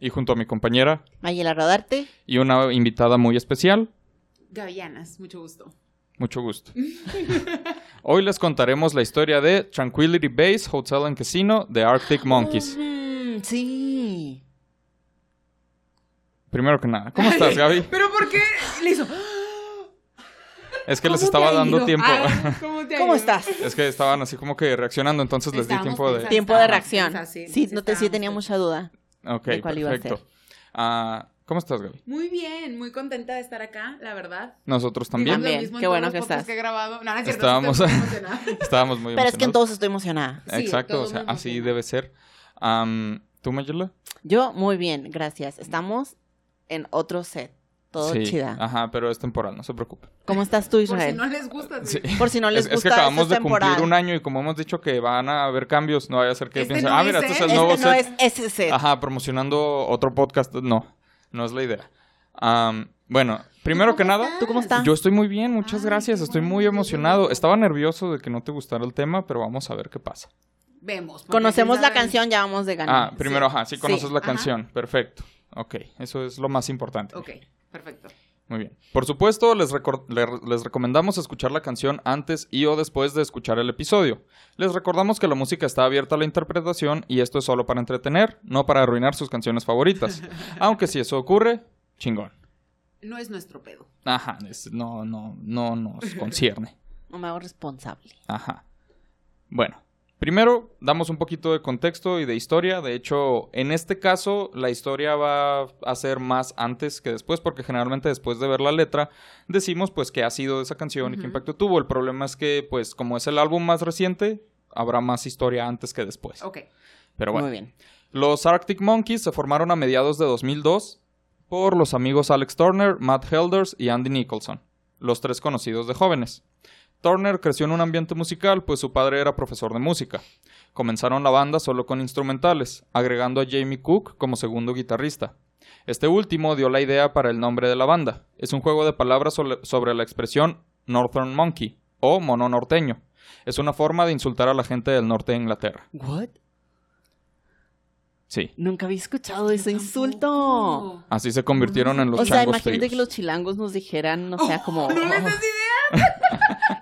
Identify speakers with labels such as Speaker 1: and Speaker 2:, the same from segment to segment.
Speaker 1: y junto a mi compañera
Speaker 2: Mayela Rodarte.
Speaker 1: y una invitada muy especial,
Speaker 3: Gavianas, mucho gusto.
Speaker 1: mucho gusto. Hoy les contaremos la historia de Tranquility Base Hotel and Casino de Arctic
Speaker 2: Ah.
Speaker 1: Monkeys.
Speaker 2: Mm, sí.
Speaker 1: Primero que nada, ¿cómo estás, Gaby?
Speaker 3: ¿Pero por qué le hizo?
Speaker 1: Es que les
Speaker 3: ¿Cómo
Speaker 1: estaba
Speaker 3: te ha
Speaker 1: dando
Speaker 3: ido?
Speaker 1: tiempo.
Speaker 3: Ah, ¿Cómo, te ha
Speaker 2: ¿Cómo
Speaker 3: ido?
Speaker 2: estás?
Speaker 1: Es que estaban así como que reaccionando, entonces les di
Speaker 3: Estábamos
Speaker 1: tiempo de...
Speaker 3: pensando.
Speaker 2: Tiempo de
Speaker 3: Estábamos
Speaker 2: reacción.
Speaker 3: pensando, sí,
Speaker 2: Sí,
Speaker 3: nos
Speaker 2: no te, sí
Speaker 3: estábamos
Speaker 2: tenía
Speaker 3: pensando.
Speaker 2: mucha duda.
Speaker 1: Ok,
Speaker 2: de cuál iba a
Speaker 1: perfecto.
Speaker 2: ser.
Speaker 1: Ah, ¿Cómo estás, Gaby?
Speaker 3: Muy bien, muy contenta de estar acá, la verdad.
Speaker 1: Nosotros
Speaker 3: Digo, es
Speaker 1: también.
Speaker 3: lo
Speaker 2: También,
Speaker 3: mismo en
Speaker 2: qué
Speaker 3: todos
Speaker 2: bueno
Speaker 3: los
Speaker 2: que
Speaker 3: podcasts
Speaker 2: estás.
Speaker 3: que he grabado. No, no es cierto,
Speaker 1: Estábamos-
Speaker 3: estoy muy emocionada.
Speaker 1: Estábamos muy
Speaker 2: Pero es que en
Speaker 1: emocionados.
Speaker 2: todos estoy emocionada.
Speaker 3: Sí,
Speaker 1: Exacto,
Speaker 3: todo
Speaker 1: o sea,
Speaker 3: muy
Speaker 1: así
Speaker 3: emocionado.
Speaker 1: debe ser. Am, ¿Tú, Mayela?
Speaker 2: Yo, muy bien, gracias. Estamos en otro set. Todo
Speaker 1: Sí, Ah.
Speaker 2: chida.
Speaker 1: Ajá, pero es temporal, no se preocupen.
Speaker 2: ¿Cómo estás tú,
Speaker 3: Por si
Speaker 2: Israel?
Speaker 3: no les gusta.
Speaker 1: Sí.
Speaker 3: sí.
Speaker 2: Por si no
Speaker 1: es,
Speaker 2: les
Speaker 1: es
Speaker 2: gusta
Speaker 1: que acabamos
Speaker 2: esta
Speaker 1: de cumplir
Speaker 2: temporada.
Speaker 1: un año y como hemos dicho que van a haber cambios, no vaya a ser que
Speaker 3: Este
Speaker 1: piensen,
Speaker 3: no
Speaker 1: ah,
Speaker 3: es
Speaker 1: mira, este es el
Speaker 3: él.
Speaker 1: nuevo
Speaker 2: Este no
Speaker 1: set.
Speaker 2: es ese set.
Speaker 1: Ajá, promocionando otro podcast. No, no es la idea. Am, bueno, primero
Speaker 3: cómo
Speaker 1: que nada,
Speaker 3: estás? ¿Tú
Speaker 2: cómo estás?
Speaker 1: yo estoy muy bien, muchas
Speaker 3: Ay,
Speaker 1: gracias,
Speaker 3: qué
Speaker 1: estoy
Speaker 3: bueno,
Speaker 1: muy
Speaker 3: qué bueno.
Speaker 1: emocionado. Estaba nervioso de que no te gustara el tema, pero vamos a ver qué pasa.
Speaker 3: Vemos. porque
Speaker 2: Conocemos
Speaker 3: quién
Speaker 2: la
Speaker 3: sabe.
Speaker 2: canción, ya vamos de ganar.
Speaker 1: Ah, primero, ajá, sí
Speaker 2: Sí,
Speaker 1: conoces la
Speaker 3: ajá.
Speaker 1: canción, perfecto. Ok, eso es lo más importante.
Speaker 3: Ok, perfecto.
Speaker 1: Muy bien. Por supuesto, les, recor- le- les recomendamos escuchar la canción antes y o después de escuchar el episodio. Les recordamos que la música está abierta a la interpretación y esto es solo para entretener, no para arruinar sus canciones favoritas. Aunque si eso ocurre, chingón.
Speaker 3: No es nuestro pedo.
Speaker 1: Ajá, es- no, no, no nos concierne.
Speaker 2: No me hago responsable.
Speaker 1: Ajá. Bueno, primero damos un poquito de contexto y de historia. De hecho, en este caso, la historia va a ser más antes que después, porque generalmente después de ver la letra, decimos pues qué ha sido de esa canción y qué
Speaker 3: Ujú.
Speaker 1: impacto tuvo. El problema es que, pues, como es el álbum más reciente, habrá más historia antes que después.
Speaker 3: Ok.
Speaker 1: Pero bueno.
Speaker 2: Muy bien.
Speaker 1: Los Arctic Monkeys se formaron a mediados de 2002 por los amigos Alex Turner, Matt Helders y Andy Nicholson, los tres conocidos de jóvenes. Turner creció en un ambiente musical, pues su padre era profesor de música. Comenzaron la banda solo con instrumentales, agregando a Jamie Cook como segundo guitarrista. Este último dio la idea para el nombre de la banda. Es un juego de palabras sole- sobre la expresión Northern Monkey o mono norteño. Es una forma de insultar a la gente del norte de Inglaterra.
Speaker 2: ¿What?
Speaker 1: Sí.
Speaker 2: Nunca había escuchado ese Pues insulto.
Speaker 3: Tampoco.
Speaker 1: Así se convirtieron en los
Speaker 2: Ah. O sea,
Speaker 1: changos
Speaker 2: imagínate
Speaker 1: fríos.
Speaker 2: que los chilangos nos dijeran, no sea, como
Speaker 3: Oh, ¿No les das idea?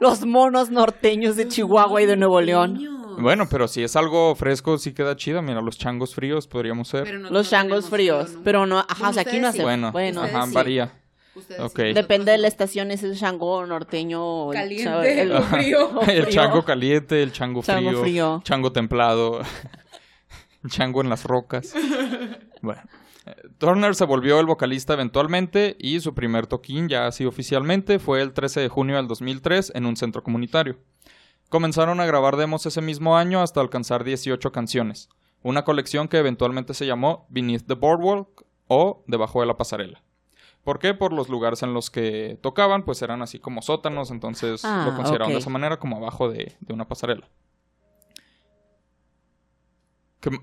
Speaker 2: los monos norteños de Chihuahua y de Nuevo León.
Speaker 3: Niños.
Speaker 1: Bueno, pero si es algo fresco, sí queda chido. Mira, los changos fríos podríamos ser.
Speaker 3: Pero no-
Speaker 2: Los
Speaker 3: no
Speaker 2: changos
Speaker 3: tenemos,
Speaker 2: fríos.
Speaker 3: no.
Speaker 2: Pero no,
Speaker 3: Bueno,
Speaker 2: ajá, o sea, aquí no
Speaker 3: ustedes sí.
Speaker 2: hace.
Speaker 1: bueno,
Speaker 2: Bueno,
Speaker 3: ustedes
Speaker 1: ajá,
Speaker 3: sí.
Speaker 1: varía.
Speaker 3: Ustedes
Speaker 1: Ok.
Speaker 3: sí, nosotros
Speaker 2: Depende de la
Speaker 3: no.
Speaker 2: estación, es el chango norteño. o el cha-
Speaker 3: Caliente,
Speaker 2: el-
Speaker 3: o frío.
Speaker 1: El
Speaker 2: Oh, frío.
Speaker 1: chango caliente, el chango frío,
Speaker 2: Chango frío.
Speaker 1: chango templado, chango en las rocas. Bueno, eh, Turner se volvió el vocalista eventualmente y su primer toquín, ya así oficialmente, fue el 13 de junio del 2003 en un centro comunitario. Comenzaron a grabar demos ese mismo año hasta alcanzar 18 canciones, una colección que eventualmente se llamó Beneath the Boardwalk o Debajo de la Pasarela. ¿Por qué? Por los lugares en los que tocaban, pues eran así como sótanos, entonces
Speaker 2: Ah,
Speaker 1: lo consideraron de
Speaker 2: ok.
Speaker 1: esa manera como abajo de, de una pasarela. Quem-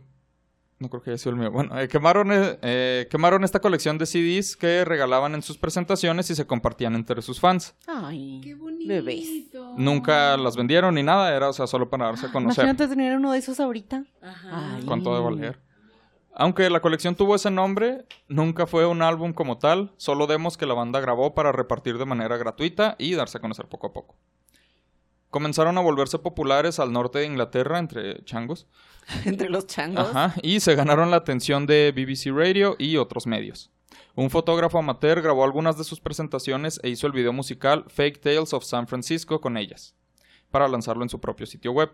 Speaker 1: No creo que haya sido el mío. Bueno, eh, quemaron, eh, eh, quemaron esta colección de CDs que regalaban en sus presentaciones y se compartían entre sus fans.
Speaker 2: Ay.
Speaker 3: Qué bonito.
Speaker 2: Bebés.
Speaker 1: Nunca las vendieron ni nada, era o sea, solo para darse a conocer.
Speaker 2: Oh. Imagínate tener uno de esos ahorita.
Speaker 3: Ajá.
Speaker 2: Ay.
Speaker 1: ¿Cuánto debo leer? Aunque la colección tuvo ese nombre, nunca fue un álbum como tal, solo demos que la banda grabó para repartir de manera gratuita y darse a conocer poco a poco. Comenzaron a volverse populares al norte de Inglaterra entre changos
Speaker 2: Entre los changos.
Speaker 1: Ajá, y se ganaron la atención de BBC Radio y otros medios. Un fotógrafo amateur grabó algunas de sus presentaciones e hizo el video musical Fake Tales of San Francisco con ellas, para lanzarlo en su propio sitio web.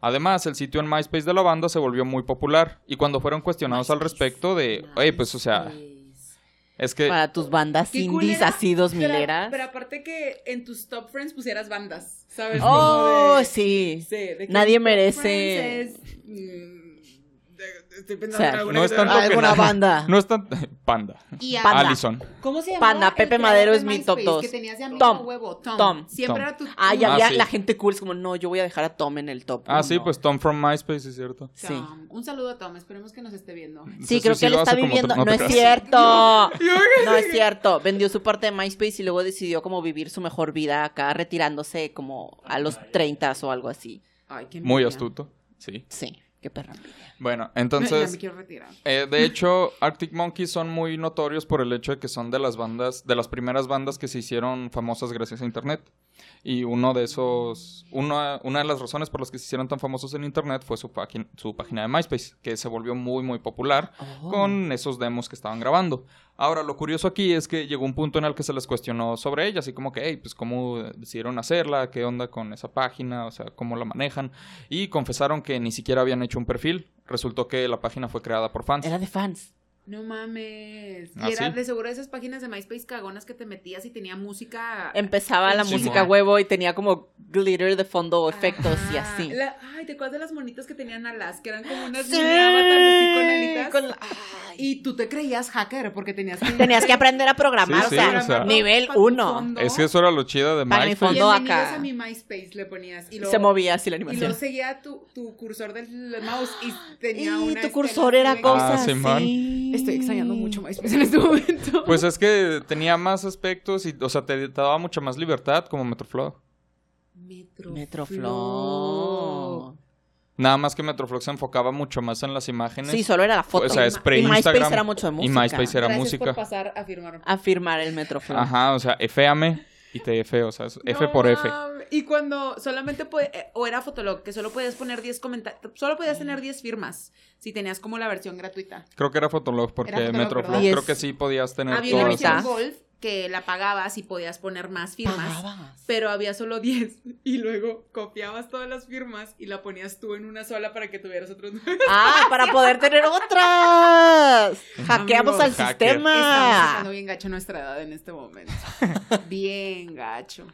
Speaker 1: Además, el sitio en MySpace de la banda se volvió muy popular, y cuando fueron cuestionados al
Speaker 3: MySpace.
Speaker 1: respecto de, oye, pues o sea,
Speaker 3: Nice.
Speaker 1: es que...
Speaker 2: Para tus bandas
Speaker 3: Qué
Speaker 2: indies
Speaker 3: culera.
Speaker 2: así dos
Speaker 3: Pero-
Speaker 2: mileras.
Speaker 3: Pero aparte que en tus top friends pusieras bandas, ¿sabes?
Speaker 2: Oh,
Speaker 3: Como de-
Speaker 2: sí.
Speaker 3: Sí, de que
Speaker 2: Nadie
Speaker 3: top
Speaker 2: merece-
Speaker 3: friends es, mm, de- de-
Speaker 4: Estoy pensando
Speaker 2: O sea,
Speaker 4: en alguna
Speaker 1: no
Speaker 4: que
Speaker 1: es
Speaker 4: tenga-
Speaker 1: tanto que
Speaker 2: Alguna
Speaker 1: nada.
Speaker 2: banda.
Speaker 1: No es tan... Panda.
Speaker 3: Y a-
Speaker 2: Panda.
Speaker 1: Allison.
Speaker 3: ¿Cómo se
Speaker 2: Panda,
Speaker 3: el
Speaker 2: Pepe
Speaker 3: creador
Speaker 2: Madero
Speaker 3: de
Speaker 2: es mi top
Speaker 3: MySpace
Speaker 2: dos.
Speaker 3: Que tenías de amigo
Speaker 2: Tom.
Speaker 3: Huevo? Tom.
Speaker 2: Tom.
Speaker 3: Siempre
Speaker 1: Tom.
Speaker 3: era tu.
Speaker 2: Ah, ya
Speaker 1: Ah,
Speaker 2: había
Speaker 1: sí.
Speaker 2: la gente cool. Es como, no, yo voy a dejar a Tom en el top.
Speaker 1: Ah, sí,
Speaker 2: uno.
Speaker 1: pues Tom from MySpace, es cierto.
Speaker 2: Sí.
Speaker 3: Tom. Un saludo a Tom. Esperemos que nos esté viendo.
Speaker 2: Sí, creo que él
Speaker 1: lo
Speaker 2: está
Speaker 1: hace como
Speaker 2: viviendo.
Speaker 1: tú-
Speaker 2: No,
Speaker 1: te
Speaker 2: es
Speaker 1: creas.
Speaker 2: cierto. No es cierto. Vendió su parte de MySpace y luego decidió como vivir su mejor vida acá, retirándose como a los 30 o algo así.
Speaker 3: Ay, qué
Speaker 1: Muy
Speaker 3: envidia.
Speaker 1: astuto. Sí.
Speaker 2: Sí, qué perra.
Speaker 1: Bueno,
Speaker 3: Ya me
Speaker 1: entonces,
Speaker 3: quiero retirar.
Speaker 1: eh, de hecho, Arctic Monkeys son muy notorios por el hecho de que son de las bandas, de las primeras bandas que se hicieron famosas gracias a Internet. Y uno de esos, una, una de las razones por las que se hicieron tan famosos en Internet fue su, págin- su página de MySpace, que se volvió muy, muy popular
Speaker 2: Oh.
Speaker 1: con esos demos que estaban grabando. Ahora, lo curioso aquí es que llegó un punto en el que se les cuestionó sobre ella, así como que, hey, pues cómo decidieron hacerla, qué onda con esa página, o sea, cómo la manejan. Y confesaron que ni siquiera habían hecho un perfil. Resultó que la página fue creada por fans.
Speaker 2: Era de fans.
Speaker 3: No mames.
Speaker 1: Ah,
Speaker 3: Y era
Speaker 1: ¿sí?
Speaker 3: de seguro esas páginas de MySpace cagonas que te metías y tenía música.
Speaker 2: Empezaba la
Speaker 1: Sí,
Speaker 2: música
Speaker 1: mo.
Speaker 2: huevo y tenía como glitter de fondo,
Speaker 3: Ajá.
Speaker 2: efectos y así.
Speaker 3: Ah, La- ay, ¿te acuerdas de las monitas que tenían alas? Que eran como unas
Speaker 2: Sí,
Speaker 3: mini avatars así con alitas.
Speaker 2: con la- ay.
Speaker 3: Y tú te creías hacker porque tenías que...
Speaker 2: Tenías que aprender a programar,
Speaker 1: Sí,
Speaker 2: o sea,
Speaker 1: sí, o sea.
Speaker 2: nivel uno.
Speaker 1: Es que eso era lo chido de
Speaker 2: Para mi
Speaker 1: MySpace.
Speaker 2: fondo
Speaker 3: Bienvenidos
Speaker 2: acá.
Speaker 3: a mi MySpace le ponías. Y
Speaker 2: se
Speaker 3: luego-
Speaker 2: movía así la
Speaker 3: Y luego
Speaker 2: animación.
Speaker 3: seguía tu, tu cursor del mouse y
Speaker 2: Y,
Speaker 3: tenía una...
Speaker 2: tu
Speaker 3: estela
Speaker 2: cursor era
Speaker 3: así de-
Speaker 1: cosa. Ah,
Speaker 2: cosas
Speaker 1: Simón.
Speaker 2: así.
Speaker 3: Estoy extrañando mucho MySpace en este momento.
Speaker 1: Pues es que tenía más aspectos y, o sea, te, te daba mucha más libertad como Metroflow.
Speaker 3: Metroflow.
Speaker 2: Metroflow.
Speaker 1: Nada más que Metroflow se enfocaba mucho más en las imágenes.
Speaker 2: Sí, solo era la foto.
Speaker 1: o sea, es
Speaker 2: Y
Speaker 1: pre-Instagram.
Speaker 2: MySpace era mucho de
Speaker 1: Y
Speaker 2: música.
Speaker 1: MySpace era
Speaker 3: Gracias por
Speaker 1: música.
Speaker 3: pasar a firmar.
Speaker 2: A firmar el Metroflow.
Speaker 1: Ajá, o sea, Fame E y te F, o sea, es F
Speaker 3: No
Speaker 1: por F.
Speaker 3: mames. Y cuando solamente pue- eh, o era Fotolog, que solo podías poner 10 comentarios, solo podías
Speaker 2: Mm.
Speaker 3: tener 10 firmas si tenías como la versión gratuita.
Speaker 1: Creo que era Fotolog porque
Speaker 3: Era Fotolog, Ah,
Speaker 1: Metroflog
Speaker 2: ¿verdad?
Speaker 1: creo que sí podías tener
Speaker 3: Había una
Speaker 1: Ah, todas.
Speaker 3: versión
Speaker 2: las-
Speaker 3: Golf que la pagabas y podías poner más firmas.
Speaker 2: Pagabas.
Speaker 3: Pero había solo 10 y luego copiabas todas las firmas y la ponías tú en una sola para que tuvieras otros nueve.
Speaker 2: Ah, para poder tener otras. Hackeamos
Speaker 3: Amigos,
Speaker 1: hacker.
Speaker 2: al Ah.
Speaker 3: Estamos
Speaker 2: sistema.
Speaker 3: usando bien gacho nuestra edad en este momento. bien gacho.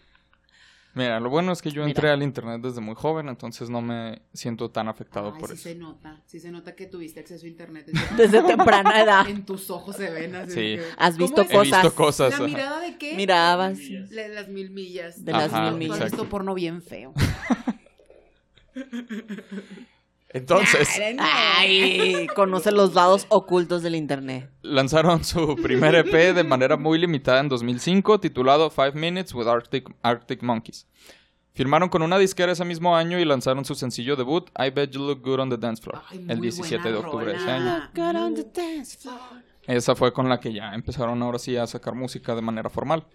Speaker 1: Mira, lo bueno es que yo
Speaker 2: Mira.
Speaker 1: entré al internet desde muy joven, entonces no me siento tan afectado
Speaker 3: Ay,
Speaker 1: por
Speaker 3: sí
Speaker 1: eso.
Speaker 3: se nota, sí se nota que tuviste acceso a internet. desde-
Speaker 2: Desde temprana edad.
Speaker 3: en tus ojos se ven así.
Speaker 1: Sí.
Speaker 3: que-
Speaker 2: Has
Speaker 3: ¿Cómo
Speaker 2: visto
Speaker 3: es?
Speaker 1: He visto
Speaker 2: cosas.
Speaker 1: cosas.
Speaker 3: ¿La mirada de qué?
Speaker 2: Mirabas.
Speaker 3: La de las mil millas.
Speaker 2: De
Speaker 1: las Ajá, mil
Speaker 3: Tú
Speaker 1: millas.
Speaker 3: has visto
Speaker 1: exacto.
Speaker 3: porno bien feo.
Speaker 1: Entonces,
Speaker 2: Ay, conoce los lados ocultos del internet.
Speaker 1: lanzaron su primer EP de manera muy limitada en 2005, titulado Five Minutes with Arctic, Arctic Monkeys. Firmaron con una disquera ese mismo año y lanzaron su sencillo debut, I Bet You Look Good on the Dance Floor,
Speaker 3: Ay, muy
Speaker 1: el 17 de
Speaker 3: buena
Speaker 1: octubre de ese
Speaker 3: rola.
Speaker 1: año. Esa fue con la que ya empezaron ahora sí a sacar música de manera formal.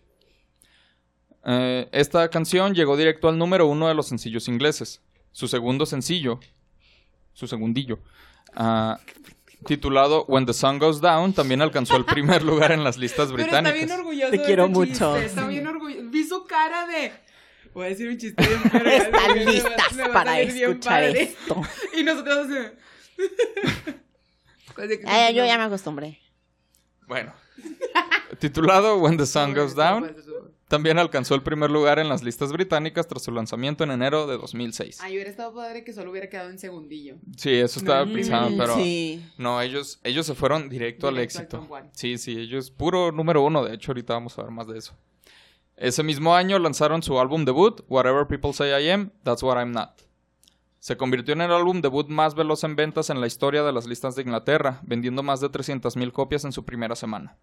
Speaker 1: Eh, esta canción llegó directo al número uno de los sencillos ingleses. Su segundo sencillo, su segundillo, ah, titulado When the Sun Goes Down, también alcanzó el primer lugar en las listas
Speaker 3: Pero está bien
Speaker 1: británicas.
Speaker 3: orgulloso.
Speaker 2: Te
Speaker 3: de
Speaker 2: quiero
Speaker 3: ese chiste,
Speaker 2: mucho.
Speaker 3: Está bien orgulloso. Vi su cara de. Voy a decir un chiste bien verga,
Speaker 2: Están
Speaker 3: me va-
Speaker 2: listas
Speaker 3: me va a
Speaker 2: para
Speaker 3: salir bien
Speaker 2: escuchar
Speaker 3: padre.
Speaker 2: esto.
Speaker 3: Y nosotros así. Así que-
Speaker 2: Ay, yo ya me acostumbré.
Speaker 1: Bueno, titulado When the Sun Goes Down,
Speaker 3: pues,
Speaker 1: también alcanzó el primer lugar en las listas británicas tras su lanzamiento en enero de 2006.
Speaker 3: Ay, hubiera estado padre que solo hubiera quedado en segundillo.
Speaker 1: Sí, eso estaba
Speaker 3: Mm,
Speaker 1: pensando,
Speaker 2: Mm,
Speaker 1: pero...
Speaker 2: Sí.
Speaker 1: No, ellos, ellos se fueron directo, al
Speaker 3: Directo al
Speaker 1: éxito.
Speaker 3: top one.
Speaker 1: sí, sí, ellos puro número uno. De hecho, ahorita vamos a ver más de eso. Ese mismo año lanzaron su álbum debut, Whatever People Say I Am, That's What I'm Not. Se convirtió en el álbum debut más veloz en ventas en la historia de las listas de Inglaterra, vendiendo más de 300.000 copias en su primera semana.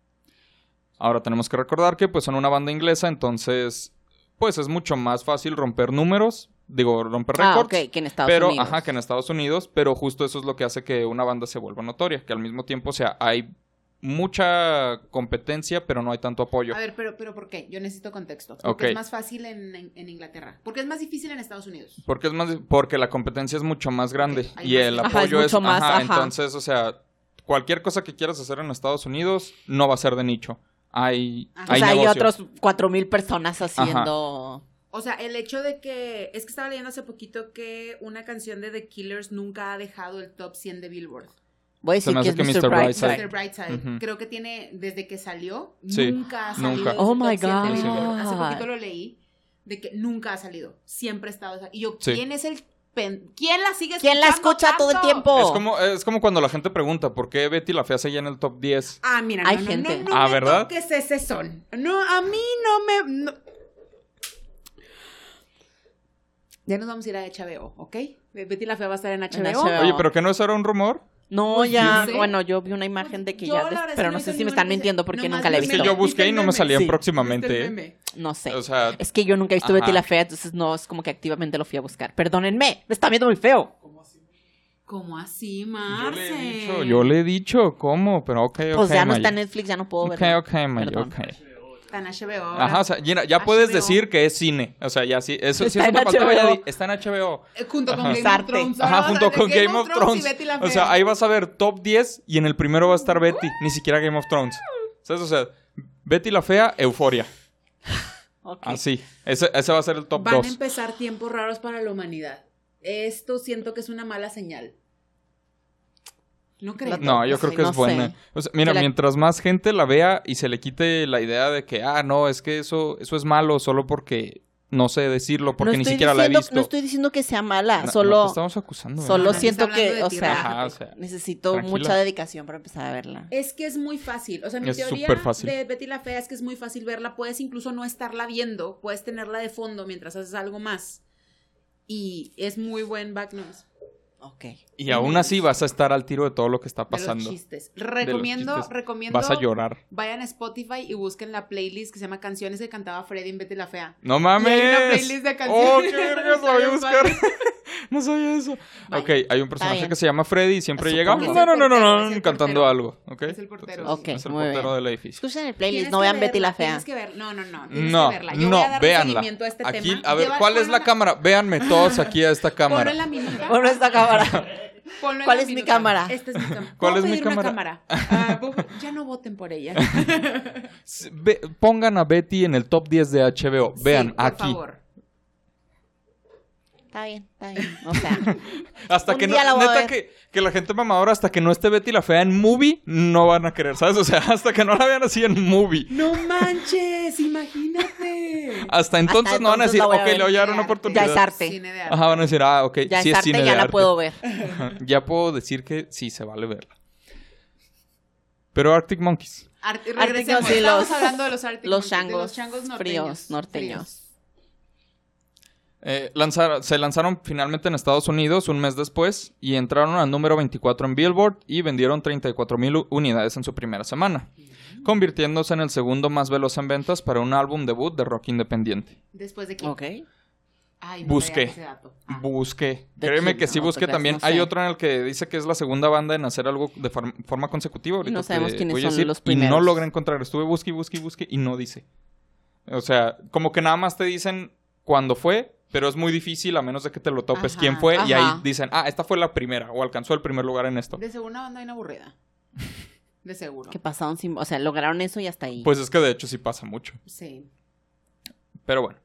Speaker 1: Ahora tenemos que recordar que pues son una banda inglesa, entonces pues es mucho más fácil romper números, digo, romper récords.
Speaker 2: Ah, ok, que en Estados
Speaker 1: Pero,
Speaker 2: Unidos.
Speaker 1: ajá, que en Estados Unidos, pero justo eso es lo que hace que una banda se vuelva notoria, que al mismo tiempo, o sea, hay mucha competencia, pero no hay tanto apoyo.
Speaker 3: A ver, pero, pero ¿por qué? Yo necesito contexto. Porque
Speaker 1: Ok.
Speaker 3: es más fácil en, en- en Inglaterra. Porque es más difícil en Estados Unidos.
Speaker 1: Porque es más, porque la competencia es mucho más grande
Speaker 3: Ok, hay
Speaker 1: y
Speaker 3: más-
Speaker 1: el
Speaker 2: Ajá,
Speaker 1: apoyo
Speaker 2: es
Speaker 1: es,
Speaker 2: mucho más,
Speaker 1: ajá,
Speaker 2: ajá.
Speaker 1: entonces, o sea, cualquier cosa que quieras hacer en Estados Unidos no va a ser de nicho. Hay,
Speaker 3: Ajá.
Speaker 2: O
Speaker 1: hay
Speaker 2: sea, hay
Speaker 1: negocio.
Speaker 2: otros cuatro mil personas haciendo.
Speaker 3: O sea, el hecho de que. Es que estaba leyendo hace poquito que una canción de The Killers nunca ha dejado el top 100 de Billboard.
Speaker 2: Voy a
Speaker 1: Se
Speaker 2: decir
Speaker 1: me
Speaker 2: que es
Speaker 1: hace que
Speaker 2: Mr.
Speaker 1: Mr. Brightside.
Speaker 2: Brightside.
Speaker 3: Mr. Brightside.
Speaker 1: Ujú.
Speaker 3: Creo que tiene. Desde que salió,
Speaker 1: Sí,
Speaker 3: nunca ha salido.
Speaker 1: nunca.
Speaker 3: de ese
Speaker 2: Oh
Speaker 3: top
Speaker 2: my
Speaker 3: 100 de
Speaker 1: God.
Speaker 3: Billboard. Hace poquito lo leí. De que nunca ha salido. Siempre ha estado. Y yo,
Speaker 1: Sí.
Speaker 3: ¿quién es el pen- ¿Quién la sigue
Speaker 2: ¿Quién la
Speaker 3: escuchando
Speaker 2: escucha todo el
Speaker 3: tanto?
Speaker 2: tiempo?
Speaker 1: Es como, es como cuando la gente pregunta por qué Betty la Fea seguía en el top 10.
Speaker 3: Ah, mira,
Speaker 2: Hay
Speaker 3: no, no,
Speaker 2: gente.
Speaker 3: no, no
Speaker 1: Ah,
Speaker 3: me
Speaker 1: ¿verdad?
Speaker 3: toques ese son. No, a mí no me... no. Ya nos vamos a ir a HBO, ¿ok? Eh, Betty la Fea va a estar en HBO.
Speaker 2: HBO.
Speaker 1: Oye, pero que no eso era un rumor.
Speaker 2: No,
Speaker 3: Pues
Speaker 2: ya,
Speaker 3: sí.
Speaker 2: bueno, yo vi una imagen de que
Speaker 3: Yo,
Speaker 2: ya,
Speaker 3: la
Speaker 2: des-
Speaker 3: verdad,
Speaker 2: pero
Speaker 3: sí
Speaker 2: no
Speaker 3: hice
Speaker 2: sé si me
Speaker 3: ningún
Speaker 2: están
Speaker 3: meme.
Speaker 2: mintiendo porque
Speaker 3: Nomás
Speaker 2: nunca la he
Speaker 3: vi
Speaker 1: Es que
Speaker 2: visto.
Speaker 1: yo
Speaker 3: memes.
Speaker 1: busqué y no me salían
Speaker 2: Sí.
Speaker 1: próximamente. ¿eh?
Speaker 3: ¿Viste Este el meme?
Speaker 2: No sé.
Speaker 1: O sea,
Speaker 2: Es que yo nunca he visto Betty
Speaker 1: Ajá.
Speaker 2: la Fea, entonces no es como que activamente lo fui a buscar. Perdónenme, me está viendo muy feo.
Speaker 3: ¿Cómo así,
Speaker 1: yo
Speaker 3: Marce?
Speaker 1: le he dicho, yo le he dicho cómo, pero ok, ok.
Speaker 2: Pues ya no
Speaker 1: Maya.
Speaker 2: está en Netflix, ya no puedo
Speaker 1: Ok,
Speaker 2: verlo.
Speaker 1: ok, Maya,
Speaker 2: Perdón.
Speaker 1: ok.
Speaker 3: Tan HBO. ahora.
Speaker 1: Ajá, o sea, mira, ya puedes
Speaker 3: HBO.
Speaker 1: decir que es cine. O sea, ya sí. Eso, sí
Speaker 2: Está
Speaker 1: es
Speaker 2: en
Speaker 1: una falta,
Speaker 2: HBO.
Speaker 1: ya di- Está en HBO.
Speaker 3: Eh, junto con
Speaker 1: Ajá.
Speaker 3: Game of
Speaker 2: Sarte.
Speaker 3: Thrones.
Speaker 1: Ajá,
Speaker 3: ahora vas a
Speaker 1: junto
Speaker 3: tener
Speaker 1: con Game of Thrones.
Speaker 3: y Betty la
Speaker 1: O
Speaker 3: Fea.
Speaker 1: sea, ahí vas a ver top 10 y en el primero va a estar Betty. Ni siquiera Game of Thrones. ¿Sabes? O sea, Betty la Fea, Euforia.
Speaker 2: Ok.
Speaker 1: Así. Ese, ese va a ser el top
Speaker 3: Van
Speaker 1: 2.
Speaker 3: a empezar tiempos raros para la humanidad. Esto siento que es una mala señal. ¿No crees?
Speaker 1: No, yo creo
Speaker 2: Sí,
Speaker 1: que
Speaker 2: no
Speaker 1: es buena.
Speaker 2: sé.
Speaker 1: O sea, mira,
Speaker 2: Que la-
Speaker 1: mientras más gente la vea y se le quite la idea de que, ah, no, es que eso, eso es malo solo porque no sé decirlo, porque
Speaker 2: No
Speaker 1: ni
Speaker 2: estoy
Speaker 1: siquiera la
Speaker 2: diciendo-
Speaker 1: he visto.
Speaker 2: No estoy diciendo que sea mala,
Speaker 1: No- no
Speaker 2: solo,
Speaker 1: te estamos acusando. ¿verdad?
Speaker 2: solo
Speaker 3: Nadie
Speaker 2: siento
Speaker 3: está hablando
Speaker 2: que,
Speaker 3: de
Speaker 2: o
Speaker 3: ti,
Speaker 2: sea,
Speaker 1: Rafa. Ajá, o sea,
Speaker 2: necesito
Speaker 1: tranquila.
Speaker 2: mucha dedicación para empezar a verla.
Speaker 3: Es que es muy fácil. O sea, mi
Speaker 1: Es
Speaker 3: teoría
Speaker 1: superfácil.
Speaker 3: de Betty la Fea es que es muy fácil verla. Puedes incluso no estarla viendo. Puedes tenerla de fondo mientras haces algo más. Y es muy buen back news
Speaker 2: Ok.
Speaker 1: Y aún así vas a estar al tiro de todo lo que está
Speaker 3: de los
Speaker 1: pasando.
Speaker 3: chistes. Recomiendo,
Speaker 1: chistes.
Speaker 3: recomiendo.
Speaker 1: Vas a llorar.
Speaker 3: Vayan a Spotify y busquen la playlist que se llama Canciones que cantaba Freddy en Betty la Fea.
Speaker 1: No mames.
Speaker 3: Y hay una playlist de
Speaker 1: Oh,
Speaker 3: canciones.
Speaker 1: qué vergas, la
Speaker 3: Está
Speaker 1: voy a
Speaker 3: bien
Speaker 1: buscar.
Speaker 3: padre.
Speaker 1: no sabía eso.
Speaker 2: Vaya.
Speaker 1: Ok, hay un personaje
Speaker 2: bien.
Speaker 1: que se llama Freddy y siempre llega.
Speaker 2: Supongo.
Speaker 1: No,
Speaker 2: Es el
Speaker 1: no, no, no,
Speaker 3: portero,
Speaker 1: no,
Speaker 3: es el
Speaker 1: cantando
Speaker 3: portero.
Speaker 1: algo. ¿ok?
Speaker 3: Es el portero.
Speaker 1: Entonces,
Speaker 2: Ok,
Speaker 1: es el
Speaker 2: muy
Speaker 1: portero
Speaker 2: bien.
Speaker 1: del edificio.
Speaker 2: Escuchen el
Speaker 3: Tienes
Speaker 2: playlist, no
Speaker 3: que
Speaker 2: vean Betty
Speaker 3: verla,
Speaker 2: la Fea.
Speaker 3: Tienes que ver. No, no, no. tienes
Speaker 1: No,
Speaker 3: que verla. Yo voy a
Speaker 1: no,
Speaker 3: dar
Speaker 1: véanla.
Speaker 3: seguimiento A este
Speaker 1: Aquí,
Speaker 3: tema.
Speaker 1: a ver,
Speaker 3: Lleva-
Speaker 1: ¿cuál es la
Speaker 3: ponlo-
Speaker 1: cámara? Véanme todos aquí a esta
Speaker 3: Ponlo
Speaker 1: cámara.
Speaker 3: en la minuta.
Speaker 2: Bueno, esta cámara.
Speaker 3: Ponlo en
Speaker 2: ¿Cuál
Speaker 3: la
Speaker 2: es mi
Speaker 3: minuta.
Speaker 2: cámara?
Speaker 3: Esta es mi cámara.
Speaker 1: ¿Cuál
Speaker 3: ¿Puedo
Speaker 1: es mi
Speaker 3: pedir una
Speaker 1: cámara?
Speaker 3: cámara? Ah, bu- ya no voten por ella.
Speaker 1: S- ve- pongan a Betty en el top 10 de HBO. Vean,
Speaker 3: Sí, por
Speaker 1: aquí.
Speaker 3: favor.
Speaker 2: Está bien, está bien. O sea,
Speaker 1: Hasta
Speaker 2: Un
Speaker 1: que no,
Speaker 2: día la voy a
Speaker 1: neta
Speaker 2: ver.
Speaker 1: que, que la gente mamadora, hasta que no esté Betty la Fea en movie, no van a querer, ¿sabes? O sea, hasta que no la vean así en movie.
Speaker 3: No manches, imagínate.
Speaker 1: Hasta entonces no van a
Speaker 2: entonces
Speaker 1: decir,
Speaker 2: la voy a
Speaker 1: ok,
Speaker 2: ver.
Speaker 1: le voy a dar
Speaker 3: Cine
Speaker 1: Ah, una oportunidad.
Speaker 3: de arte.
Speaker 2: Ya es arte.
Speaker 3: Cine de arte.
Speaker 1: Ajá, van a decir, ah, ok,
Speaker 2: ya
Speaker 1: sí
Speaker 2: es
Speaker 1: es
Speaker 2: arte,
Speaker 1: cine
Speaker 2: ya
Speaker 1: de
Speaker 2: la
Speaker 1: arte.
Speaker 2: puedo ver.
Speaker 1: Ajá, Ya puedo decir que sí se vale verla. Pero Arctic Monkeys.
Speaker 3: Arte-
Speaker 2: Arctic
Speaker 3: regresemos.
Speaker 2: Monkeys,
Speaker 3: Estábamos
Speaker 2: los-
Speaker 3: hablando de los Arctic
Speaker 2: los
Speaker 3: Monkeys, de
Speaker 2: changos fríos,
Speaker 3: norteños,
Speaker 2: norteños.
Speaker 3: fríos.
Speaker 1: Eh, lanzar- se lanzaron finalmente en Estados Unidos un mes después y entraron al número 24 en Billboard y vendieron 34 mil unidades en su primera semana, convirtiéndose en el segundo más veloz en ventas para un álbum debut de rock independiente.
Speaker 3: Después de que
Speaker 2: Ok.
Speaker 3: Ay,
Speaker 1: Busqué.
Speaker 3: traía ese dato. Ah.
Speaker 1: Busqué.
Speaker 2: ¿De
Speaker 1: Créeme
Speaker 2: quién?
Speaker 1: que sí
Speaker 2: No,
Speaker 1: busqué
Speaker 2: pues,
Speaker 1: también.
Speaker 2: no sé.
Speaker 1: Hay otro en el que dice que es la segunda banda en hacer algo de forma, forma consecutiva. ahorita
Speaker 2: no
Speaker 1: te
Speaker 2: sabemos quiénes
Speaker 1: voy a
Speaker 2: son los
Speaker 1: Y no
Speaker 2: primeros.
Speaker 1: logré encontrar. Estuve busque, y busque, y busque y no dice. O sea, como que nada más te dicen cuándo fue, pero es muy difícil a menos de que te lo topes
Speaker 3: Ajá,
Speaker 1: quién fue. Y ahí
Speaker 2: ajá.
Speaker 1: dicen, ah, esta fue la primera o alcanzó el primer lugar en esto.
Speaker 3: De seguro una banda bien aburrida. De seguro.
Speaker 2: Que pasaron sin. O sea, lograron eso y hasta ahí.
Speaker 1: Pues es que de hecho sí pasa mucho.
Speaker 3: Sí.
Speaker 1: Pero bueno.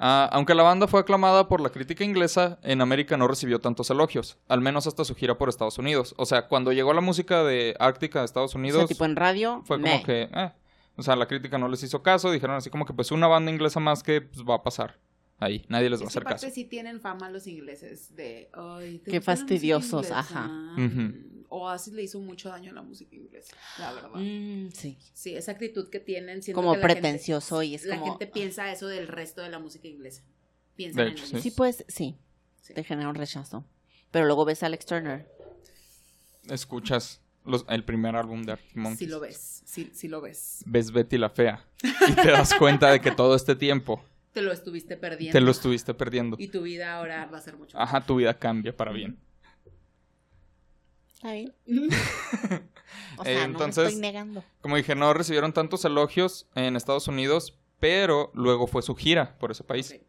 Speaker 1: Ah, aunque la banda fue aclamada por la crítica inglesa, en América no recibió tantos elogios, al menos hasta su gira por Estados Unidos. O sea, cuando llegó la música de Ártica a Estados
Speaker 2: O
Speaker 1: Unidos,
Speaker 2: sea, tipo en radio.
Speaker 1: fue como
Speaker 2: meh.
Speaker 1: que, eh, o sea, la crítica no les hizo caso, dijeron así como que pues una banda inglesa más que pues, va a pasar ahí, nadie les va a
Speaker 3: Es que
Speaker 1: hacer caso.
Speaker 3: aparte sí tienen fama los ingleses de... Ay, ¿te
Speaker 2: Qué
Speaker 3: gusta la música
Speaker 2: fastidiosos,
Speaker 3: inglesa?
Speaker 2: ajá.
Speaker 1: Ujú.
Speaker 3: Ah. Oasis le hizo mucho daño a la música inglesa, la verdad.
Speaker 2: Mm, sí.
Speaker 3: Sí, esa actitud que tienen. siento
Speaker 2: Como
Speaker 3: que la gente-
Speaker 2: pretencioso y es
Speaker 3: la
Speaker 2: como. ah.
Speaker 3: gente piensa eso del resto de la música inglesa. Piensan
Speaker 1: De
Speaker 3: en
Speaker 1: hecho,
Speaker 3: ellos.
Speaker 2: Sí, pues, sí.
Speaker 3: Sí.
Speaker 2: Te genera un rechazo. Pero luego ves a Alex Turner.
Speaker 1: Escuchas los- el primer álbum de Arctic Monkeys.
Speaker 3: Sí lo ves, sí, sí lo ves.
Speaker 1: Ves Betty la fea y te das cuenta de que todo este tiempo
Speaker 3: Te lo estuviste perdiendo.
Speaker 1: te lo estuviste perdiendo.
Speaker 3: Y tu vida ahora va a ser mucho
Speaker 1: Ajá, tu vida cambia para bien.
Speaker 2: Está bien.
Speaker 3: mejor.
Speaker 2: O
Speaker 1: Eh,
Speaker 2: sea, no
Speaker 1: entonces-
Speaker 2: me estoy negando.
Speaker 1: Como dije, no recibieron tantos elogios en Estados Unidos, pero luego fue su gira por ese país,
Speaker 3: Ok.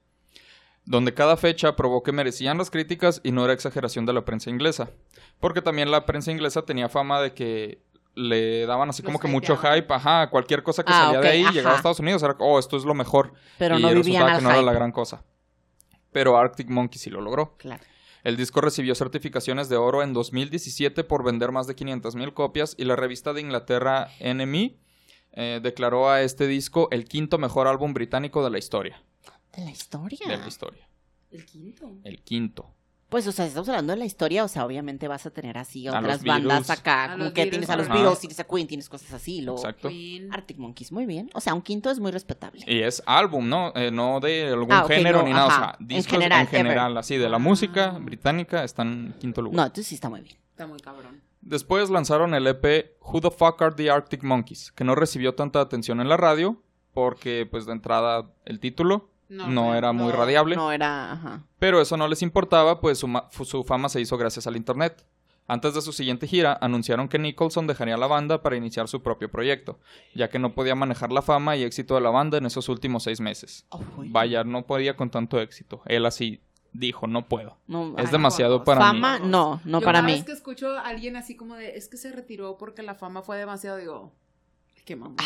Speaker 1: donde cada fecha probó que merecían las críticas y no era exageración de la prensa inglesa, porque también la prensa inglesa tenía fama de que le daban así
Speaker 3: Los
Speaker 1: como que mucho
Speaker 3: hypeaban.
Speaker 1: hype, ajá, cualquier cosa que
Speaker 2: Ah,
Speaker 1: salía
Speaker 2: ok,
Speaker 1: de ahí
Speaker 2: ajá.
Speaker 1: llegaba a Estados Unidos, era, oh, esto es lo mejor,
Speaker 2: Pero
Speaker 1: y
Speaker 2: no vivían
Speaker 1: resultaba
Speaker 2: al
Speaker 1: que no era la
Speaker 2: hype.
Speaker 1: gran cosa. Pero Arctic Monkey sí lo logró.
Speaker 2: Claro.
Speaker 1: El disco recibió certificaciones de oro en 2017 por vender más de 500.000 copias y la revista de Inglaterra NME eh, declaró a este disco el quinto mejor álbum británico de la historia.
Speaker 2: De la historia.
Speaker 1: De la historia.
Speaker 3: El quinto.
Speaker 1: El quinto.
Speaker 2: Pues, o sea, si estamos hablando de la historia, o sea, obviamente vas a tener así
Speaker 1: A los
Speaker 2: otras
Speaker 1: Beatles.
Speaker 2: bandas acá,
Speaker 3: A
Speaker 2: como
Speaker 3: los
Speaker 2: que
Speaker 3: Beatles,
Speaker 2: tienes a los
Speaker 1: ajá.
Speaker 2: Beatles, tienes a Queen, tienes cosas así, luego
Speaker 1: Exacto.
Speaker 3: Queen.
Speaker 2: Arctic Monkeys, muy bien. O sea, un quinto es muy respetable.
Speaker 1: Y es álbum, ¿no? Eh, no de algún
Speaker 2: Ah, ok,
Speaker 1: género
Speaker 2: no,
Speaker 1: ni nada. O
Speaker 2: ajá.
Speaker 1: sea,
Speaker 2: En
Speaker 1: discos en general,
Speaker 2: general, ever.
Speaker 1: así, de la
Speaker 3: Ah.
Speaker 1: música británica, están en quinto lugar.
Speaker 2: No, entonces sí está muy bien.
Speaker 3: Está muy cabrón.
Speaker 1: Después lanzaron el EP Who the Fuck Are the Arctic Monkeys, que no recibió tanta atención en la radio, porque, pues, de entrada, el título no,
Speaker 3: No, pero
Speaker 1: era muy
Speaker 2: No,
Speaker 1: radiable.
Speaker 2: No era, ajá.
Speaker 1: Pero eso no les importaba, pues su, ma- fu- su fama se hizo gracias al internet. Antes de su siguiente gira, anunciaron que Nicholson dejaría la banda para iniciar su propio proyecto, ya que no podía manejar la fama y éxito de la banda en esos últimos seis meses.
Speaker 2: Oh, güey.
Speaker 1: Vaya, no podía con tanto éxito. Él así dijo, no puedo.
Speaker 2: No,
Speaker 1: Es
Speaker 2: ay,
Speaker 1: demasiado
Speaker 3: no.
Speaker 1: para mí.
Speaker 2: Fama, no, no para
Speaker 3: cada
Speaker 2: mí.
Speaker 3: vez que escucho a alguien así como de, es que se retiró porque la fama fue demasiado, digo, qué mamá,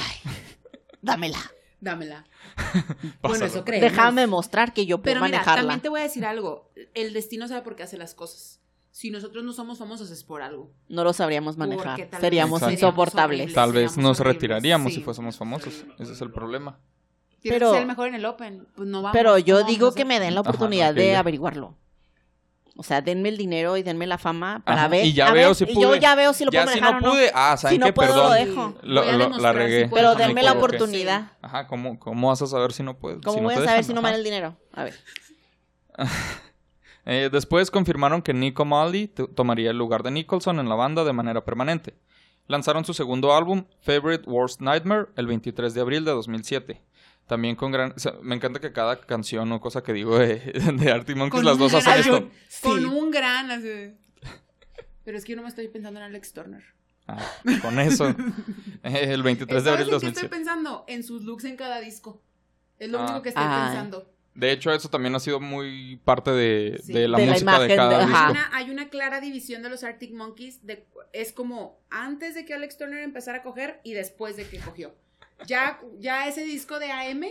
Speaker 2: Dámela.
Speaker 3: dámela. Bueno,
Speaker 1: Pásalo.
Speaker 3: eso creemos.
Speaker 2: Déjame mostrar que yo puedo
Speaker 3: Pero mira,
Speaker 2: manejarla.
Speaker 3: también te voy a decir algo. El destino sabe por qué hace las cosas. Si nosotros no somos famosos es por algo.
Speaker 2: No lo sabríamos manejar.
Speaker 3: Porque tal vez
Speaker 2: Seríamos
Speaker 1: seríamos
Speaker 2: insoportables.
Speaker 1: Tal vez
Speaker 3: seríamos
Speaker 1: nos
Speaker 3: horribles.
Speaker 1: retiraríamos si
Speaker 3: Sí.
Speaker 1: fuésemos famosos. Ese es el problema.
Speaker 3: Tienes
Speaker 2: Pero-
Speaker 3: que ser el mejor en el Open. Pues no vamos.
Speaker 2: Pero yo
Speaker 3: ¿cómo
Speaker 2: digo
Speaker 3: vamos a
Speaker 2: que
Speaker 3: hacer?
Speaker 2: me den la
Speaker 1: Ajá,
Speaker 2: oportunidad
Speaker 1: ok,
Speaker 2: de
Speaker 1: ya.
Speaker 2: averiguarlo. O sea, denme el dinero y denme la fama para
Speaker 1: Ajá,
Speaker 2: ver.
Speaker 1: y ya
Speaker 2: a
Speaker 1: veo
Speaker 2: ver,
Speaker 1: si
Speaker 2: y Yo
Speaker 1: pude.
Speaker 2: ya veo si lo
Speaker 1: ya
Speaker 2: puedo
Speaker 1: si
Speaker 2: manejar
Speaker 1: no
Speaker 2: o no.
Speaker 1: pude, pues, ah, ¿saben
Speaker 2: Si no
Speaker 1: qué?
Speaker 2: puedo,
Speaker 1: Perdón.
Speaker 2: lo dejo.
Speaker 1: Lo-
Speaker 3: Voy a
Speaker 1: lo- la
Speaker 3: demostrar
Speaker 1: regué.
Speaker 3: si puedo.
Speaker 2: Pero
Speaker 1: Me
Speaker 2: denme la
Speaker 1: equivoqué.
Speaker 2: oportunidad.
Speaker 1: Ajá, ¿cómo, ¿cómo vas a saber si no puedes?
Speaker 2: ¿Cómo
Speaker 1: si no
Speaker 2: voy
Speaker 1: te
Speaker 2: a saber
Speaker 1: dejan?
Speaker 2: si no
Speaker 1: Ajá.
Speaker 2: me dan el dinero? A ver.
Speaker 1: Eh, después confirmaron que Nico Maldi t- tomaría el lugar de Nicholson en la banda de manera permanente. Lanzaron su segundo álbum, Favorite Worst Nightmare, el 23 de abril de 2007. También con gran... o sea, me encanta que cada canción o cosa que digo de, de Arctic Monkeys,
Speaker 3: Con
Speaker 1: las
Speaker 3: un
Speaker 1: dos hacen
Speaker 3: gran-
Speaker 1: esto.
Speaker 3: Con un gran. así. Pero es que yo no me estoy pensando en Alex Turner.
Speaker 1: Ah, con eso. Eh, el 23 de
Speaker 3: ¿Sabes
Speaker 1: abril
Speaker 3: en
Speaker 1: de
Speaker 3: qué estoy
Speaker 1: 2007.
Speaker 3: pensando? En sus looks en cada disco. Es lo
Speaker 1: Ah.
Speaker 3: único que estoy
Speaker 2: Ah.
Speaker 3: pensando.
Speaker 1: De hecho, eso también ha sido muy parte de,
Speaker 3: Sí.
Speaker 1: de la
Speaker 2: De la
Speaker 1: música de
Speaker 2: imagen,
Speaker 1: cada
Speaker 2: ajá.
Speaker 3: Hay
Speaker 1: disco.
Speaker 3: una, hay una clara división de los Arctic Monkeys. De, es como antes de que Alex Turner empezara a coger y después de que cogió. Ya, ya ese disco de AM,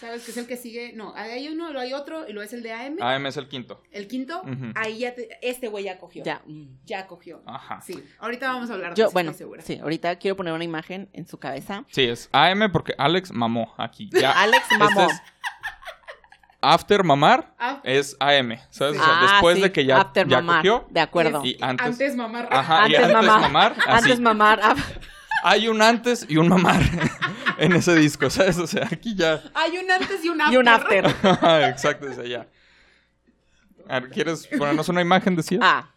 Speaker 3: ¿sabes? Que es el que sigue. No, hay uno, luego hay otro y luego es el de AM.
Speaker 1: AM es el quinto.
Speaker 3: El quinto,
Speaker 1: Ujú. Ah.
Speaker 3: ahí ya te- este güey ya cogió.
Speaker 2: Ya. mm.
Speaker 3: Ya cogió.
Speaker 1: Ajá.
Speaker 3: Sí, ahorita vamos a hablar de
Speaker 2: Yo,
Speaker 3: eso,
Speaker 2: bueno,
Speaker 3: estoy segura.
Speaker 2: sí, ahorita quiero poner una imagen en su cabeza.
Speaker 1: Sí, es AM porque Alex mamó aquí. Ya,
Speaker 2: Alex mamó.
Speaker 1: Este es- after mamar
Speaker 3: Ah,
Speaker 1: es AM, ¿sabes?
Speaker 3: Sí.
Speaker 1: O sea, después
Speaker 2: Ah, sí,
Speaker 1: de que ya,
Speaker 2: after
Speaker 1: ya
Speaker 2: mamar,
Speaker 1: cogió
Speaker 2: De acuerdo.
Speaker 1: y antes...
Speaker 3: antes mamar.
Speaker 1: Ajá, y antes
Speaker 2: Antes
Speaker 1: mamar.
Speaker 2: mamar.
Speaker 1: así.
Speaker 2: Antes mamar. ah,
Speaker 1: Hay un antes y un mamar en ese disco, ¿sabes? O sea, aquí ya...
Speaker 3: Hay un antes y un after.
Speaker 2: y un after.
Speaker 1: Exacto, o sea, ya. A ver, ¿Quieres ponernos una imagen, decía?
Speaker 2: Ah,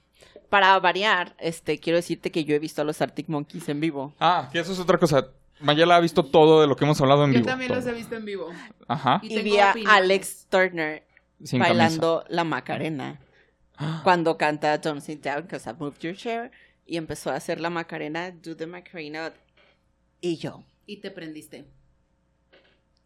Speaker 2: para variar, este, quiero decirte que yo he visto a los Arctic Monkeys en vivo.
Speaker 1: Ah, que eso es otra cosa. Mayela ha visto todo de lo que hemos hablado en
Speaker 3: Yo
Speaker 1: vivo.
Speaker 3: también los
Speaker 1: todo.
Speaker 3: he visto en vivo.
Speaker 1: Ajá,
Speaker 2: Y,
Speaker 3: tengo
Speaker 2: vi a
Speaker 3: opiniones.
Speaker 2: Alex Turner
Speaker 1: sin
Speaker 2: bailando la Macarena. Cuando canta Don't Sit Down, Cause I Moved Your Chair. Y empezó a hacer la Macarena, Do the Macarena. Y yo,
Speaker 3: Y te prendiste.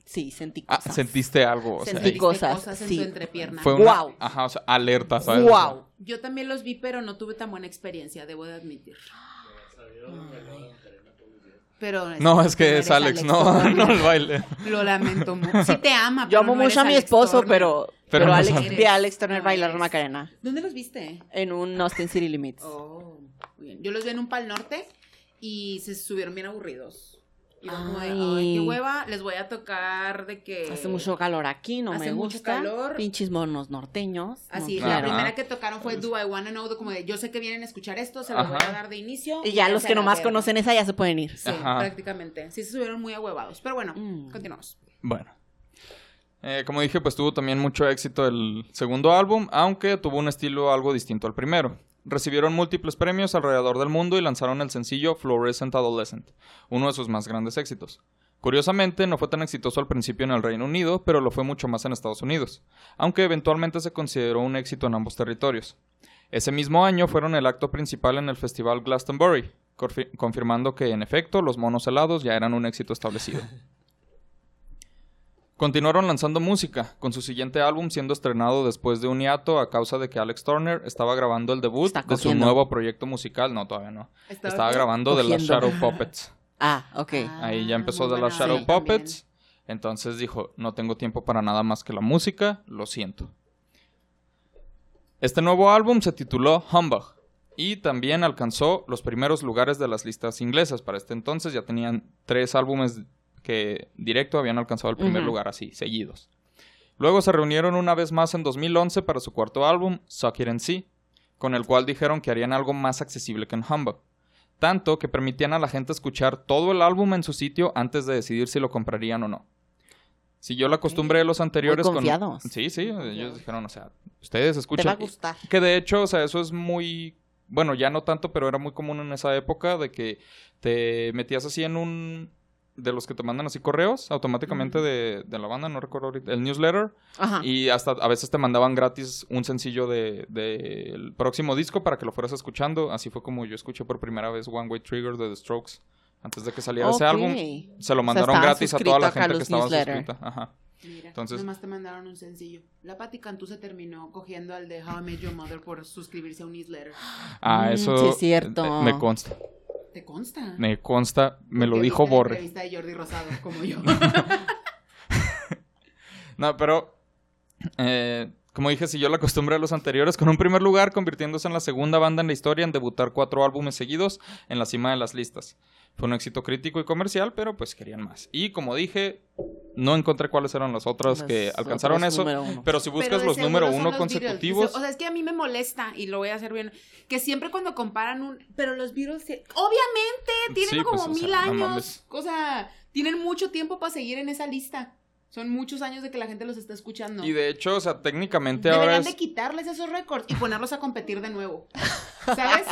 Speaker 2: sí, sentí
Speaker 1: camisa. Ah,
Speaker 2: cosas.
Speaker 1: sentiste algo, o sea,
Speaker 2: Sentí
Speaker 1: ahí.
Speaker 2: cosas,
Speaker 3: en
Speaker 2: sí.
Speaker 3: tu entrepierna.
Speaker 1: fue una...
Speaker 2: Guau.
Speaker 1: Ajá, o sea, alerta, ¿sabes? O sea,
Speaker 2: ¡Wow!
Speaker 3: Yo también los vi, pero no tuve tan buena experiencia, debo de admitir. Pero
Speaker 1: No, es
Speaker 3: tú
Speaker 1: que
Speaker 3: eres
Speaker 1: es Alex, no,
Speaker 3: Turner.
Speaker 1: no el baile.
Speaker 3: Lo lamento mucho. Sí te
Speaker 2: Yo
Speaker 3: ama, Ah, pero
Speaker 2: amo
Speaker 3: no eres
Speaker 2: mucho a mi
Speaker 3: Alex
Speaker 2: esposo,
Speaker 3: Turner.
Speaker 2: pero, pero,
Speaker 1: no
Speaker 2: Alex,
Speaker 1: sabes.
Speaker 2: vi a Alex Turner
Speaker 3: No
Speaker 2: bailar la
Speaker 3: eres.
Speaker 2: Macarena
Speaker 3: ¿Dónde los viste?
Speaker 2: en un Austin City Limits.
Speaker 3: Oh, muy bien. Yo los vi en un pal norte y se subieron bien aburridos. Y van como de,
Speaker 2: Ay.
Speaker 3: "Ay, qué hueva, les voy a tocar de que...
Speaker 2: Hace mucho calor aquí, no
Speaker 3: Eh, Hace
Speaker 2: me
Speaker 3: mucho
Speaker 2: gusta.
Speaker 3: calor.
Speaker 2: Pinches monos norteños. no
Speaker 3: Así, la
Speaker 1: Ajá.
Speaker 2: quiero.
Speaker 3: primera que tocaron fue Do I Wanna Know, de como de, yo sé que vienen a escuchar esto, se lo voy
Speaker 1: Ajá.
Speaker 3: a dar de inicio.
Speaker 2: Y ya los
Speaker 3: se
Speaker 2: que
Speaker 3: la
Speaker 2: nomás
Speaker 3: verga".
Speaker 2: conocen esa ya se pueden ir.
Speaker 3: Sí,
Speaker 1: Ajá.
Speaker 3: prácticamente. Sí se subieron muy ahuevados. Pero bueno,
Speaker 2: Mm.
Speaker 3: continuamos.
Speaker 1: Bueno. Eh, como dije, pues tuvo también mucho éxito el segundo álbum, aunque tuvo un estilo algo distinto al primero. Recibieron múltiples premios alrededor del mundo y lanzaron el sencillo Fluorescent Adolescent, uno de sus más grandes éxitos. Curiosamente, no fue tan exitoso al principio en el Reino Unido, pero lo fue mucho más en Estados Unidos, aunque eventualmente se consideró un éxito en ambos territorios. Ese mismo año fueron el acto principal en el festival Glastonbury, confi- confirmando que, en efecto, los monos helados ya eran un éxito establecido. Continuaron lanzando música, con su siguiente álbum siendo estrenado después de un hiato a causa de que Alex Turner estaba grabando el debut
Speaker 2: Está
Speaker 1: de su
Speaker 2: cogiendo.
Speaker 1: nuevo proyecto musical. No, todavía no.
Speaker 3: Estaba-
Speaker 1: Estaba grabando de las
Speaker 2: Cogiendo.
Speaker 1: Shadow Puppets.
Speaker 2: Ah, ok.
Speaker 3: Ah,
Speaker 1: Ahí ya empezó
Speaker 3: muy
Speaker 1: de las
Speaker 3: buena
Speaker 1: Shadow
Speaker 3: onda también.
Speaker 1: Puppets. Entonces dijo, no tengo tiempo para nada más que la música, lo siento. Este nuevo álbum se tituló Humbug y también alcanzó los primeros lugares de las listas inglesas. Para este entonces ya tenían tres álbumes que directo habían alcanzado el primer
Speaker 2: Ujú.
Speaker 1: lugar así, seguidos. Luego se reunieron una vez más en 2011 para su cuarto álbum, Suck It and See, con el cual dijeron que harían algo más accesible que en Humbug. Tanto que permitían a la gente escuchar todo el álbum en su sitio antes de decidir si lo comprarían o no. Siguió la costumbre de los anteriores con.
Speaker 2: confiados.
Speaker 1: Sí, sí, ellos dijeron, o sea, ustedes escuchen.
Speaker 2: Te va a gustar.
Speaker 1: Que de hecho, o sea, eso es muy. Bueno, ya no tanto, pero era muy común en esa época de que te metías así en un. De los que te mandan así correos automáticamente
Speaker 2: Ujú.
Speaker 1: de, de la banda, no recuerdo ahorita. El newsletter.
Speaker 2: Ajá.
Speaker 1: Y hasta a veces te mandaban gratis un sencillo del de, del próximo disco para que lo fueras escuchando. Así fue como yo escuché por primera vez One Way Trigger de The Strokes. Antes de que saliera ese
Speaker 2: Ok.
Speaker 1: álbum, se lo
Speaker 2: sea,
Speaker 1: mandaron
Speaker 2: estaba
Speaker 1: gratis a toda la
Speaker 2: suscrito acá a
Speaker 1: gente que
Speaker 2: los
Speaker 1: estaba
Speaker 2: newsletter.
Speaker 1: suscrita. Ajá.
Speaker 3: Mira,
Speaker 1: Entonces-
Speaker 3: nomás te mandaron un sencillo. La Patti Cantú se terminó cogiendo al de How I Met Your Mother por suscribirse a un newsletter.
Speaker 1: Ah,
Speaker 2: Mm,
Speaker 1: eso eh,
Speaker 2: sí es cierto.
Speaker 1: me consta.
Speaker 3: ¿Te consta?
Speaker 1: Me consta, me lo
Speaker 3: Porque
Speaker 1: dijo
Speaker 3: viste la
Speaker 1: Borre.
Speaker 3: entrevista de Jordi Rosado, como yo.
Speaker 1: No, pero eh, como dije, siguió la costumbre de los anteriores con un primer lugar, convirtiéndose en la segunda banda en la historia en debutar cuatro álbumes seguidos en la cima de las listas. Fue un éxito crítico y comercial, pero pues querían más. Y como dije, no encontré cuáles eran los otros que
Speaker 2: Los
Speaker 1: alcanzaron
Speaker 2: otros
Speaker 1: eso.
Speaker 2: número uno.
Speaker 1: Pero si
Speaker 3: Pero
Speaker 1: buscas
Speaker 3: de
Speaker 1: los
Speaker 3: seguro
Speaker 1: número
Speaker 3: son
Speaker 1: uno
Speaker 3: los
Speaker 1: consecutivos,
Speaker 3: Beatles. O sea, es que a mí me molesta, y lo voy a hacer bien, que siempre cuando comparan un... Pero los Beatles, se- obviamente, tienen
Speaker 1: Sí, pues,
Speaker 3: como
Speaker 1: o sea,
Speaker 3: mil
Speaker 1: no
Speaker 3: años.
Speaker 1: mames.
Speaker 3: o sea, tienen mucho tiempo para seguir en esa lista. Son muchos años de que la gente los está escuchando.
Speaker 1: y de hecho, o sea, técnicamente ahora
Speaker 3: Deberían
Speaker 1: es...
Speaker 3: de quitarles esos récords y ponerlos a competir de nuevo. ¿Sabes?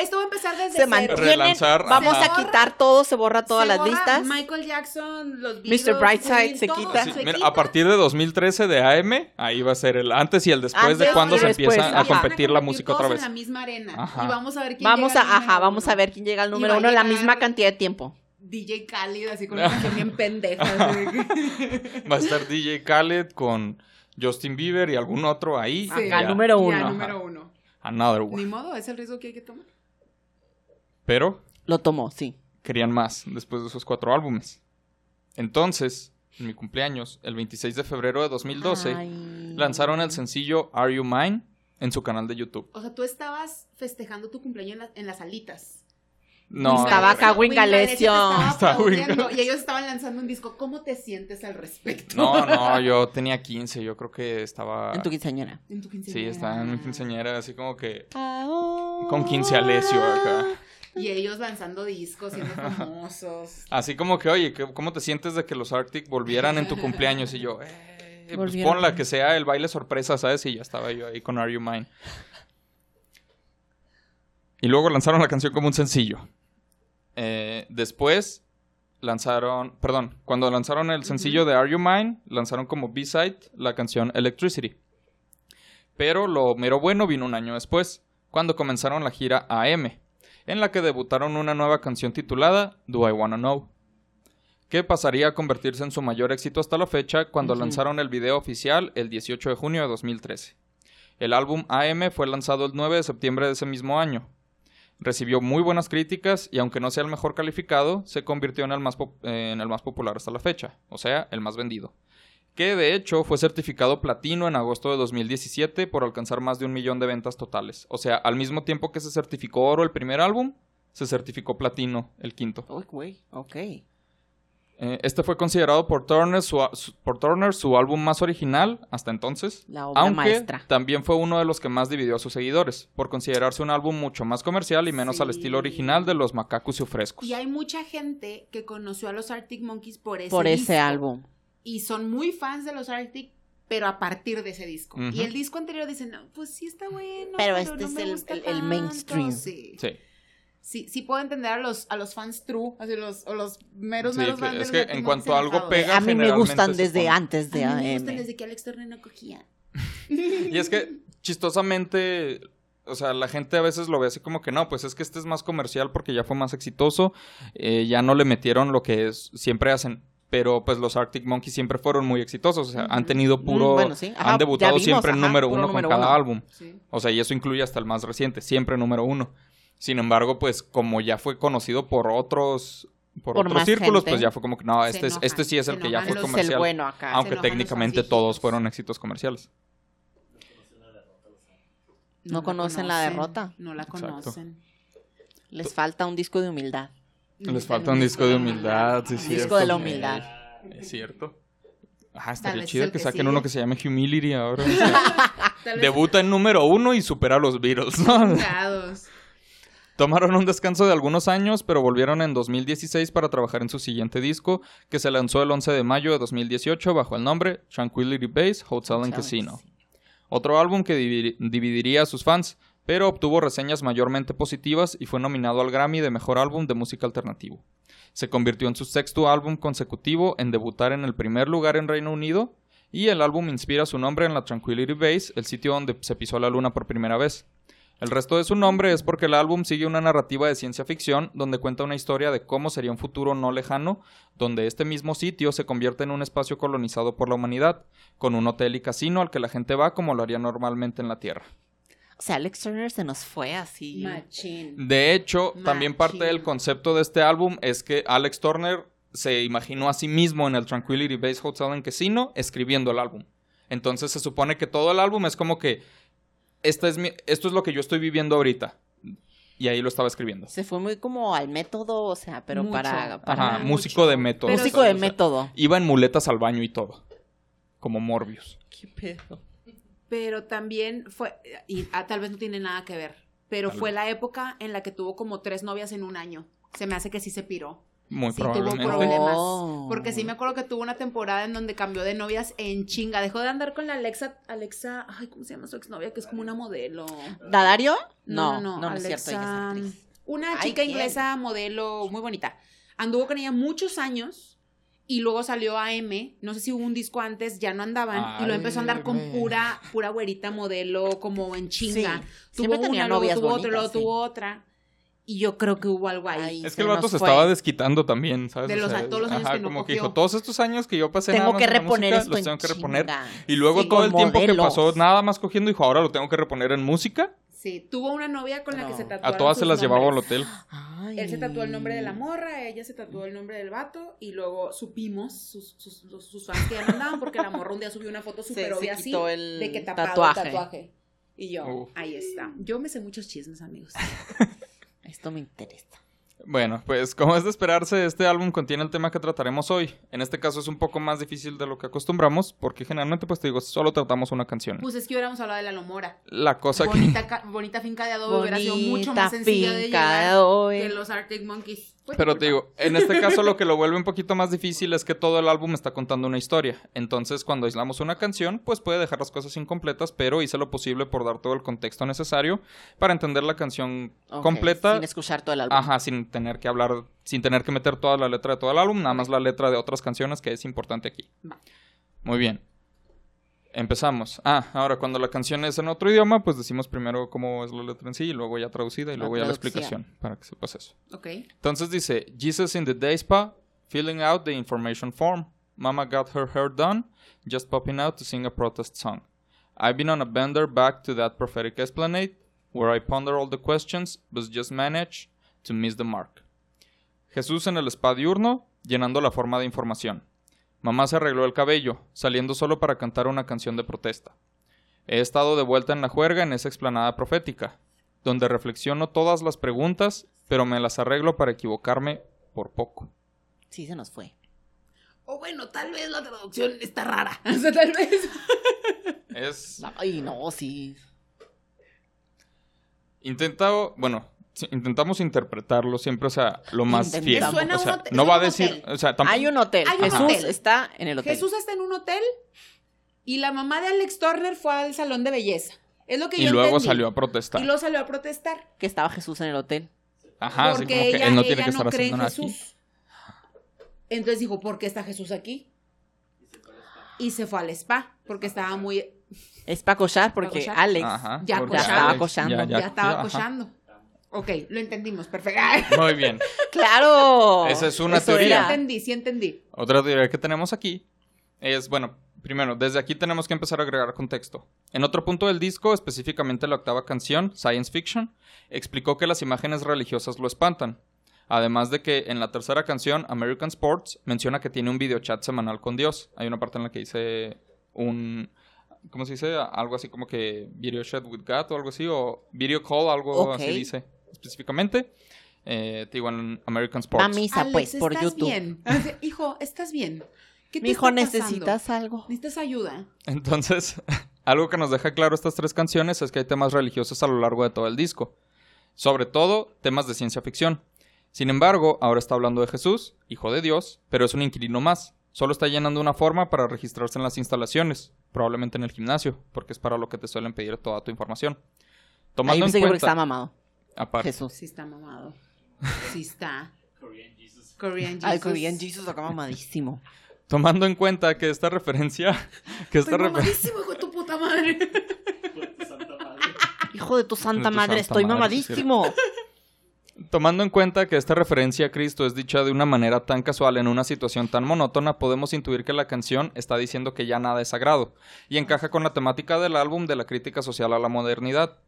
Speaker 3: Esto va a empezar desde
Speaker 2: se
Speaker 3: cero.
Speaker 2: mantienen.
Speaker 1: Relanzar,
Speaker 2: Vamos
Speaker 3: ajá.
Speaker 2: a quitar todo, se borra todas
Speaker 3: Se
Speaker 2: las
Speaker 3: borra
Speaker 2: listas.
Speaker 3: Michael Jackson, los
Speaker 2: Mr.
Speaker 3: Beatles,
Speaker 2: Brightside
Speaker 3: Queen,
Speaker 2: se
Speaker 3: todo
Speaker 2: quita.
Speaker 1: Sí,
Speaker 3: se
Speaker 1: mira,
Speaker 3: quita.
Speaker 1: a partir de 2013 de AM, ahí va a ser el antes y el después de
Speaker 2: Antes
Speaker 1: cuando
Speaker 2: y
Speaker 1: se
Speaker 2: después,
Speaker 1: empieza a
Speaker 3: Van
Speaker 2: ajá.
Speaker 1: competir la
Speaker 3: competir
Speaker 1: música
Speaker 3: todos
Speaker 1: otra
Speaker 3: en
Speaker 1: vez.
Speaker 3: la misma arena.
Speaker 1: Ajá.
Speaker 3: Y vamos a ver quién
Speaker 2: Vamos
Speaker 3: llega al
Speaker 2: a, ajá,
Speaker 3: número
Speaker 2: vamos
Speaker 3: uno.
Speaker 2: a ver quién llega al
Speaker 3: Y
Speaker 2: número
Speaker 3: va a
Speaker 2: uno en la
Speaker 3: llegar-
Speaker 2: misma cantidad de tiempo.
Speaker 3: DJ Khalid, así con una canción bien pendeja. así de que-
Speaker 1: Va a estar DJ Khaled con Justin Bieber y algún otro ahí.
Speaker 3: Sí.
Speaker 1: Y
Speaker 2: Acá,
Speaker 1: ya,
Speaker 2: número
Speaker 3: Ya,
Speaker 2: uno.
Speaker 3: número uno.
Speaker 1: Another
Speaker 3: Ni
Speaker 1: one.
Speaker 3: modo, es el riesgo que hay que tomar.
Speaker 1: Pero
Speaker 2: Lo tomó, sí.
Speaker 1: querían más después de esos cuatro álbumes. Entonces, en mi cumpleaños, el 26 de febrero de 2012,
Speaker 2: Ay.
Speaker 1: lanzaron el sencillo Are You Mine en su canal de YouTube.
Speaker 3: O sea, tú estabas festejando tu cumpleaños en, la- en las alitas.
Speaker 1: No,
Speaker 2: Estaba acá
Speaker 3: Wing Galecio te estaba
Speaker 1: Estaba
Speaker 3: aplaudiendo
Speaker 1: Wingalecio.
Speaker 3: Y ellos estaban lanzando un disco. ¿Cómo te sientes al respecto?
Speaker 1: no, no, yo tenía 15, yo creo que estaba...
Speaker 2: En tu quinceañera.
Speaker 3: En tu
Speaker 1: Sí,
Speaker 3: quinceañera.
Speaker 1: estaba en mi quinceañera, así como que...
Speaker 2: Con
Speaker 1: Con 15 Alessio acá.
Speaker 3: Y ellos lanzando discos, siendo famosos.
Speaker 1: Así como que, oye, ¿qué- ¿cómo te sientes de que los Arctic volvieran en tu cumpleaños? Y yo, eh, pues
Speaker 2: Volvieron.
Speaker 1: pon la que sea el baile sorpresa, ¿sabes? Y ya estaba yo ahí con Are You Mine. Y luego lanzaron la canción como un sencillo. Eh, después lanzaron, perdón, cuando lanzaron el sencillo de Are You Mine, lanzaron como B-side la canción Electricity. Pero lo mero bueno vino un año después, cuando comenzaron la gira AM, en la que debutaron una nueva canción titulada Do I Wanna Know, que pasaría a convertirse en su mayor éxito hasta la fecha cuando
Speaker 2: Ujú.
Speaker 1: lanzaron el video oficial el 18 de junio de 2013. El álbum AM fue lanzado el 9 de septiembre de ese mismo año. Recibió muy buenas críticas y aunque no sea el mejor calificado, se convirtió en el más, pop- eh, en el más popular hasta la fecha, o sea, el más vendido. Que de hecho fue certificado platino en agosto de 2017 por alcanzar más de un millón de ventas totales. O sea, al mismo tiempo que se certificó oro el primer álbum, se certificó platino el quinto.
Speaker 2: Uy, güey, ok.
Speaker 1: Eh, este fue considerado por Turner su, a- su- por Turner su álbum más original hasta entonces.
Speaker 2: La obra
Speaker 1: aunque
Speaker 2: maestra.
Speaker 1: también fue uno de los que más dividió a sus seguidores, por considerarse un álbum mucho más comercial y menos al
Speaker 3: Sí.
Speaker 1: estilo original de los Macacos y Frescos.
Speaker 3: Y hay mucha gente que conoció a los Arctic Monkeys por ese
Speaker 2: Por ese
Speaker 3: disco.
Speaker 2: álbum.
Speaker 3: Y son muy fans de los Arctic, pero a partir de ese disco.
Speaker 1: Ujú.
Speaker 3: Y el disco anterior dicen, "No, pues sí está bueno.
Speaker 2: Pero
Speaker 3: Pero,
Speaker 2: este
Speaker 3: no
Speaker 2: es
Speaker 3: me
Speaker 2: el-
Speaker 3: gusta
Speaker 2: el- el
Speaker 3: tanto".
Speaker 2: mainstream.
Speaker 3: Sí. sí.
Speaker 1: Sí,
Speaker 3: Sí, puedo entender a los, a los fans true, así los, o los meros,
Speaker 1: Sí,
Speaker 3: meros
Speaker 1: que-
Speaker 3: fans de
Speaker 1: es
Speaker 3: los
Speaker 1: que
Speaker 3: Arctic
Speaker 1: en
Speaker 3: Monkeys
Speaker 1: cuanto algo
Speaker 3: enojados.
Speaker 1: pega,
Speaker 2: A mí me
Speaker 1: generalmente
Speaker 2: gustan
Speaker 1: se
Speaker 2: desde
Speaker 1: pone-
Speaker 2: antes de
Speaker 3: A mí me
Speaker 2: AM.
Speaker 3: gustan desde que Alex Turner no cogía.
Speaker 1: Y es que, chistosamente, o sea, la gente a veces lo ve así como que no, pues es que este es más comercial porque ya fue más exitoso, eh, ya no le metieron lo que es- siempre hacen. Pero pues los Arctic Monkeys siempre fueron muy exitosos, o sea, han tenido puro...
Speaker 2: Mm, bueno, sí, ajá,
Speaker 1: han
Speaker 2: ya
Speaker 1: debutado
Speaker 2: vimos,
Speaker 1: siempre en
Speaker 2: ajá,
Speaker 1: número
Speaker 2: puro
Speaker 1: uno con
Speaker 2: número
Speaker 1: cada
Speaker 2: uno.
Speaker 1: álbum.
Speaker 3: Sí.
Speaker 1: O sea, y eso incluye hasta el más reciente, siempre número uno. Sin embargo, pues como ya fue conocido por otros, por
Speaker 2: Por
Speaker 1: otros
Speaker 2: más
Speaker 1: círculos,
Speaker 2: gente.
Speaker 1: pues ya fue como que no,
Speaker 3: Se
Speaker 1: este, es-
Speaker 3: enojan,
Speaker 1: este sí es
Speaker 3: se
Speaker 1: el que ya
Speaker 3: enojan
Speaker 1: fue
Speaker 2: Carlos es
Speaker 1: comercial.
Speaker 2: el bueno acá.
Speaker 1: Aunque
Speaker 3: enojan los
Speaker 1: técnicamente
Speaker 3: fanfijitos.
Speaker 1: todos fueron éxitos comerciales.
Speaker 2: No
Speaker 3: la
Speaker 2: conocen la derrota.
Speaker 3: No la
Speaker 1: Exacto.
Speaker 3: conocen.
Speaker 2: Les falta un disco de humildad.
Speaker 1: Les falta un disco de humildad, sí,
Speaker 2: Un disco
Speaker 1: cierto.
Speaker 2: de la humildad.
Speaker 1: Es cierto. Ah,
Speaker 3: Tal
Speaker 1: estaría
Speaker 3: vez
Speaker 1: chido
Speaker 3: el
Speaker 1: que
Speaker 3: que
Speaker 1: saquen
Speaker 3: sigue.
Speaker 1: uno que se llame Humility ahora.
Speaker 3: tal vez-
Speaker 1: Debuta en número uno y supera a los Beatles, ¿no?
Speaker 3: Chingados.
Speaker 1: Tomaron un descanso de algunos años, pero volvieron en 2016 para trabajar en su siguiente disco, que se lanzó el 11 de mayo de 2018 bajo el nombre Tranquility Base Hotel and Casino. Otro álbum que divi- dividiría a sus fans, pero obtuvo reseñas mayormente positivas y fue nominado al Grammy de Mejor Álbum de Música Alternativo. Se convirtió en su sexto álbum consecutivo en debutar en el primer lugar en Reino Unido y el álbum inspira su nombre en la Tranquility Base, el sitio donde se pisó la luna por primera vez. El resto de su nombre es porque el álbum sigue una narrativa de ciencia ficción donde cuenta una historia de cómo sería un futuro no lejano, donde este mismo sitio se convierte en un espacio colonizado por la humanidad, con un hotel y casino al que la gente va como lo haría normalmente en la Tierra.
Speaker 2: O sea, Alex Turner se nos fue así.
Speaker 3: Machín.
Speaker 1: De hecho, también parte
Speaker 3: Machín.
Speaker 1: del concepto de este álbum es que Alex Turner se imaginó a sí mismo en el Tranquility Base Hotel en Casino escribiendo el álbum. Entonces se supone que todo el álbum es como que esta es mi- esto es lo que yo estoy viviendo ahorita. Y ahí lo estaba escribiendo.
Speaker 2: Se fue muy como al método, o sea, pero
Speaker 3: Mucho.
Speaker 2: para, para
Speaker 1: Ajá,
Speaker 3: Ajá,
Speaker 1: músico
Speaker 3: mucho.
Speaker 1: de método.
Speaker 3: Pero
Speaker 2: músico de
Speaker 1: O sea,
Speaker 2: método.
Speaker 1: Iba en muletas al baño y todo. Como Morbius.
Speaker 2: Qué pedo.
Speaker 3: Pero también fue, y ah, tal vez no tiene nada que ver, pero
Speaker 1: Tal
Speaker 3: fue
Speaker 1: vez.
Speaker 3: la época en la que tuvo como tres novias en un año. Se me hace que sí se piró.
Speaker 1: Muy
Speaker 3: sí tuvo
Speaker 1: probablemente.
Speaker 3: problemas.
Speaker 2: Oh.
Speaker 3: Porque sí me acuerdo que tuvo una temporada en donde cambió de novias en chinga. Dejó de andar con la Alexa, Alexa, ay, ¿cómo se llama su exnovia? Que es como una modelo.
Speaker 2: ¿Dadario? No, no, no, es
Speaker 3: Alexa-
Speaker 2: cierto. ella es actriz.
Speaker 3: Una
Speaker 2: Ay,
Speaker 3: chica
Speaker 2: ¿quién?
Speaker 3: inglesa, modelo, muy bonita. Anduvo con ella muchos años y luego salió a M. No sé si hubo un disco antes, ya no andaban. y lo empezó a andar con
Speaker 1: Ay,
Speaker 3: pura, pura güerita modelo, como en chinga.
Speaker 2: Sí,
Speaker 3: Tuvo
Speaker 2: siempre tenía
Speaker 3: una, luego
Speaker 2: novias
Speaker 3: tuvo otra, luego
Speaker 2: bonitas, sí.
Speaker 3: tuvo otra. Y yo creo que hubo algo ahí.
Speaker 2: Ay,
Speaker 1: Es
Speaker 2: se
Speaker 1: que el vato
Speaker 2: nos
Speaker 1: se
Speaker 2: fue.
Speaker 1: estaba desquitando también, ¿sabes?
Speaker 3: De los- todos los años que no
Speaker 1: como que
Speaker 3: cogió.
Speaker 1: dijo, todos estos años que yo pasé nada
Speaker 2: Tengo
Speaker 1: más
Speaker 2: que
Speaker 1: en la
Speaker 2: reponer
Speaker 1: música,
Speaker 2: esto
Speaker 1: los
Speaker 2: en
Speaker 1: tengo que reponer.
Speaker 2: chinga.
Speaker 1: Y luego
Speaker 2: Sí,
Speaker 1: todo
Speaker 2: con
Speaker 1: el tiempo que
Speaker 2: modelos.
Speaker 1: pasó nada más cogiendo, dijo, ahora lo tengo que reponer en música.
Speaker 3: Sí, tuvo una novia con la que
Speaker 2: No.
Speaker 3: se tatuó.
Speaker 1: A todas se las llevaba al hotel.
Speaker 2: Ay.
Speaker 3: Él se tatuó el nombre de la morra, ella se tatuó el nombre del vato y luego supimos sus, sus, sus- sus fans que ya no andaban porque la morra un día subió una foto
Speaker 2: Se-
Speaker 3: súper
Speaker 2: se
Speaker 3: obvia así
Speaker 2: quitó el
Speaker 3: de que tapado
Speaker 2: tatuaje.
Speaker 3: tatuaje. tatuaje. Y yo,
Speaker 1: Uf.
Speaker 3: ahí está. Yo me sé muchos chismes, amigos.
Speaker 2: Esto me interesa.
Speaker 1: Bueno, pues como es de esperarse, este álbum contiene el tema que trataremos hoy. En este caso es un poco más difícil de lo que acostumbramos, porque generalmente, pues te digo, solo tratamos una canción.
Speaker 3: Pues es que hubiéramos hablado de la Lomora.
Speaker 1: La cosa que...
Speaker 3: bonita, ca- bonita finca de adobe hubiera sido mucho más sencilla de
Speaker 2: finca
Speaker 3: llegar
Speaker 2: hoy.
Speaker 3: que los Arctic Monkeys.
Speaker 2: Pues
Speaker 3: Fue mi
Speaker 1: Pero
Speaker 3: culpa.
Speaker 1: te digo, en este caso lo que lo vuelve un poquito más difícil es que todo el álbum está contando una historia. Entonces, cuando aislamos una canción, pues puede dejar las cosas incompletas, pero hice lo posible por dar todo el contexto necesario para entender la canción
Speaker 2: Ok,
Speaker 1: completa.
Speaker 2: Sin escuchar todo el álbum.
Speaker 1: Ajá, sin tener que hablar, sin tener que meter toda la letra de todo el álbum, nada más la letra de otras canciones que es importante aquí.
Speaker 3: Va.
Speaker 1: Muy bien. Empezamos. Ah, ahora cuando la canción es en otro idioma, pues decimos primero cómo es la letra en sí, y luego ya traducida y
Speaker 2: La
Speaker 1: luego ya la
Speaker 2: traducción.
Speaker 1: explicación para que sepas eso.
Speaker 3: Ok.
Speaker 1: Entonces dice, Jesus in the day spa, filling out the information form. Mama got her hair done, just popping out to sing a protest song. I've been on a bender back to that prophetic esplanade, where I ponder all the questions, but just manage to miss the mark. Jesús en el spa diurno, llenando la forma de información. Mamá se arregló el cabello, saliendo solo para cantar una canción de protesta. He estado de vuelta en la juerga en esa explanada profética, donde reflexiono todas las preguntas, pero me las arreglo para equivocarme por poco.
Speaker 2: Sí, se nos fue.
Speaker 3: O bueno, tal vez la traducción está rara. O sea, tal vez.
Speaker 1: Es
Speaker 2: Ay, no, sí.
Speaker 1: intentado, bueno, si- intentamos interpretarlo siempre, o sea, lo más fiel.
Speaker 2: Intentamos.
Speaker 1: O
Speaker 3: Suena
Speaker 1: sea,
Speaker 3: un hotel-
Speaker 1: no
Speaker 3: suena
Speaker 1: va a
Speaker 3: un
Speaker 1: decir,
Speaker 3: hotel.
Speaker 1: o sea, tampoco-
Speaker 2: Hay un hotel.
Speaker 3: Hay
Speaker 1: un
Speaker 2: Jesús
Speaker 3: hotel.
Speaker 2: está en el hotel.
Speaker 3: Jesús está en un hotel y la mamá de Alex Turner fue al salón de belleza. Es lo que
Speaker 1: y
Speaker 3: yo
Speaker 1: luego
Speaker 3: entendí.
Speaker 1: salió a protestar.
Speaker 3: Y luego salió a protestar.
Speaker 2: Que estaba Jesús en el hotel.
Speaker 1: Ajá, así
Speaker 3: porque
Speaker 1: Ah, como que
Speaker 3: ella,
Speaker 1: él no
Speaker 3: ella
Speaker 1: tiene que estar
Speaker 3: cree
Speaker 1: haciendo
Speaker 3: en
Speaker 1: nada
Speaker 3: Jesús.
Speaker 1: aquí.
Speaker 3: Entonces dijo, ¿por qué está Jesús aquí? Y se fue al spa, porque estaba muy...
Speaker 2: Es para cochar porque
Speaker 3: cochar.
Speaker 2: Alex
Speaker 1: Ajá,
Speaker 3: ya
Speaker 1: porque
Speaker 2: ya
Speaker 3: cochaba.
Speaker 2: estaba
Speaker 1: Alex
Speaker 2: cochando.
Speaker 1: Ya,
Speaker 3: Ya,
Speaker 1: ajá.
Speaker 3: estaba cochando. Ok, lo entendimos, perfecto. Ay,
Speaker 1: Muy bien.
Speaker 2: ¡Claro!
Speaker 1: Esa es una
Speaker 2: Eso
Speaker 1: teoría.
Speaker 3: Sí
Speaker 2: era.
Speaker 3: entendí, sí entendí.
Speaker 1: Otra teoría que tenemos aquí es, bueno, primero, desde aquí tenemos que empezar a agregar contexto. En otro punto del disco, específicamente la octava canción, Science Fiction, explicó que las imágenes religiosas lo espantan. Además de que en la tercera canción, American Sports, menciona que tiene un videochat semanal con Dios. Hay una parte en la que dice un... ¿Cómo se dice? Algo así como que video chat with God o algo así, o video call, algo
Speaker 2: Ok.
Speaker 1: así dice específicamente. Eh, te digo, en American Sports.
Speaker 2: Va a misa,
Speaker 3: Alex,
Speaker 2: pues, por
Speaker 3: ¿estás
Speaker 2: YouTube.
Speaker 3: bien? Así, Hijo, ¿estás bien? ¿Qué te
Speaker 2: Mi hijo,
Speaker 3: está pasando?
Speaker 2: ¿necesitas algo?
Speaker 3: ¿Necesitas ayuda?
Speaker 1: Entonces, Algo que nos deja claro estas tres canciones es que hay temas religiosos a lo largo de todo el disco, sobre todo temas de ciencia ficción. Sin embargo, ahora está hablando de Jesús, hijo de Dios, pero es un inquilino más. Solo está llenando una forma para registrarse en las instalaciones, probablemente en el gimnasio, porque es para lo que te suelen pedir toda tu información.
Speaker 2: Ahí
Speaker 1: Tomando en
Speaker 2: pensé que porque está
Speaker 1: cuenta,
Speaker 2: mamado.
Speaker 1: aparte,
Speaker 2: Jesús.
Speaker 3: Sí está mamado. Sí está. Korean Jesus.
Speaker 2: Ay, Korean Jesus acá mamadísimo.
Speaker 1: tomando en cuenta que esta referencia, que esta
Speaker 3: Estoy
Speaker 1: refer-
Speaker 3: mamadísimo, hijo de tu puta madre.
Speaker 2: Hijo de tu santa
Speaker 1: tu
Speaker 2: madre,
Speaker 1: santa
Speaker 2: estoy
Speaker 1: madre, sí,
Speaker 2: mamadísimo.
Speaker 1: Tomando en cuenta que esta referencia a Cristo es dicha de una manera tan casual en una situación tan monótona, podemos intuir que la canción está diciendo que ya nada es sagrado, y encaja con la temática del álbum de la crítica social a la modernidad.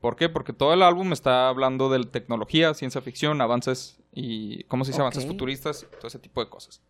Speaker 1: ¿Por qué? Porque todo el álbum está hablando de tecnología, ciencia ficción, avances y, ¿cómo se dice? Avances
Speaker 2: Ok.
Speaker 1: futuristas, todo ese tipo de cosas.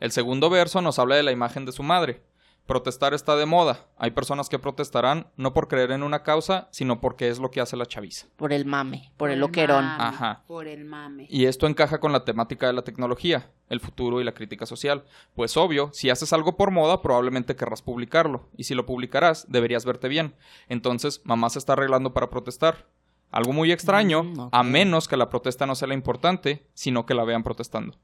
Speaker 1: El segundo verso nos habla de la imagen de su madre. Protestar está de moda. Hay personas que protestarán no por creer en una causa, sino porque es lo que hace la chaviza.
Speaker 2: Por el mame, por el loquerón.
Speaker 3: mame,
Speaker 1: Ajá.
Speaker 3: Por el mame.
Speaker 1: Y esto encaja con la temática de la tecnología, el futuro y la crítica social. Pues obvio, si haces algo por moda, probablemente querrás publicarlo. Y si lo publicarás, deberías verte bien. Entonces, mamá se está arreglando para protestar. Algo muy extraño,
Speaker 2: Mm, ok.
Speaker 1: a menos que la protesta no sea la importante, sino que la vean protestando.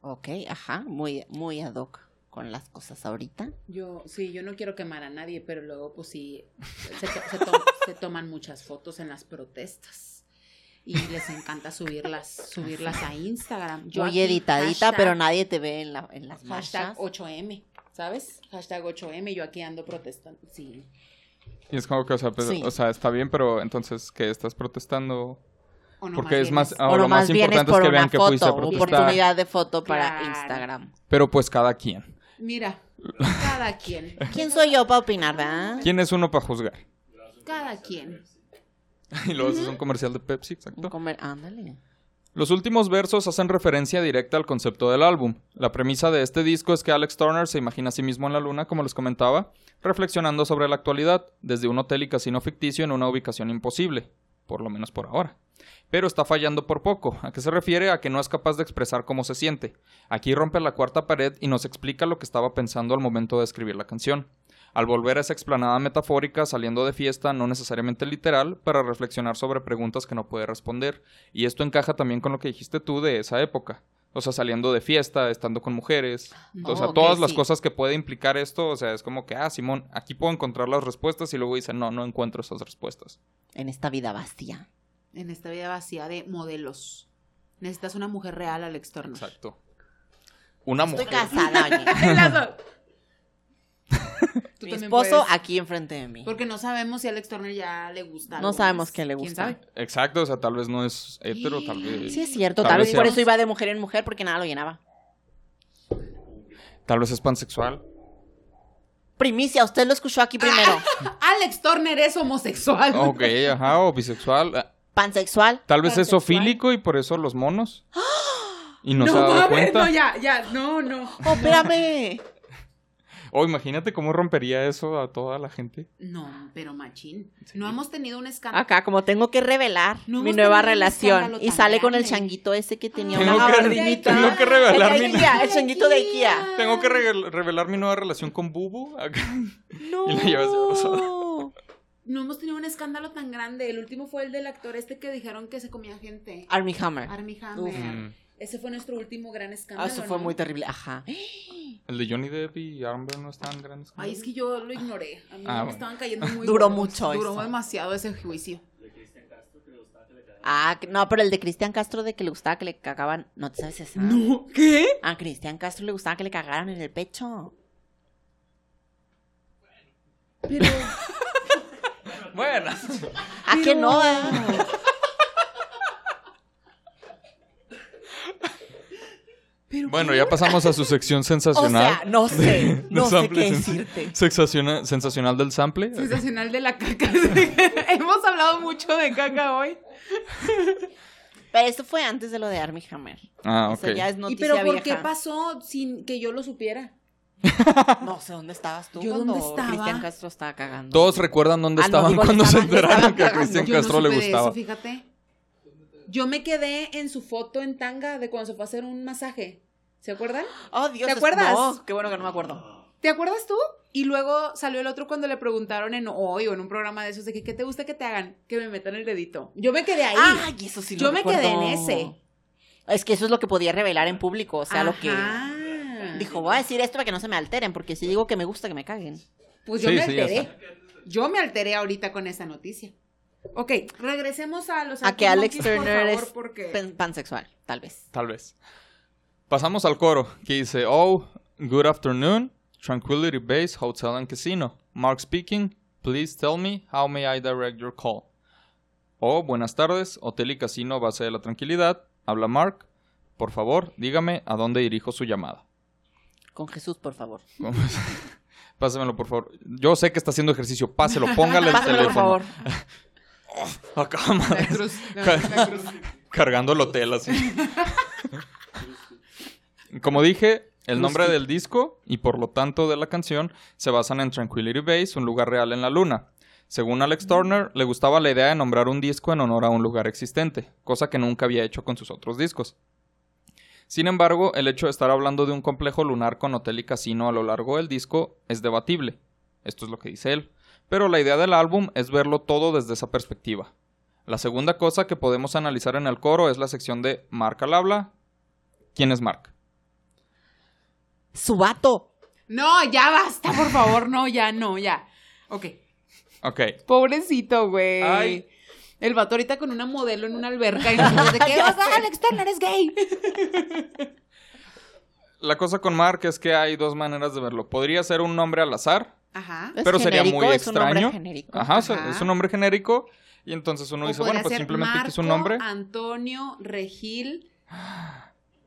Speaker 2: Ok, ajá, muy, muy ad hoc con las cosas ahorita.
Speaker 3: Yo, sí, yo no quiero quemar a nadie, pero luego, pues sí, se, to- se to- se toman muchas fotos en las protestas. Y les encanta subirlas, subirlas a Instagram.
Speaker 2: Yo
Speaker 3: aquí,
Speaker 2: Muy editadita,
Speaker 3: hashtag-
Speaker 2: pero nadie te ve en, la- en las
Speaker 3: Hashtag
Speaker 2: marchas.
Speaker 3: 8M, ¿sabes? Hashtag 8M, yo aquí ando protestando. Sí.
Speaker 1: Y es como que, o sea, pues,
Speaker 2: Sí.
Speaker 1: o sea, está bien, pero entonces, ¿qué estás protestando?
Speaker 3: O no
Speaker 1: Porque es
Speaker 3: bien
Speaker 1: más,
Speaker 3: es-
Speaker 1: ah,
Speaker 2: o
Speaker 1: lo más
Speaker 2: bien es
Speaker 1: importante es
Speaker 2: por
Speaker 1: que
Speaker 2: una
Speaker 1: vean que fuiste a
Speaker 2: foto,
Speaker 1: protestar.
Speaker 2: oportunidad de foto para
Speaker 3: Claro.
Speaker 2: Instagram.
Speaker 1: Pero pues cada quien.
Speaker 3: Mira, cada quien.
Speaker 2: ¿Quién soy yo para opinar,
Speaker 3: Ah.
Speaker 2: verdad?
Speaker 1: ¿Quién es uno para juzgar?
Speaker 3: Cada quien.
Speaker 1: Y luego haces un comercial de Pepsi,
Speaker 2: Un
Speaker 1: exacto.
Speaker 2: comer- Ándale.
Speaker 1: Los últimos versos hacen referencia directa al concepto del álbum. La premisa de este disco es que Alex Turner se imagina a sí mismo en la luna, como les comentaba, reflexionando sobre la actualidad, desde un hotel y casino ficticio en una ubicación imposible, por lo menos por ahora. Pero está fallando por poco. ¿A qué se refiere? A que no es capaz de expresar cómo se siente. Aquí rompe la cuarta pared y nos explica lo que estaba pensando al momento de escribir la canción. Al volver a esa explanada metafórica, saliendo de fiesta, no necesariamente literal, para reflexionar sobre preguntas que no puede responder. Y esto encaja también con lo que dijiste tú de esa época. O sea, saliendo de fiesta, estando con mujeres. o sea,
Speaker 2: Oh, ok,
Speaker 1: todas las
Speaker 2: sí.
Speaker 1: cosas que puede implicar esto, o sea, es como que, ah, Simón, aquí puedo encontrar las respuestas y luego dice, no, no encuentro esas respuestas.
Speaker 2: En esta vida vacía.
Speaker 3: En esta vida vacía de modelos. Necesitas una mujer real, Alex Turner.
Speaker 1: Exacto. Una
Speaker 2: Mm. Estoy
Speaker 1: mujer.
Speaker 2: casada, oye.
Speaker 3: Tú
Speaker 2: Mi
Speaker 3: también
Speaker 2: esposo
Speaker 3: puedes.
Speaker 2: aquí enfrente de mí.
Speaker 3: Porque no sabemos si a Alex Turner ya le gusta.
Speaker 2: No
Speaker 3: algo
Speaker 2: sabemos
Speaker 3: más.
Speaker 2: qué le
Speaker 3: ¿Quién
Speaker 2: gusta.
Speaker 3: sabe?
Speaker 1: Exacto, o sea, tal vez no es hetero, tal vez.
Speaker 2: Sí, es cierto.
Speaker 1: Tal
Speaker 2: Tal
Speaker 1: vez
Speaker 2: vez por
Speaker 1: sea-
Speaker 2: eso iba de mujer en mujer, porque nada lo llenaba.
Speaker 1: Tal vez es pansexual.
Speaker 2: Primicia, usted lo escuchó aquí primero.
Speaker 3: Alex Turner es homosexual.
Speaker 1: Ok, ajá, o bisexual. Ah,
Speaker 2: Pansexual.
Speaker 1: Tal vez es
Speaker 3: Pansexual.
Speaker 1: sofílico y por eso los monos. Y no,
Speaker 3: No,
Speaker 1: se ha dado
Speaker 3: mames,
Speaker 1: cuenta.
Speaker 3: no, ya, ya, no, no.
Speaker 2: Oh, espérame.
Speaker 1: O imagínate cómo rompería eso a toda la gente.
Speaker 3: No, pero machín. No hemos tenido un escándalo.
Speaker 2: Acá, como tengo que revelar
Speaker 3: No
Speaker 2: mi
Speaker 3: hemos
Speaker 2: nueva
Speaker 3: tenido un
Speaker 2: relación.
Speaker 3: escándalo
Speaker 2: Y
Speaker 3: tan
Speaker 2: sale con el
Speaker 3: grande.
Speaker 2: changuito ese que tenía
Speaker 1: Tengo
Speaker 2: una
Speaker 1: que-
Speaker 2: gabardinita.
Speaker 1: tengo que revelar
Speaker 2: El de
Speaker 1: mi-
Speaker 2: Ikea, el changuito de Ikea.
Speaker 1: Tengo que rege- revelar mi nueva relación con Bubu. Acá.
Speaker 2: No.
Speaker 1: Y la llevas de
Speaker 3: No hemos tenido un escándalo tan grande. El último fue el del actor este que dijeron que se comía gente.
Speaker 2: Army Hammer.
Speaker 3: Armie
Speaker 2: Uf.
Speaker 3: Hammer.
Speaker 1: Mm.
Speaker 3: Ese fue nuestro último gran
Speaker 2: Ah,
Speaker 3: escándalo.
Speaker 2: eso fue
Speaker 3: ¿no?
Speaker 2: muy terrible. Ajá.
Speaker 1: El de Johnny Depp y Amber no están grandes.
Speaker 3: Ay, es que yo lo ignoré. A mí
Speaker 1: Ah,
Speaker 3: me
Speaker 1: bueno.
Speaker 3: estaban cayendo muy
Speaker 2: Duró
Speaker 3: gordos.
Speaker 2: mucho
Speaker 3: Duró
Speaker 2: eso.
Speaker 3: demasiado ese juicio.
Speaker 2: Ah, que- no, pero el de Cristian Castro de que le gustaba que le cagaban. Ah. No te sabes esa.
Speaker 3: No, ¿qué?
Speaker 2: A Cristian Castro le gustaba que le cagaran en el pecho.
Speaker 3: Pero
Speaker 1: Bueno.
Speaker 2: ¿A
Speaker 3: Pero-
Speaker 2: que no? eh?
Speaker 1: Bueno, ya pasamos a su sección
Speaker 2: O
Speaker 1: sensacional.
Speaker 2: sea, no sé. No
Speaker 1: Los
Speaker 2: sé
Speaker 1: samples
Speaker 2: qué
Speaker 1: en-
Speaker 2: decirte.
Speaker 1: Sensaciona- sensacional del sample.
Speaker 3: sensacional de la caca. Hemos hablado mucho de caca hoy.
Speaker 2: Pero eso fue antes de lo de Army Hammer.
Speaker 1: Ah,
Speaker 2: Eso ya
Speaker 1: ok.
Speaker 2: es
Speaker 3: ¿Y
Speaker 2: noticia
Speaker 3: pero por qué
Speaker 2: vieja.
Speaker 3: pasó sin que yo lo supiera?
Speaker 2: No sé dónde estabas tú
Speaker 3: ¿Yo
Speaker 2: cuando
Speaker 3: dónde estaba?
Speaker 2: Cristian Castro estaba cagando.
Speaker 1: Todos recuerdan dónde
Speaker 2: Ah, no,
Speaker 1: estaban
Speaker 2: digo,
Speaker 1: cuando se
Speaker 2: estaban-
Speaker 1: enteraron
Speaker 2: estaban
Speaker 1: que a
Speaker 2: cagando.
Speaker 1: Cristian
Speaker 3: Yo no
Speaker 1: Castro le
Speaker 3: supe de
Speaker 1: gustaba.
Speaker 3: eso, fíjate. Yo me quedé en su foto en tanga de cuando se fue a hacer un masaje. ¿Se acuerdan?
Speaker 2: Oh, Dios.
Speaker 3: ¿Te
Speaker 2: es-
Speaker 3: acuerdas?
Speaker 2: No, qué bueno que no me acuerdo.
Speaker 3: ¿Te acuerdas tú? Y luego salió el otro cuando le preguntaron en hoy o en un programa de esos de que qué te gusta que te hagan, que me metan el dedito. Yo me quedé ahí.
Speaker 2: Ay, eso sí lo
Speaker 3: Yo me quedé en
Speaker 2: recuerdo.
Speaker 3: ese.
Speaker 2: Es que eso es lo que podía revelar en público, o sea, lo que...
Speaker 3: Ajá.
Speaker 2: Dijo, voy a decir esto para que no se me alteren, porque si digo que me gusta que me caguen.
Speaker 3: Pues yo
Speaker 1: Sí,
Speaker 3: me
Speaker 1: sí, ya
Speaker 3: alteré.
Speaker 1: está.
Speaker 3: yo me alteré ahorita con esa noticia. Ok, regresemos a los
Speaker 2: A que Alex
Speaker 3: Arctic Monkeys, por
Speaker 2: Turner
Speaker 3: favor,
Speaker 2: es
Speaker 3: porque-
Speaker 2: pan- pansexual, tal vez.
Speaker 1: Tal vez. Pasamos al coro, que dice, Oh, good afternoon, Tranquility Base Hotel and Casino. Mark speaking, please tell me how may I direct your call. Oh, buenas tardes, Hotel y Casino Base de la Tranquilidad. Habla Mark. Por favor, dígame a dónde dirijo su llamada.
Speaker 2: Con Jesús, por favor.
Speaker 1: Pásemelo, por favor. Yo sé que está haciendo ejercicio. Páselo, póngale el
Speaker 2: Pásamelo, por
Speaker 1: teléfono.
Speaker 2: favor.
Speaker 1: Acá,
Speaker 3: La
Speaker 1: madre,
Speaker 3: cruz, la- la cruz.
Speaker 1: cargando el hotel así. Como dije, el nombre del disco y por lo tanto de la canción se basan en Tranquility Base, un lugar real en la luna. Según Alex Turner, le gustaba la idea de nombrar un disco en honor a un lugar existente, cosa que nunca había hecho con sus otros discos. Sin embargo, el hecho de estar hablando de un complejo lunar con hotel y casino a lo largo del disco es debatible. Esto es lo que dice él. Pero la idea del álbum es verlo todo desde esa perspectiva. La segunda cosa que podemos analizar en el coro es la sección de Mark al habla. ¿Quién es Mark?
Speaker 2: Su vato.
Speaker 3: No, ya basta, por favor, no, ya, no, ya. Ok.
Speaker 1: Ok.
Speaker 3: Pobrecito, güey.
Speaker 1: Ay.
Speaker 3: El vato ahorita con una modelo en una alberca y nosotros de qué
Speaker 2: Ya
Speaker 3: vas
Speaker 2: vas,
Speaker 3: a
Speaker 2: Alex Turner es gay.
Speaker 1: La cosa con Mark es que hay dos maneras de verlo. Podría ser un nombre al azar.
Speaker 3: Ajá.
Speaker 2: Es
Speaker 1: Pero sería
Speaker 2: genérico,
Speaker 1: muy
Speaker 2: es un nombre
Speaker 1: extraño.
Speaker 2: genérico.
Speaker 1: Ajá, o sea,
Speaker 3: Ajá.
Speaker 1: es un nombre genérico. Y entonces uno
Speaker 3: O
Speaker 1: dice, bueno,
Speaker 3: podría
Speaker 1: pues
Speaker 3: ser
Speaker 1: simplemente quiso un
Speaker 3: Marco,
Speaker 1: nombre.
Speaker 3: Antonio Regil.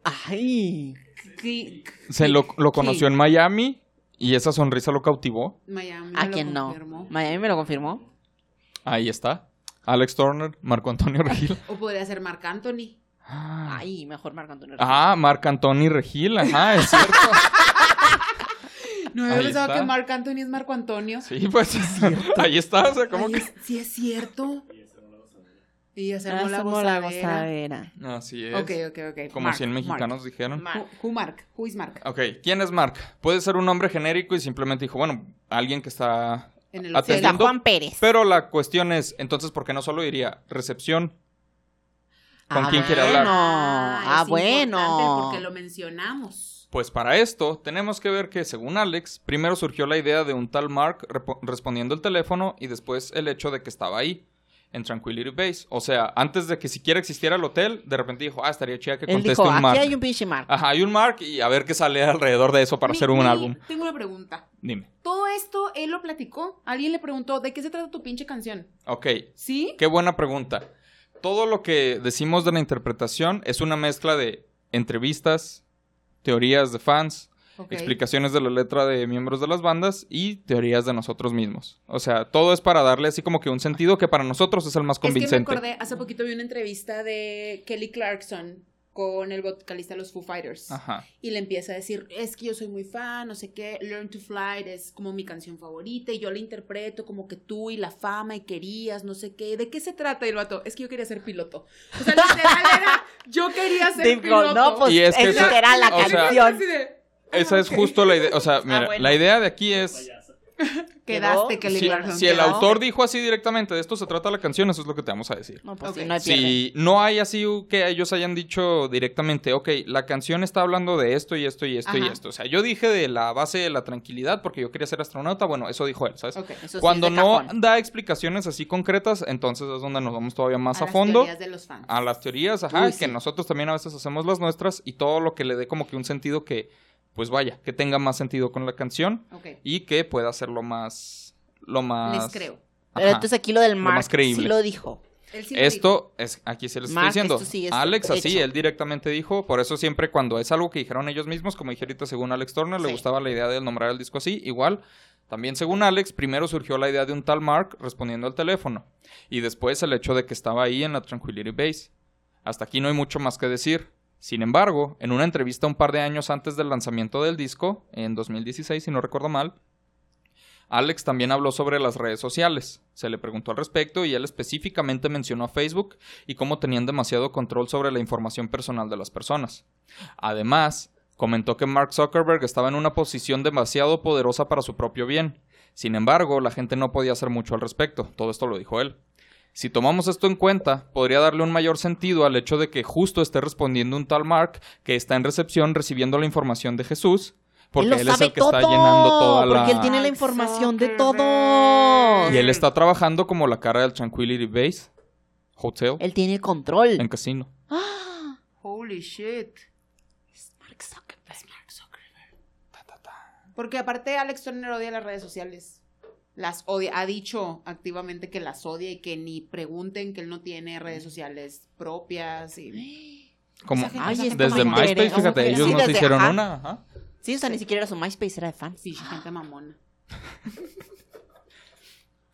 Speaker 2: Ay.
Speaker 3: Cri-
Speaker 1: Se lo, lo conoció
Speaker 3: Sí.
Speaker 1: en Miami y esa sonrisa lo cautivó.
Speaker 3: Miami.
Speaker 2: ¿A
Speaker 3: lo
Speaker 2: quién no?
Speaker 3: confirmó.
Speaker 2: Miami me lo confirmó.
Speaker 1: Ahí está. Alex Turner, Marco Antonio Regil.
Speaker 3: O podría ser Marc Anthony.
Speaker 2: Ay, mejor Marco Antonio. Regil.
Speaker 1: Ah, Marco Antonio Regil. Ajá, es cierto.
Speaker 3: No había
Speaker 1: Ahí
Speaker 3: pensado
Speaker 1: está.
Speaker 3: que Marc Anthony es Marco Antonio.
Speaker 1: Sí, pues. Ahí está. O sea, como
Speaker 3: Ay,
Speaker 1: que.
Speaker 3: es- sí, es cierto. Y ya se
Speaker 2: Ah,
Speaker 3: armó la
Speaker 2: somos la
Speaker 3: gozadera.
Speaker 2: gozadera.
Speaker 1: Así es.
Speaker 3: Ok, ok, ok.
Speaker 1: Como
Speaker 3: Marc,
Speaker 1: 100 mexicanos
Speaker 3: Marc.
Speaker 1: dijeron.
Speaker 3: Marc. Who, who Marc? Who is Marc?
Speaker 1: Ok, ¿quién es Mark? Puede ser un nombre genérico y simplemente dijo, bueno, alguien que está
Speaker 3: En el
Speaker 1: Atendiendo.
Speaker 3: hotel.
Speaker 2: Está Juan Pérez.
Speaker 1: Pero la cuestión es, entonces, ¿por qué no solo diría recepción? ¿Con
Speaker 2: Ah,
Speaker 1: quién quiere
Speaker 2: bueno.
Speaker 1: hablar?
Speaker 2: Ah,
Speaker 3: es
Speaker 2: bueno.
Speaker 3: importante Porque lo mencionamos.
Speaker 1: Pues para esto, tenemos que ver que, según Alex, primero surgió la idea de un tal Mark repo- respondiendo el teléfono y después el hecho de que estaba ahí, en Tranquility Base. O sea, antes de que siquiera existiera el hotel, de repente dijo, ah, estaría chida que
Speaker 2: Él
Speaker 1: conteste
Speaker 2: dijo,
Speaker 1: un Mark. Ah.
Speaker 2: aquí hay un pinche Marco.
Speaker 1: Ajá, hay un Mark y a ver qué sale alrededor de eso para
Speaker 3: Mi-
Speaker 1: hacer un
Speaker 3: mi-
Speaker 1: álbum.
Speaker 3: Tengo una pregunta.
Speaker 1: Dime.
Speaker 3: Todo esto él lo platicó. Alguien le preguntó, ¿de qué se trata tu pinche canción?
Speaker 1: Ok,
Speaker 3: ¿Sí?
Speaker 1: Qué buena pregunta. Todo lo que decimos de la interpretación es una mezcla de entrevistas, teorías de fans,
Speaker 3: Ok.
Speaker 1: explicaciones de la letra de miembros de las bandas y teorías de nosotros mismos. O sea, todo es para darle así como que un sentido que para nosotros es el más
Speaker 3: Es que me
Speaker 1: convincente.
Speaker 3: acordé, hace poquito vi una entrevista de Kelly Clarkson con el vocalista de los Foo Fighters.
Speaker 1: Ajá.
Speaker 3: Y le empieza a decir, es que yo soy muy fan, no sé qué, Learn to Fly es como mi canción favorita y yo la interpreto como que tú y la fama y querías, no sé qué. ¿De qué se trata? Y el vato, es que yo quería ser piloto. O sea, literal era, yo quería ser
Speaker 2: Digo,
Speaker 3: piloto.
Speaker 2: no, pues
Speaker 1: Y es que
Speaker 2: es
Speaker 1: esa-
Speaker 2: literal la
Speaker 1: o sea,
Speaker 2: canción.
Speaker 3: Así de,
Speaker 1: Esa es justo la idea. O
Speaker 3: Ah,
Speaker 1: sea, mira,
Speaker 2: bueno.
Speaker 1: la idea de aquí es.
Speaker 3: Quedaste, Kelly
Speaker 1: Si,
Speaker 3: Clarkson.
Speaker 1: si el
Speaker 2: quedó.
Speaker 1: autor dijo así directamente, de esto se trata la canción, eso es lo que te vamos a decir.
Speaker 2: No, pues
Speaker 3: Ok.
Speaker 2: sí, no hay pierde.
Speaker 1: Si no hay así que ellos hayan dicho directamente, ok, la canción está hablando de esto y esto y esto y
Speaker 3: Ajá.
Speaker 1: esto. O sea, yo dije de la base de la tranquilidad porque yo quería ser astronauta, bueno, eso dijo él, ¿sabes?
Speaker 3: Ok,
Speaker 2: Eso sí es
Speaker 1: Cuando
Speaker 2: de
Speaker 1: no
Speaker 2: cajón.
Speaker 1: da explicaciones así concretas, entonces es donde nos vamos todavía más a,
Speaker 3: las
Speaker 1: fondo.
Speaker 3: teorías de los fans.
Speaker 1: A las teorías, ajá,
Speaker 2: Uy,
Speaker 1: que
Speaker 2: sí.
Speaker 1: nosotros también a veces hacemos las nuestras y todo lo que le dé como que un sentido que, pues vaya, que tenga más sentido con la canción
Speaker 3: Ok,
Speaker 1: y que pueda hacerlo más, lo más...
Speaker 3: les creo.
Speaker 2: Pero
Speaker 1: Ajá.
Speaker 2: entonces aquí lo del
Speaker 1: Lo
Speaker 2: Mark
Speaker 1: más creíble.
Speaker 2: sí lo dijo.
Speaker 3: Él sí lo dijo.
Speaker 1: Esto es, aquí se les estoy
Speaker 2: Mark,
Speaker 1: diciendo.
Speaker 2: esto sí es
Speaker 1: Alex, así,
Speaker 2: hecho.
Speaker 1: él directamente dijo. Por eso siempre cuando es algo que dijeron ellos mismos, como dije ahorita, según Alex Turner, le
Speaker 2: Sí.
Speaker 1: gustaba la idea de nombrar el disco así, igual. También según Alex, primero surgió la idea de un tal Mark respondiendo al teléfono. Y después el hecho de que estaba ahí en la Tranquility Base. Hasta aquí no hay mucho más que decir. Sin embargo, en una entrevista un par de años antes del lanzamiento del disco, en 2016 si no recuerdo mal, Alex también habló sobre las redes sociales. Se le preguntó al respecto y él específicamente mencionó a Facebook y cómo tenían demasiado control sobre la información personal de las personas. Además, Comentó que Mark Zuckerberg estaba en una posición demasiado poderosa para su propio bien. Sin embargo, la gente no podía hacer mucho al respecto. Todo esto lo dijo él. Si tomamos esto en cuenta, podría darle un mayor sentido al hecho de que justo esté respondiendo un tal Mark que está en recepción recibiendo la información de Jesús, porque
Speaker 4: lo
Speaker 1: él, es
Speaker 4: sabe
Speaker 1: el que está llenando toda la...
Speaker 4: Porque él tiene la información de todo.
Speaker 1: Y él está trabajando como la cara del Tranquility Base Hotel
Speaker 4: Él tiene control.
Speaker 1: en casino.
Speaker 4: ¡Ah!
Speaker 3: Holy shit.
Speaker 4: Es Mark Zuckerberg.
Speaker 1: Ta, ta, ta.
Speaker 3: Porque aparte Alex Turner odia las redes sociales. Las odia. Ha dicho activamente que las odia y que ni pregunten que él no tiene redes sociales propias. Y...
Speaker 1: Como,
Speaker 3: Esa gente-
Speaker 4: Ay,
Speaker 3: esa
Speaker 4: es
Speaker 3: gente
Speaker 1: desde
Speaker 4: como
Speaker 3: mamona.
Speaker 1: MySpace,
Speaker 4: interés.
Speaker 1: fíjate,
Speaker 4: Sí,
Speaker 1: ellos nos
Speaker 4: desde-
Speaker 1: hicieron
Speaker 4: ajá.
Speaker 1: una. ajá.
Speaker 4: Sí, o sea, ni siquiera era su MySpace, era de fans.
Speaker 3: Sí, gente mamona.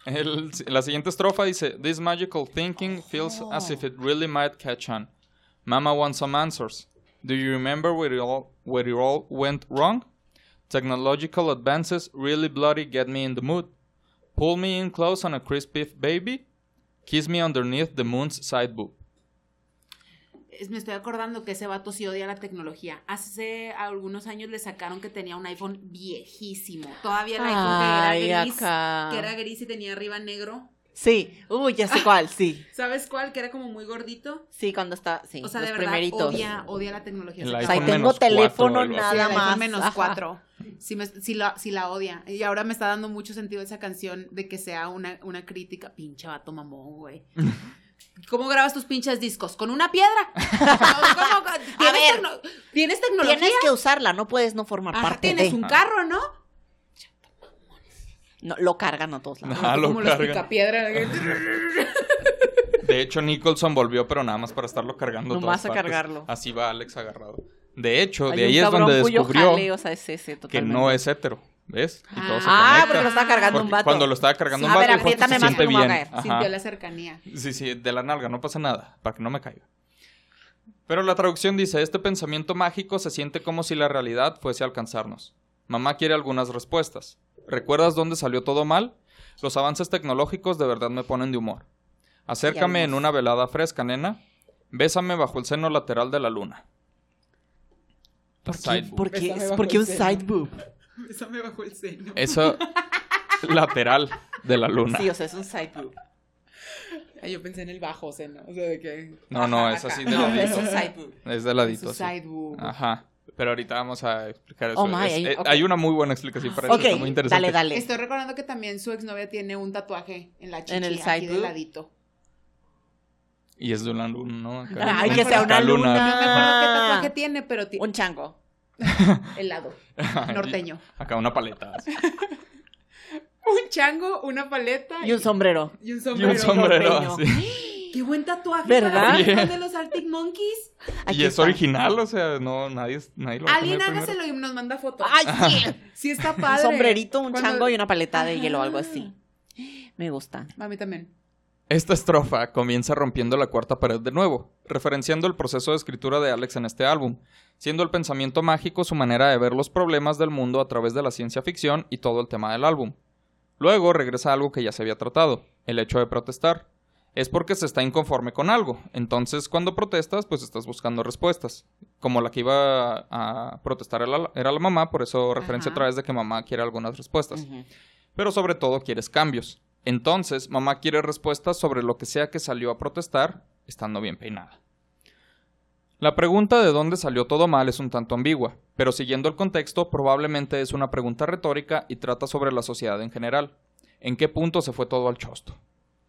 Speaker 1: El- la siguiente estrofa dice: This magical thinking feels as if it really might catch on. Mama wants some answers. Do you remember where it all, where it all went wrong? Technological advances really bloody get me in the mood. Pull me in close on a crispy baby. Kiss me underneath the moon's side boob.
Speaker 3: Es- me estoy acordando que ese vato sí odia la tecnología. Hace algunos años le sacaron que tenía un iPhone viejísimo. Todavía el iPhone que era
Speaker 4: Ay,
Speaker 3: gris.
Speaker 4: acá.
Speaker 3: Que era Ah. gris y tenía arriba negro.
Speaker 4: Sí. Uy, ya sé cuál, sí.
Speaker 3: ¿Sabes cuál? Que era como muy gordito.
Speaker 4: Sí, cuando está, sí,
Speaker 3: O sea,
Speaker 4: los
Speaker 3: de verdad,
Speaker 4: primeritos.
Speaker 3: odia, odia la tecnología.
Speaker 1: El
Speaker 3: Se
Speaker 4: O sea,
Speaker 1: iPhone
Speaker 4: ahí tengo
Speaker 1: menos cuatro,
Speaker 4: teléfono
Speaker 1: algo así.
Speaker 4: nada
Speaker 3: Sí, el
Speaker 4: más.
Speaker 3: iPhone menos
Speaker 4: Ajá.
Speaker 3: cuatro. Sí, me- sí la, sí la odia. Y ahora me está dando mucho sentido esa canción de que sea una, una crítica. Pinche vato mamón, güey. ¿Cómo grabas tus pinches discos? ¿Con una piedra? ¿Cómo- cómo- ¿Tienes,
Speaker 4: ver.
Speaker 3: tecno- ¿tienes tecnología?
Speaker 4: Tienes que usarla, no puedes no formar
Speaker 3: Ajá,
Speaker 4: parte de.
Speaker 3: tienes
Speaker 1: Ah.
Speaker 3: un carro, ¿no?
Speaker 4: No, lo cargan a todos lados.
Speaker 1: Ah, lo
Speaker 3: Como los
Speaker 1: cargan.
Speaker 3: picapiedra.
Speaker 1: De hecho, Nicholson volvió, pero nada más para estarlo cargando. a
Speaker 4: Nomás
Speaker 1: todas
Speaker 4: a
Speaker 1: partes.
Speaker 4: cargarlo.
Speaker 1: Así va Alex agarrado. De hecho,
Speaker 4: Hay
Speaker 1: de
Speaker 4: un
Speaker 1: ahí es
Speaker 4: cabrón
Speaker 1: donde
Speaker 4: cuyo
Speaker 1: descubrió
Speaker 4: jaleo, o sea, es ese,
Speaker 1: que
Speaker 4: totalmente.
Speaker 1: no es hétero. ¿Ves? Y todo se
Speaker 4: Ah,
Speaker 1: conecta.
Speaker 4: porque lo estaba cargando
Speaker 1: Porque
Speaker 4: un vato.
Speaker 1: Cuando lo estaba
Speaker 4: Sí.
Speaker 1: cargando un
Speaker 4: A
Speaker 1: vato,
Speaker 4: ver,
Speaker 1: el cuerpo
Speaker 4: apriétame
Speaker 1: se
Speaker 4: más
Speaker 1: siente
Speaker 4: que no me
Speaker 1: bien.
Speaker 4: va a caer.
Speaker 1: Ajá.
Speaker 3: Sintió la cercanía.
Speaker 1: Sí, sí, de la nalga, no pasa nada, para que no me caiga. Pero la traducción dice, este pensamiento mágico se siente como si la realidad fuese a alcanzarnos. Mamá quiere algunas respuestas. ¿Recuerdas dónde salió todo mal? Los avances tecnológicos de verdad me ponen de humor. Acércame en
Speaker 4: algunos.
Speaker 1: una velada fresca, nena. Bésame bajo el seno lateral de la luna.
Speaker 4: ¿Por
Speaker 1: Side
Speaker 4: qué,
Speaker 1: boob.
Speaker 4: por qué-
Speaker 3: Bésame bajo
Speaker 4: por qué
Speaker 3: el
Speaker 4: un
Speaker 3: seno.
Speaker 4: side boob?
Speaker 3: Esa me bajó el seno.
Speaker 1: Eso lateral de la luna.
Speaker 4: Sí, o sea, es un side boob.
Speaker 3: Ay, Ah, yo pensé en el bajo seno. O sea, de que...
Speaker 1: No, no, es así de
Speaker 4: No,
Speaker 1: ladito.
Speaker 4: es un side boob.
Speaker 1: Es de
Speaker 3: su
Speaker 1: ladito. así.
Speaker 3: side boob.
Speaker 1: Ajá. Pero ahorita vamos a explicar eso.
Speaker 4: Oh my,
Speaker 1: Es-
Speaker 4: ahí-
Speaker 1: eh,
Speaker 4: ok.
Speaker 1: Hay una muy buena explicación para
Speaker 4: Ok,
Speaker 1: eso. Está muy interesante.
Speaker 4: dale, dale.
Speaker 3: Estoy recordando que también su exnovia tiene un tatuaje en la chichi
Speaker 4: el
Speaker 3: aquí
Speaker 4: side
Speaker 3: de
Speaker 4: boob.
Speaker 3: ladito.
Speaker 1: Y es de una luna, ¿no? Acá.
Speaker 4: Ay, que sea una
Speaker 1: Acá
Speaker 4: luna.
Speaker 3: No me acuerdo qué tatuaje
Speaker 4: Ah.
Speaker 3: tiene, pero tiene
Speaker 4: Un chango.
Speaker 3: el lado
Speaker 1: Ay,
Speaker 3: norteño.
Speaker 1: Acá una paleta. así.
Speaker 3: Un chango, una paleta
Speaker 4: Y un sombrero.
Speaker 3: y un
Speaker 1: Y
Speaker 3: sombrero.
Speaker 1: un sombrero
Speaker 4: norteño.
Speaker 1: así.
Speaker 3: Qué buen tatuaje.
Speaker 4: ¿Verdad?
Speaker 3: para el
Speaker 1: Oye.
Speaker 3: de los Arctic Monkeys.
Speaker 4: Aquí
Speaker 1: Y es
Speaker 4: está.
Speaker 1: original, o sea, no, nadie, nadie lo va a
Speaker 3: Alguien
Speaker 1: tener primero.
Speaker 3: hágaselo y nos manda foto.
Speaker 4: Ay, sí.
Speaker 1: Ah.
Speaker 3: sí está
Speaker 4: Un
Speaker 3: padre.
Speaker 4: sombrerito, un
Speaker 3: Cuando-
Speaker 4: chango y una paleta de hielo o algo
Speaker 3: Ajá.
Speaker 4: así. Me gusta.
Speaker 3: A mí también.
Speaker 1: Esta estrofa comienza rompiendo la cuarta pared de nuevo, referenciando el proceso de escritura de Alex en este álbum, siendo el pensamiento mágico su manera de ver los problemas del mundo a través de la ciencia ficción y todo el tema del álbum. Luego regresa a algo que ya se había tratado, el hecho de protestar. Es porque se está inconforme con algo, entonces cuando protestas pues estás buscando respuestas. Como la que iba a protestar era la, era la mamá, por eso referencia
Speaker 3: Ajá.
Speaker 1: otra vez de que mamá quiere algunas respuestas
Speaker 4: Ujú.
Speaker 1: pero sobre todo quieres cambios. Entonces, mamá quiere respuestas sobre lo que sea que salió a protestar, estando bien peinada. La pregunta de dónde salió todo mal es un tanto ambigua, pero siguiendo el contexto, probablemente es una pregunta retórica y trata sobre la sociedad en general. ¿En qué punto se fue todo al chosto?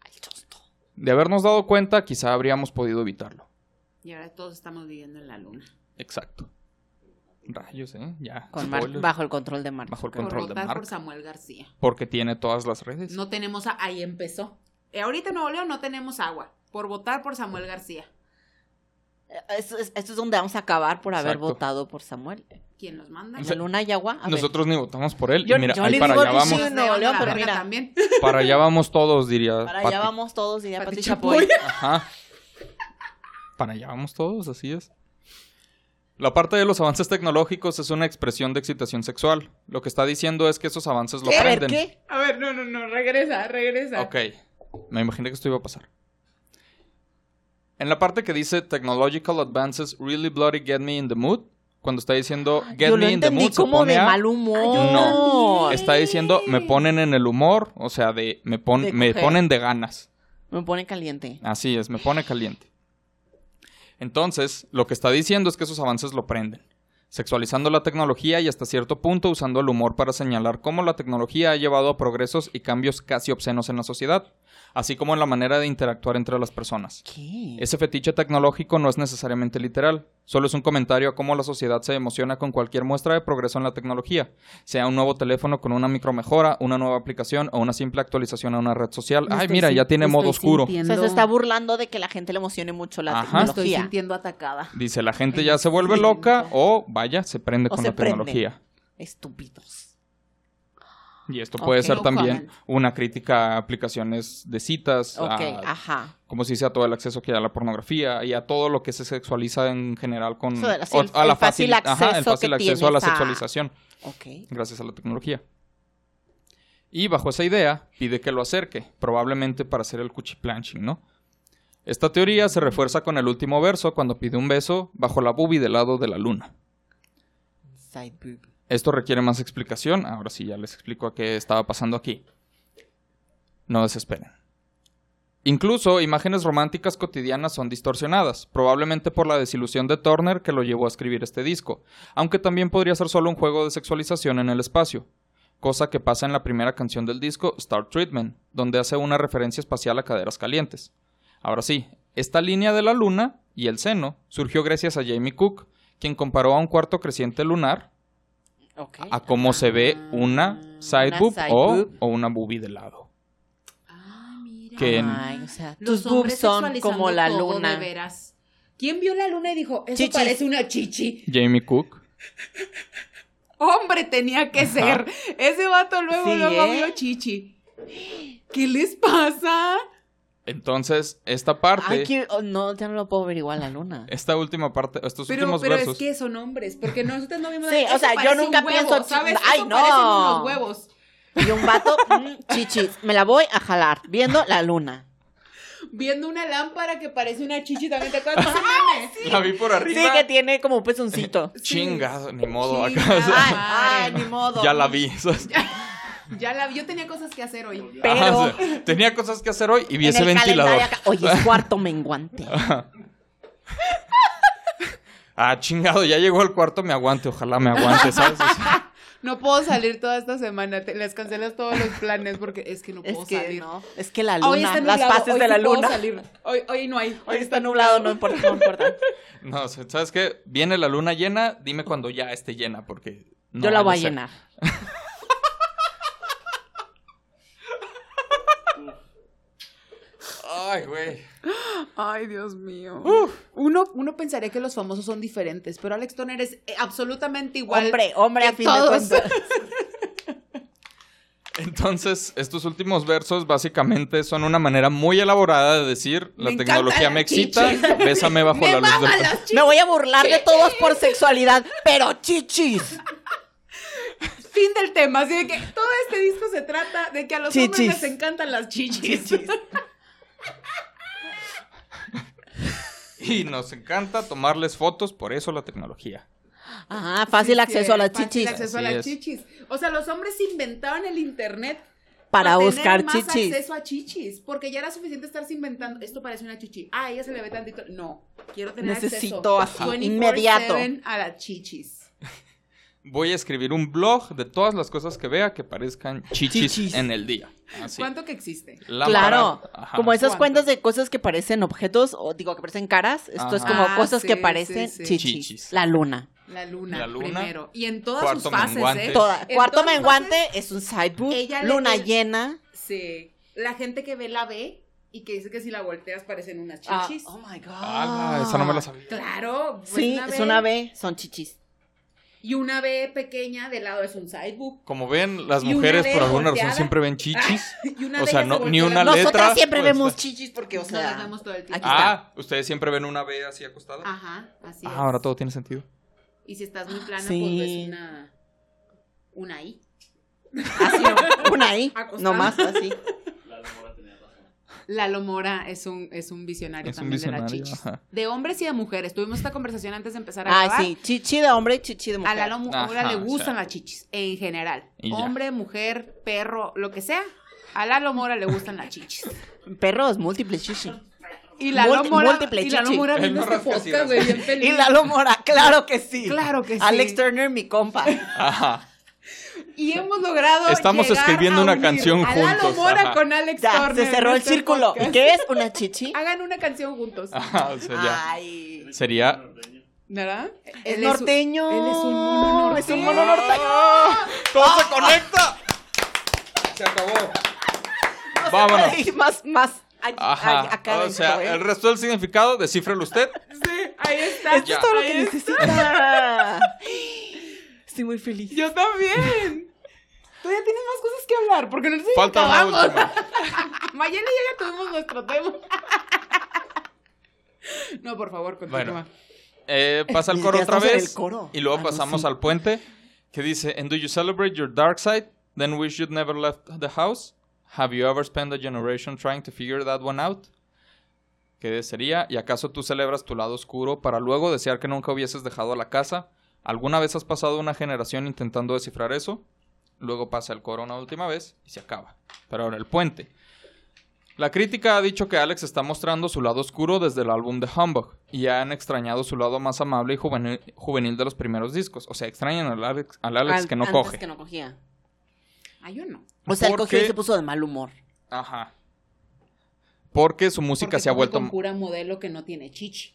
Speaker 4: Ay, chosto.
Speaker 1: De habernos dado cuenta, quizá habríamos podido evitarlo.
Speaker 3: Y ahora todos estamos viviendo en la luna.
Speaker 1: Exacto. Rayos, ¿eh? Ya.
Speaker 4: Con Mark-
Speaker 1: spoiler.
Speaker 4: bajo el control de Mark.
Speaker 1: Bajo el
Speaker 3: Por
Speaker 1: control de
Speaker 3: votar
Speaker 1: Mark.
Speaker 3: por Samuel García.
Speaker 1: Porque tiene todas las redes.
Speaker 3: No tenemos a... Ahí empezó. Eh, ahorita en Nuevo León no tenemos agua. Por votar por Samuel García.
Speaker 4: Esto es, esto es donde vamos a acabar por haber
Speaker 1: Exacto.
Speaker 4: votado por Samuel.
Speaker 3: ¿Quién nos manda?
Speaker 4: En
Speaker 1: sea,
Speaker 4: la luna y agua. a ver.
Speaker 1: Nosotros ni votamos por él.
Speaker 4: Yo-
Speaker 1: y mira,
Speaker 4: yo
Speaker 1: ahí
Speaker 4: le
Speaker 1: para
Speaker 4: digo
Speaker 1: allá
Speaker 4: al
Speaker 1: vamos.
Speaker 4: chino.
Speaker 3: Nos dieron
Speaker 4: León,
Speaker 3: la
Speaker 4: pero
Speaker 3: verga
Speaker 4: mira.
Speaker 3: También.
Speaker 1: Para allá vamos todos, diría.
Speaker 4: Para
Speaker 1: Pati.
Speaker 4: allá vamos todos, diría
Speaker 3: Pati
Speaker 4: Pati
Speaker 3: Chapoy.
Speaker 4: Chapoy.
Speaker 1: Ajá. Para allá vamos todos, así es. La parte de los avances tecnológicos es una expresión de excitación sexual. Lo que está diciendo es que esos avances lo
Speaker 4: A ver,
Speaker 1: prenden.
Speaker 4: ¿qué?
Speaker 3: A ver, no, no, no, regresa, regresa.
Speaker 1: Ok. Me imaginé que esto iba a pasar. En la parte que dice Technological advances really bloody get me in the mood, cuando está diciendo Get
Speaker 2: Ah, Yo lo
Speaker 1: me in the
Speaker 2: entendí
Speaker 1: mood, se
Speaker 2: como
Speaker 1: pone
Speaker 2: de
Speaker 1: a-
Speaker 2: mal humor.
Speaker 1: No.
Speaker 3: Ay.
Speaker 1: está diciendo me ponen en el humor, o sea, de me, pon-
Speaker 2: De
Speaker 1: me
Speaker 2: coger.
Speaker 1: ponen de ganas.
Speaker 2: Me pone caliente.
Speaker 1: Así es, me pone caliente. Entonces, lo que está diciendo es que esos avances lo prenden, sexualizando la tecnología y hasta cierto punto usando el humor para señalar cómo la tecnología ha llevado a progresos y cambios casi obscenos en la sociedad, así como en la manera de interactuar entre las personas.
Speaker 2: ¿Qué?
Speaker 1: Ese fetiche tecnológico no es necesariamente literal, solo es un comentario a cómo la sociedad se emociona con cualquier muestra de progreso en la tecnología, sea un nuevo teléfono con una micromejora, una nueva aplicación o una simple actualización a una red social.
Speaker 3: Me
Speaker 1: Ay,
Speaker 3: estoy
Speaker 1: mira,
Speaker 3: sin-
Speaker 1: ya tiene
Speaker 3: me
Speaker 1: modo
Speaker 3: estoy
Speaker 1: oscuro.
Speaker 2: O
Speaker 3: sintiendo-
Speaker 2: sea, se está burlando de que la gente le emocione mucho
Speaker 1: Ajá.
Speaker 2: la
Speaker 3: Me estoy
Speaker 2: tecnología.
Speaker 3: sintiendo atacada.
Speaker 1: Dice, la gente ya se vuelve loca o vaya, se prende
Speaker 2: O
Speaker 1: con
Speaker 2: se
Speaker 1: la
Speaker 2: prende.
Speaker 1: tecnología.
Speaker 2: Estúpidos.
Speaker 1: Y esto puede
Speaker 2: Ok.
Speaker 1: ser
Speaker 3: No
Speaker 1: también
Speaker 3: comment.
Speaker 1: una crítica a aplicaciones de citas,
Speaker 2: Ok, ah.
Speaker 1: a,
Speaker 2: ajá.
Speaker 1: como se dice, a todo el acceso que da la pornografía y a todo lo que se sexualiza en general con
Speaker 2: Eso del-
Speaker 1: o-
Speaker 2: sí, el-
Speaker 1: a la
Speaker 2: el fácil
Speaker 1: facil- ajá, el
Speaker 2: acceso
Speaker 1: fácil
Speaker 2: que
Speaker 1: acceso a la
Speaker 2: tienes a-
Speaker 1: sexualización.
Speaker 2: Ok.
Speaker 1: gracias a la tecnología. Y bajo esa idea, pide que lo acerque, probablemente para hacer el cuchiplanching, ¿no? Esta teoría se refuerza con el último verso cuando pide un beso bajo la bubi del lado de la luna.
Speaker 2: Side boob.
Speaker 1: Esto requiere más explicación, ahora sí ya les explico a qué estaba pasando aquí. No desesperen. Incluso imágenes románticas cotidianas son distorsionadas, probablemente por la desilusión de Turner que lo llevó a escribir este disco, aunque también podría ser solo un juego de sexualización en el espacio, cosa que pasa en la primera canción del disco, Star Treatment, donde hace una referencia espacial a caderas calientes. Ahora sí, esta línea de la luna y el seno surgió gracias a Jamie Cook, quien comparó a un cuarto creciente lunar
Speaker 2: Ok. Ah.
Speaker 1: a cómo se ve una side
Speaker 2: Una
Speaker 1: boob
Speaker 2: side
Speaker 1: o,
Speaker 2: boob.
Speaker 1: o una boobie de lado.
Speaker 3: Ah, mira.
Speaker 1: Que en-
Speaker 2: Ay, o sea,
Speaker 3: Los
Speaker 2: tus boobs
Speaker 3: hombres
Speaker 2: son como
Speaker 3: sexualizando
Speaker 2: la
Speaker 3: todo,
Speaker 2: luna.
Speaker 3: de veras. ¿Quién vio la luna y dijo, eso
Speaker 2: Chichis.
Speaker 3: parece una chichi?
Speaker 1: Jamie Cook.
Speaker 3: Hombre, tenía que ser. Ese vato luego,
Speaker 2: Sí,
Speaker 3: luego
Speaker 2: ¿eh?
Speaker 3: vio chichi. ¿Qué les pasa?
Speaker 1: Entonces, esta parte,
Speaker 2: Ay, que- oh, no, ya no lo puedo ver igual la luna.
Speaker 1: esta última parte, estos
Speaker 3: Pero,
Speaker 1: últimos
Speaker 3: pero
Speaker 1: versos.
Speaker 3: es que son hombres, porque nosotros no vimos
Speaker 2: Sí,
Speaker 3: eso
Speaker 2: o sea, yo
Speaker 3: parece un
Speaker 2: nunca
Speaker 3: huevo,
Speaker 2: pienso,
Speaker 3: ¿sabes?
Speaker 2: ¡ay,
Speaker 3: Eso
Speaker 2: no!
Speaker 3: parecen unos huevos.
Speaker 2: Y un vato, mm, chichis, me la voy a jalar viendo la luna.
Speaker 3: Viendo una lámpara que parece una chichi también te acuerdas de ese meme?
Speaker 1: La vi por
Speaker 2: Sí,
Speaker 1: arriba.
Speaker 2: que tiene como un pezoncito.
Speaker 3: Sí.
Speaker 1: Chingado, ni modo. acá,
Speaker 3: Chingado.
Speaker 1: o sea,
Speaker 2: Ay, ay,
Speaker 3: madre.
Speaker 2: ah, ni modo.
Speaker 1: ya la vi. ¿sabes?
Speaker 3: Ya la vi, yo tenía cosas que hacer hoy.
Speaker 2: Pero-
Speaker 1: Ajá, o sea, tenía cosas que hacer hoy y vi
Speaker 2: En
Speaker 1: ese
Speaker 2: el
Speaker 1: ventilador.
Speaker 2: calendario acá, Oye, es cuarto menguante.
Speaker 1: Ah, chingado, ya llegó el cuarto, me aguante, ojalá me aguante, ¿sabes? O sea,
Speaker 3: No puedo salir toda esta semana, te, les cancelas todos los planes porque es que no
Speaker 2: Es
Speaker 3: puedo
Speaker 2: que
Speaker 3: salir.
Speaker 2: no, es que la
Speaker 3: Hoy está
Speaker 2: luna, las
Speaker 3: nublado,
Speaker 2: fases
Speaker 3: hoy
Speaker 2: de
Speaker 3: sí
Speaker 2: la
Speaker 3: puedo
Speaker 2: luna.
Speaker 3: salir. Hoy, hoy no hay.
Speaker 2: Hoy está nublado, no importa, no importa.
Speaker 1: no, o sea, ¿sabes qué? Viene la luna llena, dime cuando ya esté llena, porque. no
Speaker 2: Yo la voy a
Speaker 1: vaya ser.
Speaker 2: llenar.
Speaker 1: Ay, güey.
Speaker 3: Ay, Dios mío. Uno, uno pensaría que los famosos son diferentes, pero Alex Toner es eh, absolutamente igual.
Speaker 2: hombre, hombre, a
Speaker 3: que
Speaker 2: fin
Speaker 3: todos.
Speaker 2: de cuentas.
Speaker 1: Entonces, estos últimos versos básicamente son una manera muy elaborada de decir,
Speaker 3: Me
Speaker 1: la
Speaker 3: encanta
Speaker 1: tecnología
Speaker 3: la
Speaker 1: me excita,
Speaker 3: chichi.
Speaker 1: bésame bajo
Speaker 3: Me
Speaker 1: la luz
Speaker 3: mama
Speaker 1: del...
Speaker 3: las chi-
Speaker 2: Me voy a burlar de todos por sexualidad, pero chichis.
Speaker 3: Fin del tema. Así de que todo este disco se trata de que a los hombres
Speaker 2: Chichis.
Speaker 3: les encantan las chichis.
Speaker 1: Y nos encanta tomarles fotos, por eso la tecnología.
Speaker 2: Ah, fácil
Speaker 3: Sí,
Speaker 2: acceso a las
Speaker 3: fácil
Speaker 2: chichis.
Speaker 3: acceso a
Speaker 1: Así
Speaker 3: las
Speaker 1: es.
Speaker 3: chichis. O sea, los hombres inventaron el internet
Speaker 2: Para
Speaker 3: tener
Speaker 2: buscar
Speaker 3: más
Speaker 2: chichis.
Speaker 3: acceso a chichis, porque ya era suficiente estarse inventando, esto parece una chichi. Ah, ella se le ve tantito. No, quiero tener
Speaker 2: Necesito
Speaker 3: acceso
Speaker 2: así,
Speaker 3: 24/7
Speaker 2: inmediato.
Speaker 3: a las chichis.
Speaker 1: Voy a escribir un blog de todas las cosas que vea que parezcan chichis,
Speaker 2: Chichis.
Speaker 1: en el día. Así.
Speaker 3: ¿Cuánto que existe?
Speaker 1: Lámpara,
Speaker 2: Claro,
Speaker 1: ajá.
Speaker 2: como esas
Speaker 3: ¿Cuánto?
Speaker 2: cuentas de cosas que parecen objetos, o digo, que parecen caras, esto es
Speaker 1: Ajá.
Speaker 2: como
Speaker 3: Ah,
Speaker 2: cosas
Speaker 3: sí,
Speaker 2: que
Speaker 3: sí,
Speaker 2: parecen
Speaker 3: sí.
Speaker 2: chichis.
Speaker 1: Chichis.
Speaker 2: La luna.
Speaker 3: La luna,
Speaker 1: La luna,
Speaker 3: primero. Y en todas
Speaker 1: cuarto
Speaker 3: sus fases,
Speaker 1: menguante.
Speaker 3: ¿eh?
Speaker 2: Toda-
Speaker 3: En
Speaker 2: cuarto
Speaker 3: todas sus
Speaker 2: menguante es un side boob,
Speaker 3: Ella le-
Speaker 2: luna
Speaker 3: le-
Speaker 2: llena.
Speaker 3: fases, sí. La gente que ve la ve y que dice que si la volteas parecen unas
Speaker 2: Ah,
Speaker 3: chichis.
Speaker 2: oh my god.
Speaker 1: Ah, esa no me la sabía.
Speaker 3: Claro, pues
Speaker 2: Sí, es una B, son chichis.
Speaker 3: Y una B pequeña de lado es un sidebook.
Speaker 1: Como ven, las
Speaker 3: Y una
Speaker 1: mujeres
Speaker 3: vez
Speaker 1: por alguna razón
Speaker 3: volteada. Ah,
Speaker 1: siempre ven chichis.
Speaker 3: Y una
Speaker 1: O
Speaker 3: de
Speaker 1: sea,
Speaker 3: ellas
Speaker 1: no-
Speaker 3: se
Speaker 1: ni
Speaker 3: voltea
Speaker 1: una
Speaker 3: la-
Speaker 1: letra.
Speaker 2: Nosotras siempre
Speaker 1: pues,
Speaker 2: vemos
Speaker 1: está.
Speaker 2: chichis porque, o
Speaker 3: No
Speaker 2: sea,
Speaker 3: las vemos todo el tiempo.
Speaker 2: aquí está.
Speaker 1: Ah, ustedes siempre ven una B así acostada. Ah,
Speaker 3: Ajá, así es.
Speaker 1: ahora todo tiene sentido.
Speaker 3: Y si estás muy plana,
Speaker 2: Sí.
Speaker 3: pues ves una. Una I.
Speaker 2: así, no, una ahí,
Speaker 3: Acostada.
Speaker 2: nomás así.
Speaker 3: Lalo Mora es un, es un visionario
Speaker 1: Es un
Speaker 3: también de
Speaker 1: visionario,
Speaker 3: las chichis.
Speaker 1: ajá.
Speaker 3: De hombres y de mujeres. Tuvimos esta conversación antes de empezar a
Speaker 2: Ay,
Speaker 3: grabar.
Speaker 2: sí, chichi de hombre y chichi de
Speaker 3: A
Speaker 2: mujer.
Speaker 3: Lalo Mu- Mora
Speaker 1: Ajá,
Speaker 3: le
Speaker 1: o
Speaker 3: gustan
Speaker 1: sea.
Speaker 3: las chichis, en general.
Speaker 1: Y ya.
Speaker 3: Hombre, mujer, perro, lo que sea. A Lalo Mora le gustan las chichis.
Speaker 2: Perros, múltiples chichi.
Speaker 3: Y Lalo
Speaker 2: Múlti-
Speaker 3: Mora,
Speaker 2: múltiple
Speaker 3: y Lalo
Speaker 2: chichi.
Speaker 3: Mora
Speaker 1: Él
Speaker 3: viendo
Speaker 1: no
Speaker 3: este
Speaker 1: rasca así,
Speaker 3: podcast, güey,
Speaker 1: rasca.
Speaker 3: bien feliz.
Speaker 2: Y Lalo Mora, claro que sí.
Speaker 3: Claro que sí.
Speaker 2: Alex Turner, mi compa.
Speaker 1: Ajá.
Speaker 3: Y hemos logrado
Speaker 1: Estamos
Speaker 3: llegar
Speaker 1: escribiendo
Speaker 3: a
Speaker 1: una
Speaker 3: unir
Speaker 1: canción
Speaker 3: a Lalo
Speaker 1: juntos,
Speaker 3: Mora
Speaker 1: ajá.
Speaker 3: con Alex
Speaker 2: Ya,
Speaker 3: Turner
Speaker 2: se
Speaker 3: en
Speaker 2: cerró el
Speaker 3: este
Speaker 2: círculo.
Speaker 3: podcast.
Speaker 2: ¿Qué es? ¿Una chichi?
Speaker 3: Hagan una canción juntos.
Speaker 1: Ajá, o sea, ya.
Speaker 2: Ay.
Speaker 1: Sería
Speaker 3: ¿Verdad?
Speaker 2: Es
Speaker 3: Él un-
Speaker 2: norteño.
Speaker 3: él es un mono norteño.
Speaker 2: Es un mono norteño.
Speaker 1: ¡Todo se conecta! Se acabó.
Speaker 2: No se
Speaker 1: Vámonos.
Speaker 2: puede ir Más, más. ay- ay,
Speaker 1: Ajá.
Speaker 2: acá
Speaker 1: o
Speaker 2: dentro,
Speaker 1: sea,
Speaker 2: ¿eh?
Speaker 1: el resto del significado, descífrelo usted.
Speaker 3: Sí, ahí
Speaker 1: Ya.
Speaker 3: está.
Speaker 2: Esto es todo lo
Speaker 3: Ahí
Speaker 2: que
Speaker 3: está.
Speaker 2: necesita. Estoy muy feliz.
Speaker 3: Yo también. Tú ya tienes más cosas que hablar, porque no sé si
Speaker 1: Falta una
Speaker 3: acabamos.
Speaker 1: última.
Speaker 3: Mañana ya, ya tuvimos nuestro tema. No, por favor, continúa.
Speaker 1: Bueno. Eh, pasa el
Speaker 2: Ya
Speaker 1: coro otra
Speaker 2: estamos en
Speaker 1: vez.
Speaker 2: el coro.
Speaker 1: Y luego
Speaker 2: Ah, no,
Speaker 1: pasamos
Speaker 2: sí.
Speaker 1: al puente que dice: And do you celebrate your dark side? Then we should never left the house. Have you ever spent a generation trying to figure that one out? Que sería: ¿Y acaso tú celebras tu lado oscuro para luego desear que nunca hubieses dejado la casa? ¿Alguna vez has pasado una generación intentando descifrar eso? Luego pasa el coro una última vez y se acaba. Pero ahora el puente. La crítica ha dicho que Alex está mostrando su lado oscuro desde el álbum de Humbug y han extrañado su lado más amable y juveni- juvenil, de los primeros discos. O sea, extrañan al Alex, al Alex
Speaker 2: Al-
Speaker 1: que no
Speaker 2: antes
Speaker 1: coge.
Speaker 2: que no cogía.
Speaker 3: Ah, yo no.
Speaker 2: O sea, él
Speaker 1: Porque-
Speaker 2: cogió y se puso de mal humor.
Speaker 1: Ajá. Porque su música
Speaker 3: Porque
Speaker 1: se ha
Speaker 3: come
Speaker 1: vuelto.
Speaker 3: Con pura modelo que no tiene chichi.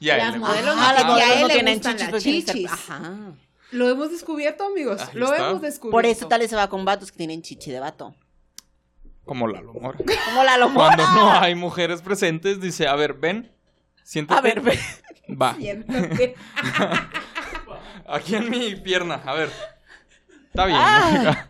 Speaker 1: Y a él
Speaker 3: las
Speaker 1: le-
Speaker 3: modelos
Speaker 1: Ajá,
Speaker 3: no-
Speaker 1: las
Speaker 3: y a
Speaker 1: modelos-
Speaker 3: él le
Speaker 2: tienen
Speaker 3: gustan las
Speaker 2: porque tienen
Speaker 3: chichis.
Speaker 2: ser- Ajá.
Speaker 3: Lo hemos descubierto, amigos.
Speaker 1: Ahí
Speaker 3: Lo
Speaker 1: está.
Speaker 3: hemos descubierto.
Speaker 2: Por eso tal vez se va con vatos que tienen chichi de vato.
Speaker 1: Como Lalo Mora.
Speaker 2: Como la lomora.
Speaker 1: Cuando no hay mujeres presentes, dice: A ver, ven. Siéntate.
Speaker 2: A ver, ve.
Speaker 1: Va.
Speaker 3: Siéntate.
Speaker 1: Aquí en mi pierna. A ver. Está bien.
Speaker 2: Ah.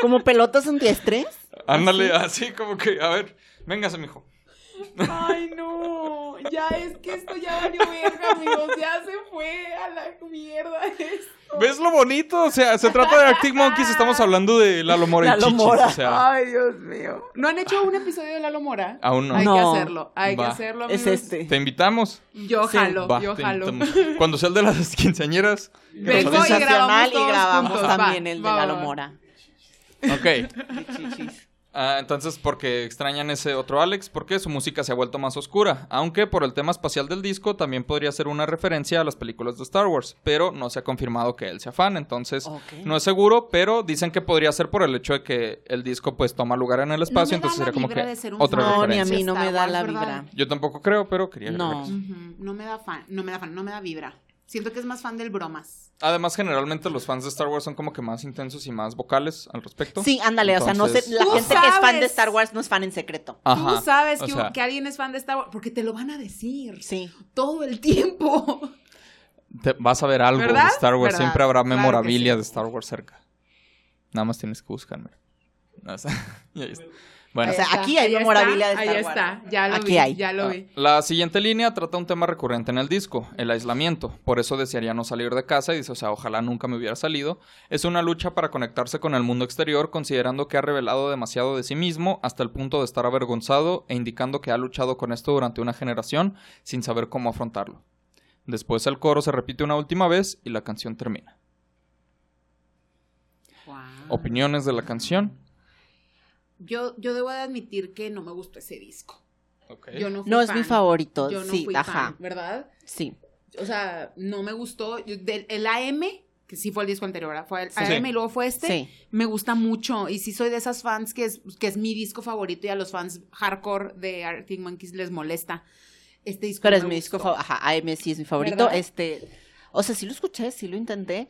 Speaker 2: como pelotas antiestrés.
Speaker 1: Ándale, así como que. A ver. Véngase, mijo.
Speaker 3: Ay, no. Ya es que esto ya valió verga, amigos. Ya se fue a la mierda esto.
Speaker 1: ¿Ves lo bonito? O sea, se trata de Arctic Monkeys, estamos hablando de Lalo Mora y
Speaker 2: Lalo
Speaker 1: Chichis.
Speaker 2: Mora.
Speaker 1: O sea,
Speaker 3: Ay, Dios mío. ¿No han hecho un episodio de Lalo Mora?
Speaker 1: aún Ah, no.
Speaker 3: Hay que
Speaker 2: No.
Speaker 3: hacerlo. Hay que
Speaker 1: Va.
Speaker 3: hacerlo, amigos.
Speaker 2: Es este.
Speaker 1: Te invitamos.
Speaker 3: Yo
Speaker 2: Sí.
Speaker 3: jalo,
Speaker 1: Va,
Speaker 3: yo
Speaker 1: te
Speaker 3: jalo.
Speaker 1: invitamos. Cuando sea el de las quinceañeras. que nos
Speaker 3: Vengo
Speaker 1: avisas.
Speaker 3: y grabamos
Speaker 2: Sensacional
Speaker 3: todos
Speaker 2: y grabamos
Speaker 3: juntos.
Speaker 2: también
Speaker 3: Va,
Speaker 2: el
Speaker 3: va,
Speaker 2: de la
Speaker 3: va.
Speaker 2: lomora.
Speaker 1: Ok. Ah, entonces, porque extrañan ese otro Alex, porque su música se ha vuelto más oscura. Aunque por el tema espacial del disco también podría ser una referencia a las películas de Star Wars, pero no se ha confirmado que él sea fan, entonces
Speaker 2: Ok.
Speaker 1: no es seguro, pero dicen que podría ser por el hecho de que el disco pues toma lugar en el espacio,
Speaker 3: No me da
Speaker 1: entonces
Speaker 3: la
Speaker 1: sería como
Speaker 3: vibra
Speaker 1: que
Speaker 3: de ser un
Speaker 1: otra
Speaker 3: fan.
Speaker 2: No, ni a
Speaker 1: referencia.
Speaker 2: mí no me
Speaker 3: Star
Speaker 2: da
Speaker 3: Wars,
Speaker 2: la
Speaker 3: ¿verdad?
Speaker 2: vibra.
Speaker 1: Yo tampoco creo, pero quería
Speaker 2: No.
Speaker 1: agregar eso.
Speaker 3: Ujú, No me da fan, no me da fan, no me da vibra. Siento que es más fan del bromas.
Speaker 1: Además, generalmente los fans de Star Wars son como que más intensos y más vocales al respecto.
Speaker 2: Sí, ándale, o sea, no sé,
Speaker 1: Entonces-
Speaker 2: la
Speaker 3: Tú
Speaker 2: gente que es fan de
Speaker 3: sabes.
Speaker 2: Star Wars no es fan en secreto.
Speaker 1: Ajá,
Speaker 3: Tú sabes
Speaker 1: o
Speaker 3: que,
Speaker 1: sea,
Speaker 3: que alguien es fan de Star Wars porque te lo van a decir
Speaker 2: Sí.
Speaker 3: todo el tiempo.
Speaker 1: te- vas a ver algo
Speaker 3: ¿Verdad?
Speaker 1: de Star Wars.
Speaker 3: ¿Verdad?
Speaker 1: Siempre habrá
Speaker 3: Claro que
Speaker 1: memorabilia
Speaker 3: sí.
Speaker 1: de Star Wars cerca. Nada más tienes que buscarme. No sé. Y ahí está. Bueno,
Speaker 2: O sea,
Speaker 3: Ahí
Speaker 2: aquí
Speaker 3: está,
Speaker 2: hay
Speaker 3: ahí
Speaker 2: memorabilia
Speaker 3: está,
Speaker 2: de Star
Speaker 3: Ahí
Speaker 2: Wars.
Speaker 3: está, ya lo
Speaker 2: Aquí
Speaker 3: vi,
Speaker 2: hay. Ah.
Speaker 3: ya lo vi.
Speaker 1: Ah, la siguiente línea trata un tema recurrente en el disco, el aislamiento. Por eso desearía no salir de casa y dice, o sea, ojalá nunca me hubiera salido. Es una lucha para conectarse con el mundo exterior, considerando que ha revelado demasiado de sí mismo hasta el punto de estar avergonzado e indicando que ha luchado con esto durante una generación sin saber cómo afrontarlo. Después el coro se repite una última vez y la canción termina.
Speaker 3: Wow.
Speaker 1: Opiniones de la canción.
Speaker 3: Yo, yo debo de admitir que no me gustó ese disco.
Speaker 1: ¿Eh?
Speaker 3: Yo no fui
Speaker 2: No es
Speaker 3: fan.
Speaker 2: mi favorito.
Speaker 3: Yo no
Speaker 2: sí,
Speaker 3: fui
Speaker 2: ajá.
Speaker 3: fan, ¿verdad?
Speaker 2: Sí.
Speaker 3: O sea, no me gustó. Yo- del- el AM, que sí fue el disco anterior, ¿verdad? fue el
Speaker 1: Sí.
Speaker 3: AM y luego fue este.
Speaker 2: Sí.
Speaker 3: Me gusta mucho y sí soy de esas fans que es, que es mi disco favorito y a los fans hardcore de Arctic Monkeys les molesta. Este disco
Speaker 2: Pero
Speaker 3: no
Speaker 2: es
Speaker 3: me
Speaker 2: mi disco
Speaker 3: gustó,
Speaker 2: favorito. Ajá, AM sí es mi favorito.
Speaker 3: ¿Verdad?
Speaker 2: Este. O sea, sí lo escuché, sí lo intenté.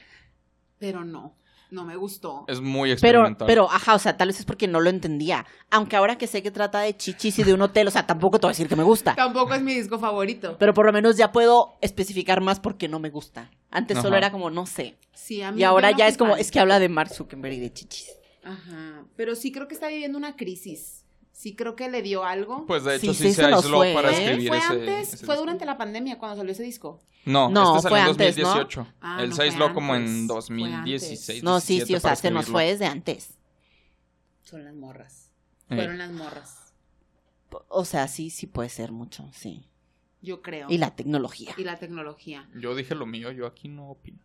Speaker 3: Pero no, no me gustó.
Speaker 1: Es muy
Speaker 2: Pero,
Speaker 1: experimental.
Speaker 2: pero, ajá, o sea, tal vez es porque no lo entendía. Aunque ahora que sé que trata de chichis y de un hotel, o sea, tampoco te voy a decir que me gusta.
Speaker 3: Tampoco es mi disco favorito.
Speaker 2: Pero por lo menos ya puedo especificar más porque no me gusta. Antes solo
Speaker 1: Ajá.
Speaker 2: era como, no sé.
Speaker 3: Sí, a mí
Speaker 2: Y ahora
Speaker 3: yo no
Speaker 2: ya
Speaker 3: fui
Speaker 2: es como,
Speaker 3: fan.
Speaker 2: es que habla de Mark Zuckerberg y de chichis.
Speaker 3: Ajá, pero sí creo que está viviendo una crisis. Sí creo que le dio algo.
Speaker 1: Pues de hecho
Speaker 2: Sí,
Speaker 1: sí,
Speaker 2: sí,
Speaker 1: se
Speaker 2: se nos
Speaker 1: aisló
Speaker 2: fue,
Speaker 1: para
Speaker 2: ¿eh?
Speaker 3: ¿Fue,
Speaker 1: escribir
Speaker 3: fue
Speaker 1: ese-
Speaker 3: antes,
Speaker 1: ese
Speaker 3: fue
Speaker 1: disco.
Speaker 3: durante la pandemia cuando salió ese disco.
Speaker 1: No,
Speaker 2: No,
Speaker 1: este salió
Speaker 2: fue
Speaker 1: en
Speaker 2: antes, ¿no?
Speaker 1: 2018.
Speaker 3: Ah,
Speaker 1: Él
Speaker 3: no,
Speaker 1: se
Speaker 3: fue
Speaker 1: aisló como
Speaker 3: antes,
Speaker 1: en
Speaker 3: fue
Speaker 1: 2016.
Speaker 2: No, sí, sí,
Speaker 1: 17
Speaker 2: o sea,
Speaker 1: para
Speaker 2: se nos
Speaker 1: escribirlo.
Speaker 2: fue desde antes.
Speaker 3: Son las morras. fueron
Speaker 1: Eh,
Speaker 3: las morras.
Speaker 2: O sea, sí, sí puede ser mucho, sí.
Speaker 3: Yo creo.
Speaker 2: Y la tecnología.
Speaker 3: Y la tecnología.
Speaker 1: yo dije lo mío, yo aquí no opino.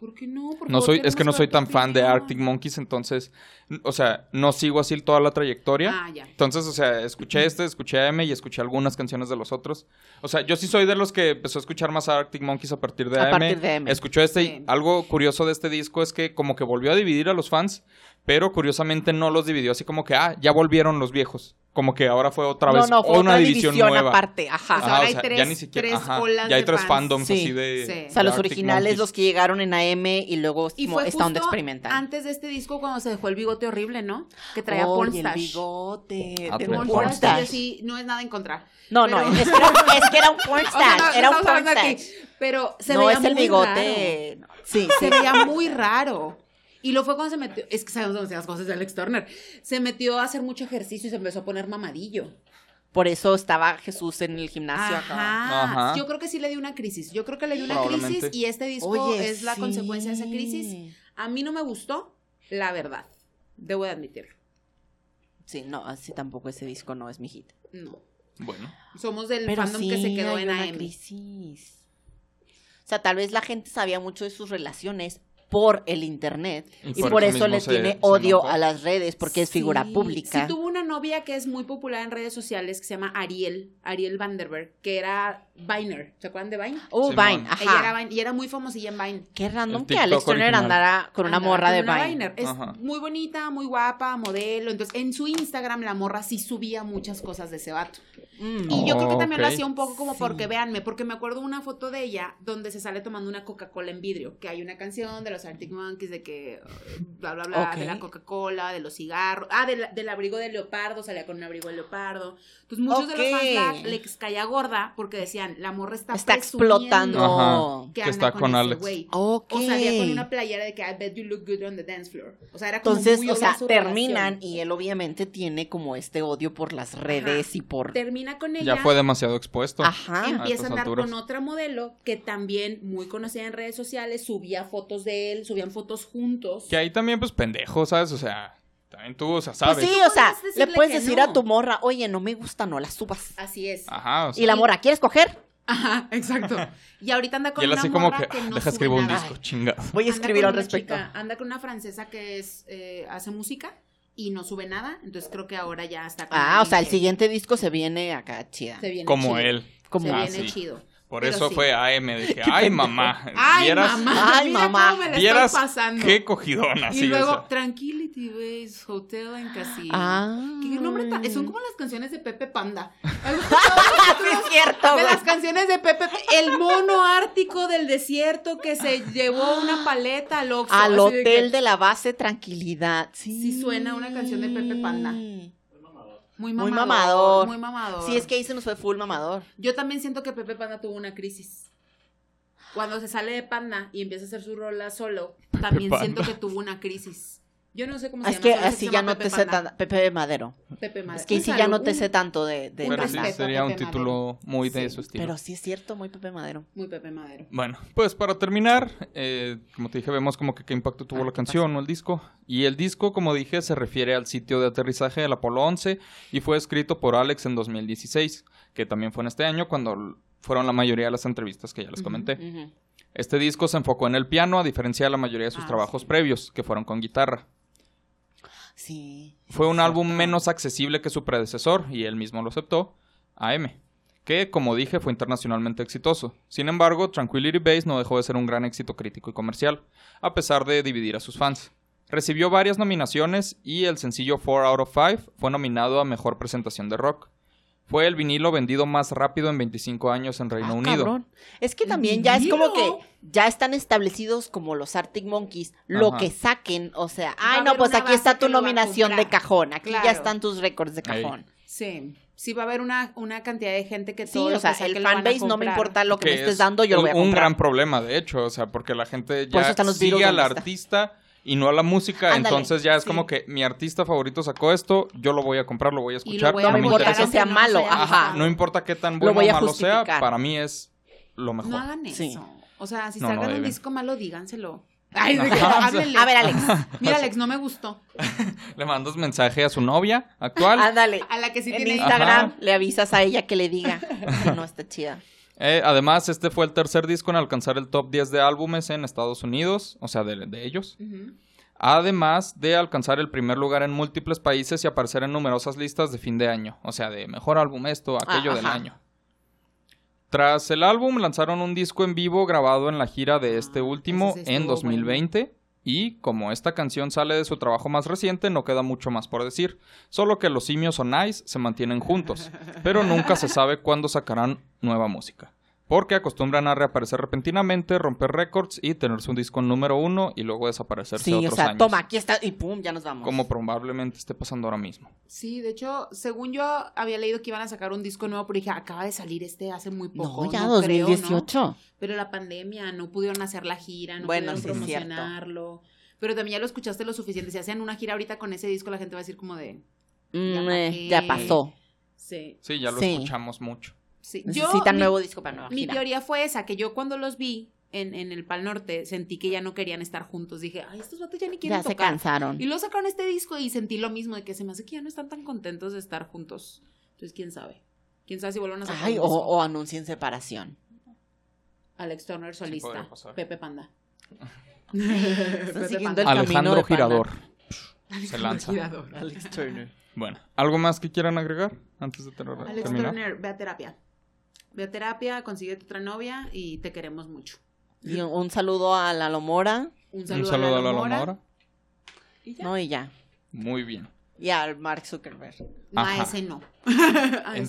Speaker 3: ¿Por qué no? Por
Speaker 1: No soy,
Speaker 3: favor,
Speaker 1: es
Speaker 3: queremos
Speaker 1: que no soy
Speaker 3: saber tu
Speaker 1: tan fan de
Speaker 3: opinión.
Speaker 1: Arctic Monkeys, entonces, n- o sea, no sigo así toda la trayectoria.
Speaker 3: Ah, ya.
Speaker 1: Entonces, o sea, escuché este, escuché a M y escuché algunas canciones de los otros. O sea, yo sí soy de los que empezó a escuchar más a Arctic Monkeys a partir de
Speaker 2: A
Speaker 1: AM.
Speaker 2: partir de AM.
Speaker 1: Escuchó este y
Speaker 3: Sí.
Speaker 1: algo curioso de este disco es que como que volvió a dividir a los fans, pero curiosamente no los dividió así como que, ah, ya volvieron los viejos. Como que ahora fue otra vez una división, nueva.
Speaker 2: aparte, ajá.
Speaker 3: O sea,
Speaker 1: Ajá,
Speaker 3: ahora
Speaker 1: o
Speaker 3: hay
Speaker 1: sea, ya
Speaker 3: tres-
Speaker 1: ni siquiera,
Speaker 3: tres
Speaker 1: ajá,
Speaker 3: olas
Speaker 1: ya hay
Speaker 3: de
Speaker 1: tres
Speaker 3: fans.
Speaker 1: fandoms
Speaker 2: Sí.
Speaker 1: así de...
Speaker 3: Sí.
Speaker 1: de
Speaker 2: O sea, los
Speaker 1: Arctic
Speaker 2: originales,
Speaker 1: Monkeys.
Speaker 2: los que llegaron en AM y luego
Speaker 3: Y
Speaker 2: como
Speaker 3: fue
Speaker 2: esta onda
Speaker 3: justo
Speaker 2: experimental.
Speaker 3: antes de este disco cuando se dejó el bigote horrible, ¿no? Que traía
Speaker 2: Oye, el
Speaker 3: pornstache.
Speaker 2: bigote.
Speaker 1: Ah,
Speaker 2: de
Speaker 1: traía
Speaker 2: un
Speaker 3: Pornstache,
Speaker 1: pornstache.
Speaker 3: y así, no es nada en contra.
Speaker 2: No,
Speaker 3: Pero-
Speaker 2: no, es que, era, es que era un
Speaker 3: O sea,
Speaker 2: pornstash.
Speaker 3: no,
Speaker 2: era un
Speaker 3: estamos hablando
Speaker 2: pornstash.
Speaker 3: aquí, Pero se
Speaker 2: no
Speaker 3: veía
Speaker 2: es el
Speaker 3: muy
Speaker 2: bigote. Sí,
Speaker 3: raro.
Speaker 2: sí.
Speaker 3: Se veía muy raro. Y lo fue cuando se metió, es que sabemos dónde las cosas de Alex Turner. Se metió a hacer mucho ejercicio y se empezó a poner mamadillo.
Speaker 2: Por eso estaba Jesús en el gimnasio acá.
Speaker 3: Ajá.
Speaker 1: Ajá.
Speaker 3: Yo creo que sí le dio una crisis. Yo creo que le dio una crisis
Speaker 1: Probablemente.
Speaker 3: y este disco
Speaker 2: Oye,
Speaker 3: es la
Speaker 2: sí.
Speaker 3: consecuencia de esa crisis. A mí no me gustó, la verdad. Debo de admitirlo.
Speaker 2: Sí, no, así tampoco ese disco no es mi hit.
Speaker 3: No.
Speaker 1: Bueno,
Speaker 3: Somos del
Speaker 2: Pero
Speaker 3: fandom
Speaker 2: sí,
Speaker 3: que se quedó
Speaker 2: hay
Speaker 3: en
Speaker 2: una
Speaker 3: AM.
Speaker 2: crisis. O sea, tal vez la gente sabía mucho de sus relaciones por el internet
Speaker 1: Y
Speaker 2: y
Speaker 1: por
Speaker 2: por,
Speaker 1: eso
Speaker 2: eso
Speaker 1: mismo
Speaker 2: le
Speaker 1: se- se
Speaker 2: tiene odio
Speaker 1: enojó.
Speaker 2: a las redes porque es figura
Speaker 3: Sí.
Speaker 2: pública.
Speaker 3: Sí, tuvo una novia que es muy popular en redes sociales que se llama Ariel, Ariel Vanderberg, que era Viner. ¿Se acuerdan de Vine?
Speaker 2: Oh,
Speaker 1: Simón.
Speaker 2: Vine, ajá.
Speaker 3: Ella era Vine y era muy famosilla en Vine.
Speaker 2: Qué random
Speaker 1: El
Speaker 2: que Alex
Speaker 1: TikTok
Speaker 2: Turner
Speaker 1: original.
Speaker 2: andara con una
Speaker 3: Andaba
Speaker 2: morra
Speaker 3: con
Speaker 2: de
Speaker 3: una
Speaker 2: Vine.
Speaker 3: Viner. Es
Speaker 1: Ajá.
Speaker 3: muy bonita, muy guapa, modelo. Entonces, en su Instagram la morra sí subía muchas cosas de ese vato.
Speaker 2: Mm.
Speaker 3: Y yo creo que
Speaker 1: Oh,
Speaker 3: también
Speaker 1: ok.
Speaker 3: lo hacía un poco como
Speaker 2: Sí.
Speaker 3: porque véanme, porque me acuerdo una foto de ella donde se sale tomando una Coca-Cola en vidrio, que hay una canción de los Arctic Monkeys de que eh, bla bla bla de
Speaker 2: Ok.
Speaker 3: la Coca-Cola, de los cigarros, ah, de la- del abrigo de leopardo, salía con un abrigo de leopardo. Entonces muchos de los
Speaker 2: Ok.
Speaker 3: fans la- les caía gorda porque decían, la morra está,
Speaker 2: Está
Speaker 3: presumiendo
Speaker 2: explotando.
Speaker 1: Ajá.
Speaker 3: que,
Speaker 1: Que
Speaker 3: está
Speaker 1: está
Speaker 3: con,
Speaker 1: con
Speaker 3: ese
Speaker 1: Alex.
Speaker 3: güey.
Speaker 2: Ok.
Speaker 3: O salía con una playera de que I bet you look good on the dance floor. O sea, era como
Speaker 2: Entonces,
Speaker 3: muy
Speaker 2: o sea,
Speaker 3: obvio su
Speaker 2: terminan
Speaker 3: relación.
Speaker 2: y él obviamente tiene como este odio por las redes y por...
Speaker 3: termina con ella.
Speaker 1: ya fue demasiado expuesto.
Speaker 2: Ajá.
Speaker 1: Ah, A estas
Speaker 3: empieza a andar
Speaker 1: alturas.
Speaker 3: con otra modelo que también muy conocida en redes sociales, subía fotos de él, subían fotos juntos.
Speaker 1: Que ahí también, pues, pendejo, ¿sabes? O sea, también tú, o sea,
Speaker 2: Pues
Speaker 1: sabes.
Speaker 2: sí,
Speaker 3: Tú
Speaker 2: o sea,
Speaker 3: puedes
Speaker 2: le
Speaker 3: decirle
Speaker 2: puedes
Speaker 3: que
Speaker 2: decir
Speaker 3: no.
Speaker 2: a tu morra, oye, no me gusta, no la subas.
Speaker 3: Así es.
Speaker 1: Ajá, o sea.
Speaker 2: Y la morra, ¿quieres coger?
Speaker 3: Ajá, exacto. Y ahorita anda con
Speaker 1: Y él
Speaker 3: una
Speaker 1: así como
Speaker 3: morra
Speaker 1: que,
Speaker 3: que,
Speaker 1: "Ah,
Speaker 3: no
Speaker 1: deja
Speaker 3: sube
Speaker 1: escribo un
Speaker 3: nada.
Speaker 1: disco, chingado.
Speaker 2: Voy a
Speaker 3: Anda
Speaker 2: escribir
Speaker 3: con
Speaker 2: al
Speaker 3: una
Speaker 2: respecto.
Speaker 3: chica- anda con una francesa que es eh, hace música y no sube nada, entonces creo que ahora ya está con
Speaker 2: Ah, o
Speaker 3: alguien
Speaker 2: sea, el
Speaker 3: que
Speaker 2: siguiente disco se viene acá chida.
Speaker 3: se viene
Speaker 1: Como
Speaker 3: chido.
Speaker 1: él.
Speaker 2: Como
Speaker 3: se
Speaker 1: Ah,
Speaker 3: viene
Speaker 1: sí.
Speaker 3: chido.
Speaker 1: Por
Speaker 3: Pero
Speaker 1: eso
Speaker 3: sí.
Speaker 1: fue AM, de que, ay, mamá.
Speaker 3: Ay,
Speaker 1: vieras,
Speaker 3: mamá,
Speaker 2: Ay,
Speaker 3: mira
Speaker 2: mamá,
Speaker 3: cómo me la
Speaker 1: vieras
Speaker 3: estoy pasando.
Speaker 1: qué cogidón así,
Speaker 3: y luego,
Speaker 1: o sea.
Speaker 3: Tranquility Base, Hotel en Casino.
Speaker 2: Ah.
Speaker 3: ¿Qué nombre tan- Son como las canciones de Pepe Panda.
Speaker 2: Ah, Sí, es cierto,
Speaker 3: De
Speaker 2: güey.
Speaker 3: las canciones de Pepe, el mono ártico del desierto que se llevó una paleta al Oxxo.
Speaker 2: Al
Speaker 3: así de que-
Speaker 2: hotel de la base tranquilidad. Sí.
Speaker 3: Sí suena una canción de Pepe Panda. Muy
Speaker 2: Muy
Speaker 3: mamador.
Speaker 2: mamador.
Speaker 3: Muy mamador.
Speaker 2: Sí, es que ahí se nos fue full mamador.
Speaker 3: Yo también siento que Pepe Panda tuvo una crisis. Cuando se sale de Panda y empieza a hacer su rola solo, también
Speaker 1: Panda.
Speaker 3: siento que tuvo una crisis. Yo no sé cómo se
Speaker 2: Ah, Es
Speaker 3: llama.
Speaker 2: que
Speaker 3: solo sé
Speaker 2: así
Speaker 3: se
Speaker 2: ya
Speaker 3: llama
Speaker 2: no te
Speaker 3: Pepe
Speaker 2: sé
Speaker 3: Panda.
Speaker 2: tanto. Pepe Madero.
Speaker 3: Pepe Madero.
Speaker 2: Es que ahí
Speaker 3: Un
Speaker 2: sí ya no
Speaker 3: saludo,
Speaker 2: te
Speaker 3: un-
Speaker 2: sé tanto de, de
Speaker 1: Pero sí
Speaker 3: Un
Speaker 2: Panda.
Speaker 3: respeto a
Speaker 1: sería un
Speaker 3: Pepe
Speaker 1: título muy de
Speaker 3: Sí,
Speaker 1: su estilo.
Speaker 2: Pero sí es cierto, muy Pepe Madero.
Speaker 3: Muy Pepe Madero.
Speaker 1: Bueno, pues para terminar, eh, como te dije, vemos como que qué impacto
Speaker 3: Ah,
Speaker 1: tuvo la canción o el disco. Y el disco, como dije, se refiere al sitio de aterrizaje del Apolo 11 y fue escrito por Alex en 2016, que también fue en este año cuando l- fueron la mayoría de las entrevistas que ya les comenté.
Speaker 2: Ujú.
Speaker 1: Este disco se enfocó en el piano, a diferencia de la mayoría de sus
Speaker 3: Ah,
Speaker 1: trabajos
Speaker 3: sí.
Speaker 1: previos, que fueron con guitarra.
Speaker 2: Sí.
Speaker 1: Fue un álbum menos accesible que su predecesor, y él mismo lo aceptó, AM, que, como dije, fue internacionalmente exitoso. Sin embargo, Tranquility Base no dejó de ser un gran éxito crítico y comercial, a pesar de dividir a sus fans. Recibió varias nominaciones y el sencillo 4 Out of 5 fue nominado a Mejor Presentación de Rock. Fue el vinilo vendido más rápido en 25 años en Reino
Speaker 2: Ah,
Speaker 1: Unido.
Speaker 2: cabrón. Es que también ya es como que
Speaker 3: Mira.
Speaker 2: ya están establecidos como los Arctic Monkeys, lo
Speaker 1: Ajá.
Speaker 2: que saquen, o sea,
Speaker 3: a
Speaker 2: ay no,
Speaker 3: haber
Speaker 2: pues
Speaker 3: una
Speaker 2: aquí está
Speaker 3: base
Speaker 2: tu
Speaker 3: que lo va a
Speaker 2: nominación de
Speaker 3: comprar.
Speaker 2: cajón, aquí ya
Speaker 3: Claro.
Speaker 2: están tus récords de
Speaker 1: Ey.
Speaker 2: cajón.
Speaker 3: Sí, sí va a haber una, una cantidad de gente que
Speaker 2: Sí,
Speaker 3: todo
Speaker 2: o
Speaker 3: lo
Speaker 2: sea,
Speaker 3: que saque
Speaker 2: el
Speaker 3: lo van a
Speaker 2: fanbase no me
Speaker 3: comprar.
Speaker 2: importa lo que, me
Speaker 1: es
Speaker 2: estés dando, yo lo
Speaker 1: un,
Speaker 2: voy a
Speaker 1: un
Speaker 2: comprar.
Speaker 1: gran problema, de hecho, o sea, porque la gente
Speaker 2: Por eso
Speaker 1: ya
Speaker 2: están los Beatles
Speaker 1: sigue al
Speaker 2: donde está.
Speaker 1: artista y no a la música,
Speaker 2: Ándale,
Speaker 1: entonces ya es
Speaker 3: sí.
Speaker 1: como que mi artista favorito sacó esto, yo lo voy a comprar, lo voy a
Speaker 3: Y
Speaker 1: escuchar,
Speaker 3: lo voy
Speaker 1: no
Speaker 3: a
Speaker 1: me
Speaker 2: votar
Speaker 1: interesa,
Speaker 2: que sea
Speaker 3: aunque no
Speaker 2: malo,
Speaker 3: nos haya
Speaker 2: ajá.
Speaker 3: gustado.
Speaker 1: no importa qué tan
Speaker 2: Lo
Speaker 1: bueno
Speaker 2: voy
Speaker 1: o
Speaker 2: a
Speaker 1: malo sea,
Speaker 2: justificar.
Speaker 1: para mí es lo mejor.
Speaker 3: No hagan eso.
Speaker 2: Sí.
Speaker 3: O sea, si
Speaker 1: No, no
Speaker 3: sacan un
Speaker 1: deben.
Speaker 3: disco malo, díganselo. Ay, de que,
Speaker 1: Ajá.
Speaker 3: háblenle.
Speaker 4: A ver, Alex.
Speaker 3: Mira, Alex, no me gustó.
Speaker 1: Le mandas mensaje a su novia
Speaker 2: Ah.
Speaker 1: actual.
Speaker 4: Ándale.
Speaker 3: A la que sí
Speaker 4: en
Speaker 3: tiene
Speaker 4: Instagram
Speaker 1: Ajá.
Speaker 4: le avisas a ella que le diga que no está chida.
Speaker 1: Eh, además, este fue el tercer disco en alcanzar el top 10 de álbumes en Estados Unidos, o sea, de, de ellos.
Speaker 3: Ujú.
Speaker 1: Además de alcanzar el primer lugar en múltiples países y aparecer en numerosas listas de fin de año, o sea, de mejor álbum esto,
Speaker 3: Ah,
Speaker 1: aquello del
Speaker 4: ajá.
Speaker 1: año. Tras el álbum lanzaron un disco en vivo grabado en la gira de este
Speaker 3: Ah,
Speaker 1: último
Speaker 3: ese sí
Speaker 1: en
Speaker 3: estuvo
Speaker 1: 2020 y como esta canción sale de su trabajo más reciente no queda mucho más por decir, solo que los simios o Nice se mantienen juntos, pero nunca se sabe cuándo sacarán nueva música. Porque acostumbran a reaparecer repentinamente, romper récords y tenerse un disco número uno y luego desaparecerse
Speaker 4: Sí,
Speaker 1: otros
Speaker 4: o sea,
Speaker 1: años
Speaker 4: toma, aquí está y pum, ya nos vamos.
Speaker 1: como probablemente esté pasando ahora mismo.
Speaker 3: Sí, de hecho, según yo había leído que iban a sacar un disco nuevo, pero dije, acaba de salir este hace muy poco.
Speaker 4: no, ya
Speaker 3: creo, ¿no?
Speaker 4: 2018.
Speaker 3: Pero la pandemia, no pudieron hacer la gira, no
Speaker 4: Bueno,
Speaker 3: pudieron
Speaker 4: sí es cierto.
Speaker 3: promocionarlo. Pero también ya lo escuchaste lo suficiente. Si hacen una gira ahorita con ese disco, la gente va a decir como de...
Speaker 4: Mm,
Speaker 3: Ya
Speaker 4: eh,
Speaker 3: bajé.
Speaker 4: ya pasó.
Speaker 3: Sí,
Speaker 1: Sí, ya lo
Speaker 4: Sí.
Speaker 1: escuchamos mucho.
Speaker 3: sí. Yo-
Speaker 4: Necesitan
Speaker 3: mi-
Speaker 4: nuevo disco para nueva
Speaker 3: Mi
Speaker 4: gira.
Speaker 3: teoría fue esa, que yo cuando los vi en, en el Pal Norte, sentí que ya no querían estar juntos. Dije, ay, estos vatos ya ni quieren
Speaker 4: Ya se
Speaker 3: tocar.
Speaker 4: cansaron.
Speaker 3: Y luego sacaron este disco y sentí lo mismo, de que se me hace que ya no están tan contentos de estar juntos. Entonces, quién sabe. Quién sabe si vuelvan a sacar
Speaker 4: Ay, oh.
Speaker 3: un
Speaker 4: o,
Speaker 3: disco.
Speaker 4: o anuncien separación.
Speaker 3: Alex Turner solista.
Speaker 1: podría pasar.
Speaker 3: Pepe Panda.
Speaker 4: siguiendo El camino
Speaker 1: Alejandro
Speaker 4: de Pana.
Speaker 1: Girador.
Speaker 3: Ah,
Speaker 1: Se lanza.
Speaker 3: Girador.
Speaker 4: Alex Turner.
Speaker 1: Bueno, ¿algo más que quieran agregar antes de ter-
Speaker 3: Alex
Speaker 1: terminar?
Speaker 3: Turner, ve a terapia. Ve a terapia, consigue otra novia y te queremos mucho.
Speaker 4: Y un- un saludo a Lalo Mora,
Speaker 3: Un
Speaker 1: Un
Speaker 3: saludo,
Speaker 1: saludo
Speaker 3: a la Mora.
Speaker 1: Mora.
Speaker 3: Y ya.
Speaker 4: ¿no? Y ya.
Speaker 1: Muy bien.
Speaker 4: Y a Mark Zuckerberg.
Speaker 3: No, a
Speaker 1: Ajá.
Speaker 3: ese no. A ese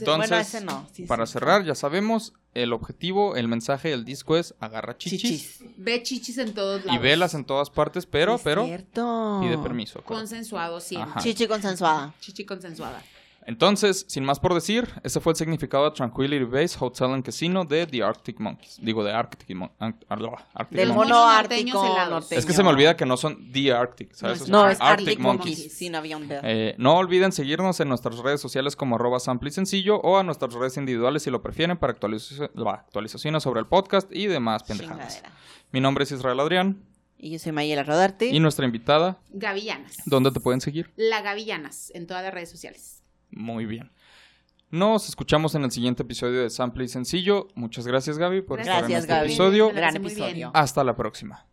Speaker 3: no.
Speaker 1: Entonces,
Speaker 4: Bueno, ese no. Sí,
Speaker 1: para
Speaker 4: sí.
Speaker 1: cerrar, ya sabemos, el objetivo, el mensaje del disco es agarra chichis,
Speaker 4: Chichis.
Speaker 3: Ve chichis en todos
Speaker 1: y
Speaker 3: lados.
Speaker 1: velas en todas partes, pero,
Speaker 4: Sí, es
Speaker 1: pero,
Speaker 4: cierto.
Speaker 1: pide permiso. acuérdate.
Speaker 3: Consensuado siempre.
Speaker 1: Ajá.
Speaker 4: Chichi consensuada.
Speaker 3: Chichi consensuada.
Speaker 1: Entonces, sin más por decir, ese fue el significado de Tranquility Base Hotel and Casino de The Arctic Monkeys. Digo, de Arctic, Mon- Ar- Ar- Arctic
Speaker 4: Del
Speaker 1: Monkeys.
Speaker 3: mono
Speaker 4: mono
Speaker 3: norteños
Speaker 4: ártico
Speaker 3: helados.
Speaker 1: Es que
Speaker 4: norteño.
Speaker 1: se me olvida que no son The Arctic, ¿sabes?
Speaker 3: No,
Speaker 1: Esos
Speaker 4: No,
Speaker 1: son
Speaker 4: es Arctic, Monkeys.
Speaker 3: Monkeys.
Speaker 4: Sin avión verde.
Speaker 1: Eh, no olviden seguirnos en nuestras redes sociales como arroba sample y sencillo o a nuestras redes individuales si lo prefieren para actualiz- bah, actualizaciones sobre el podcast y demás pendejadas.
Speaker 4: Chingadera.
Speaker 1: Mi nombre es Israel Adrián
Speaker 4: Y yo soy Mayela Rodarte.
Speaker 1: y nuestra invitada,
Speaker 3: Gavillanas.
Speaker 1: ¿dónde te pueden seguir?
Speaker 3: La Gavillanas en todas las redes sociales.
Speaker 1: Muy bien. Nos escuchamos en el siguiente episodio de Sample y Sencillo. Muchas gracias Gaby por estar en
Speaker 4: Gracias,
Speaker 1: este
Speaker 4: Gaby.
Speaker 1: episodio.
Speaker 3: Me la pasé
Speaker 4: Gran
Speaker 3: muy bien.
Speaker 4: episodio.
Speaker 1: Hasta la próxima.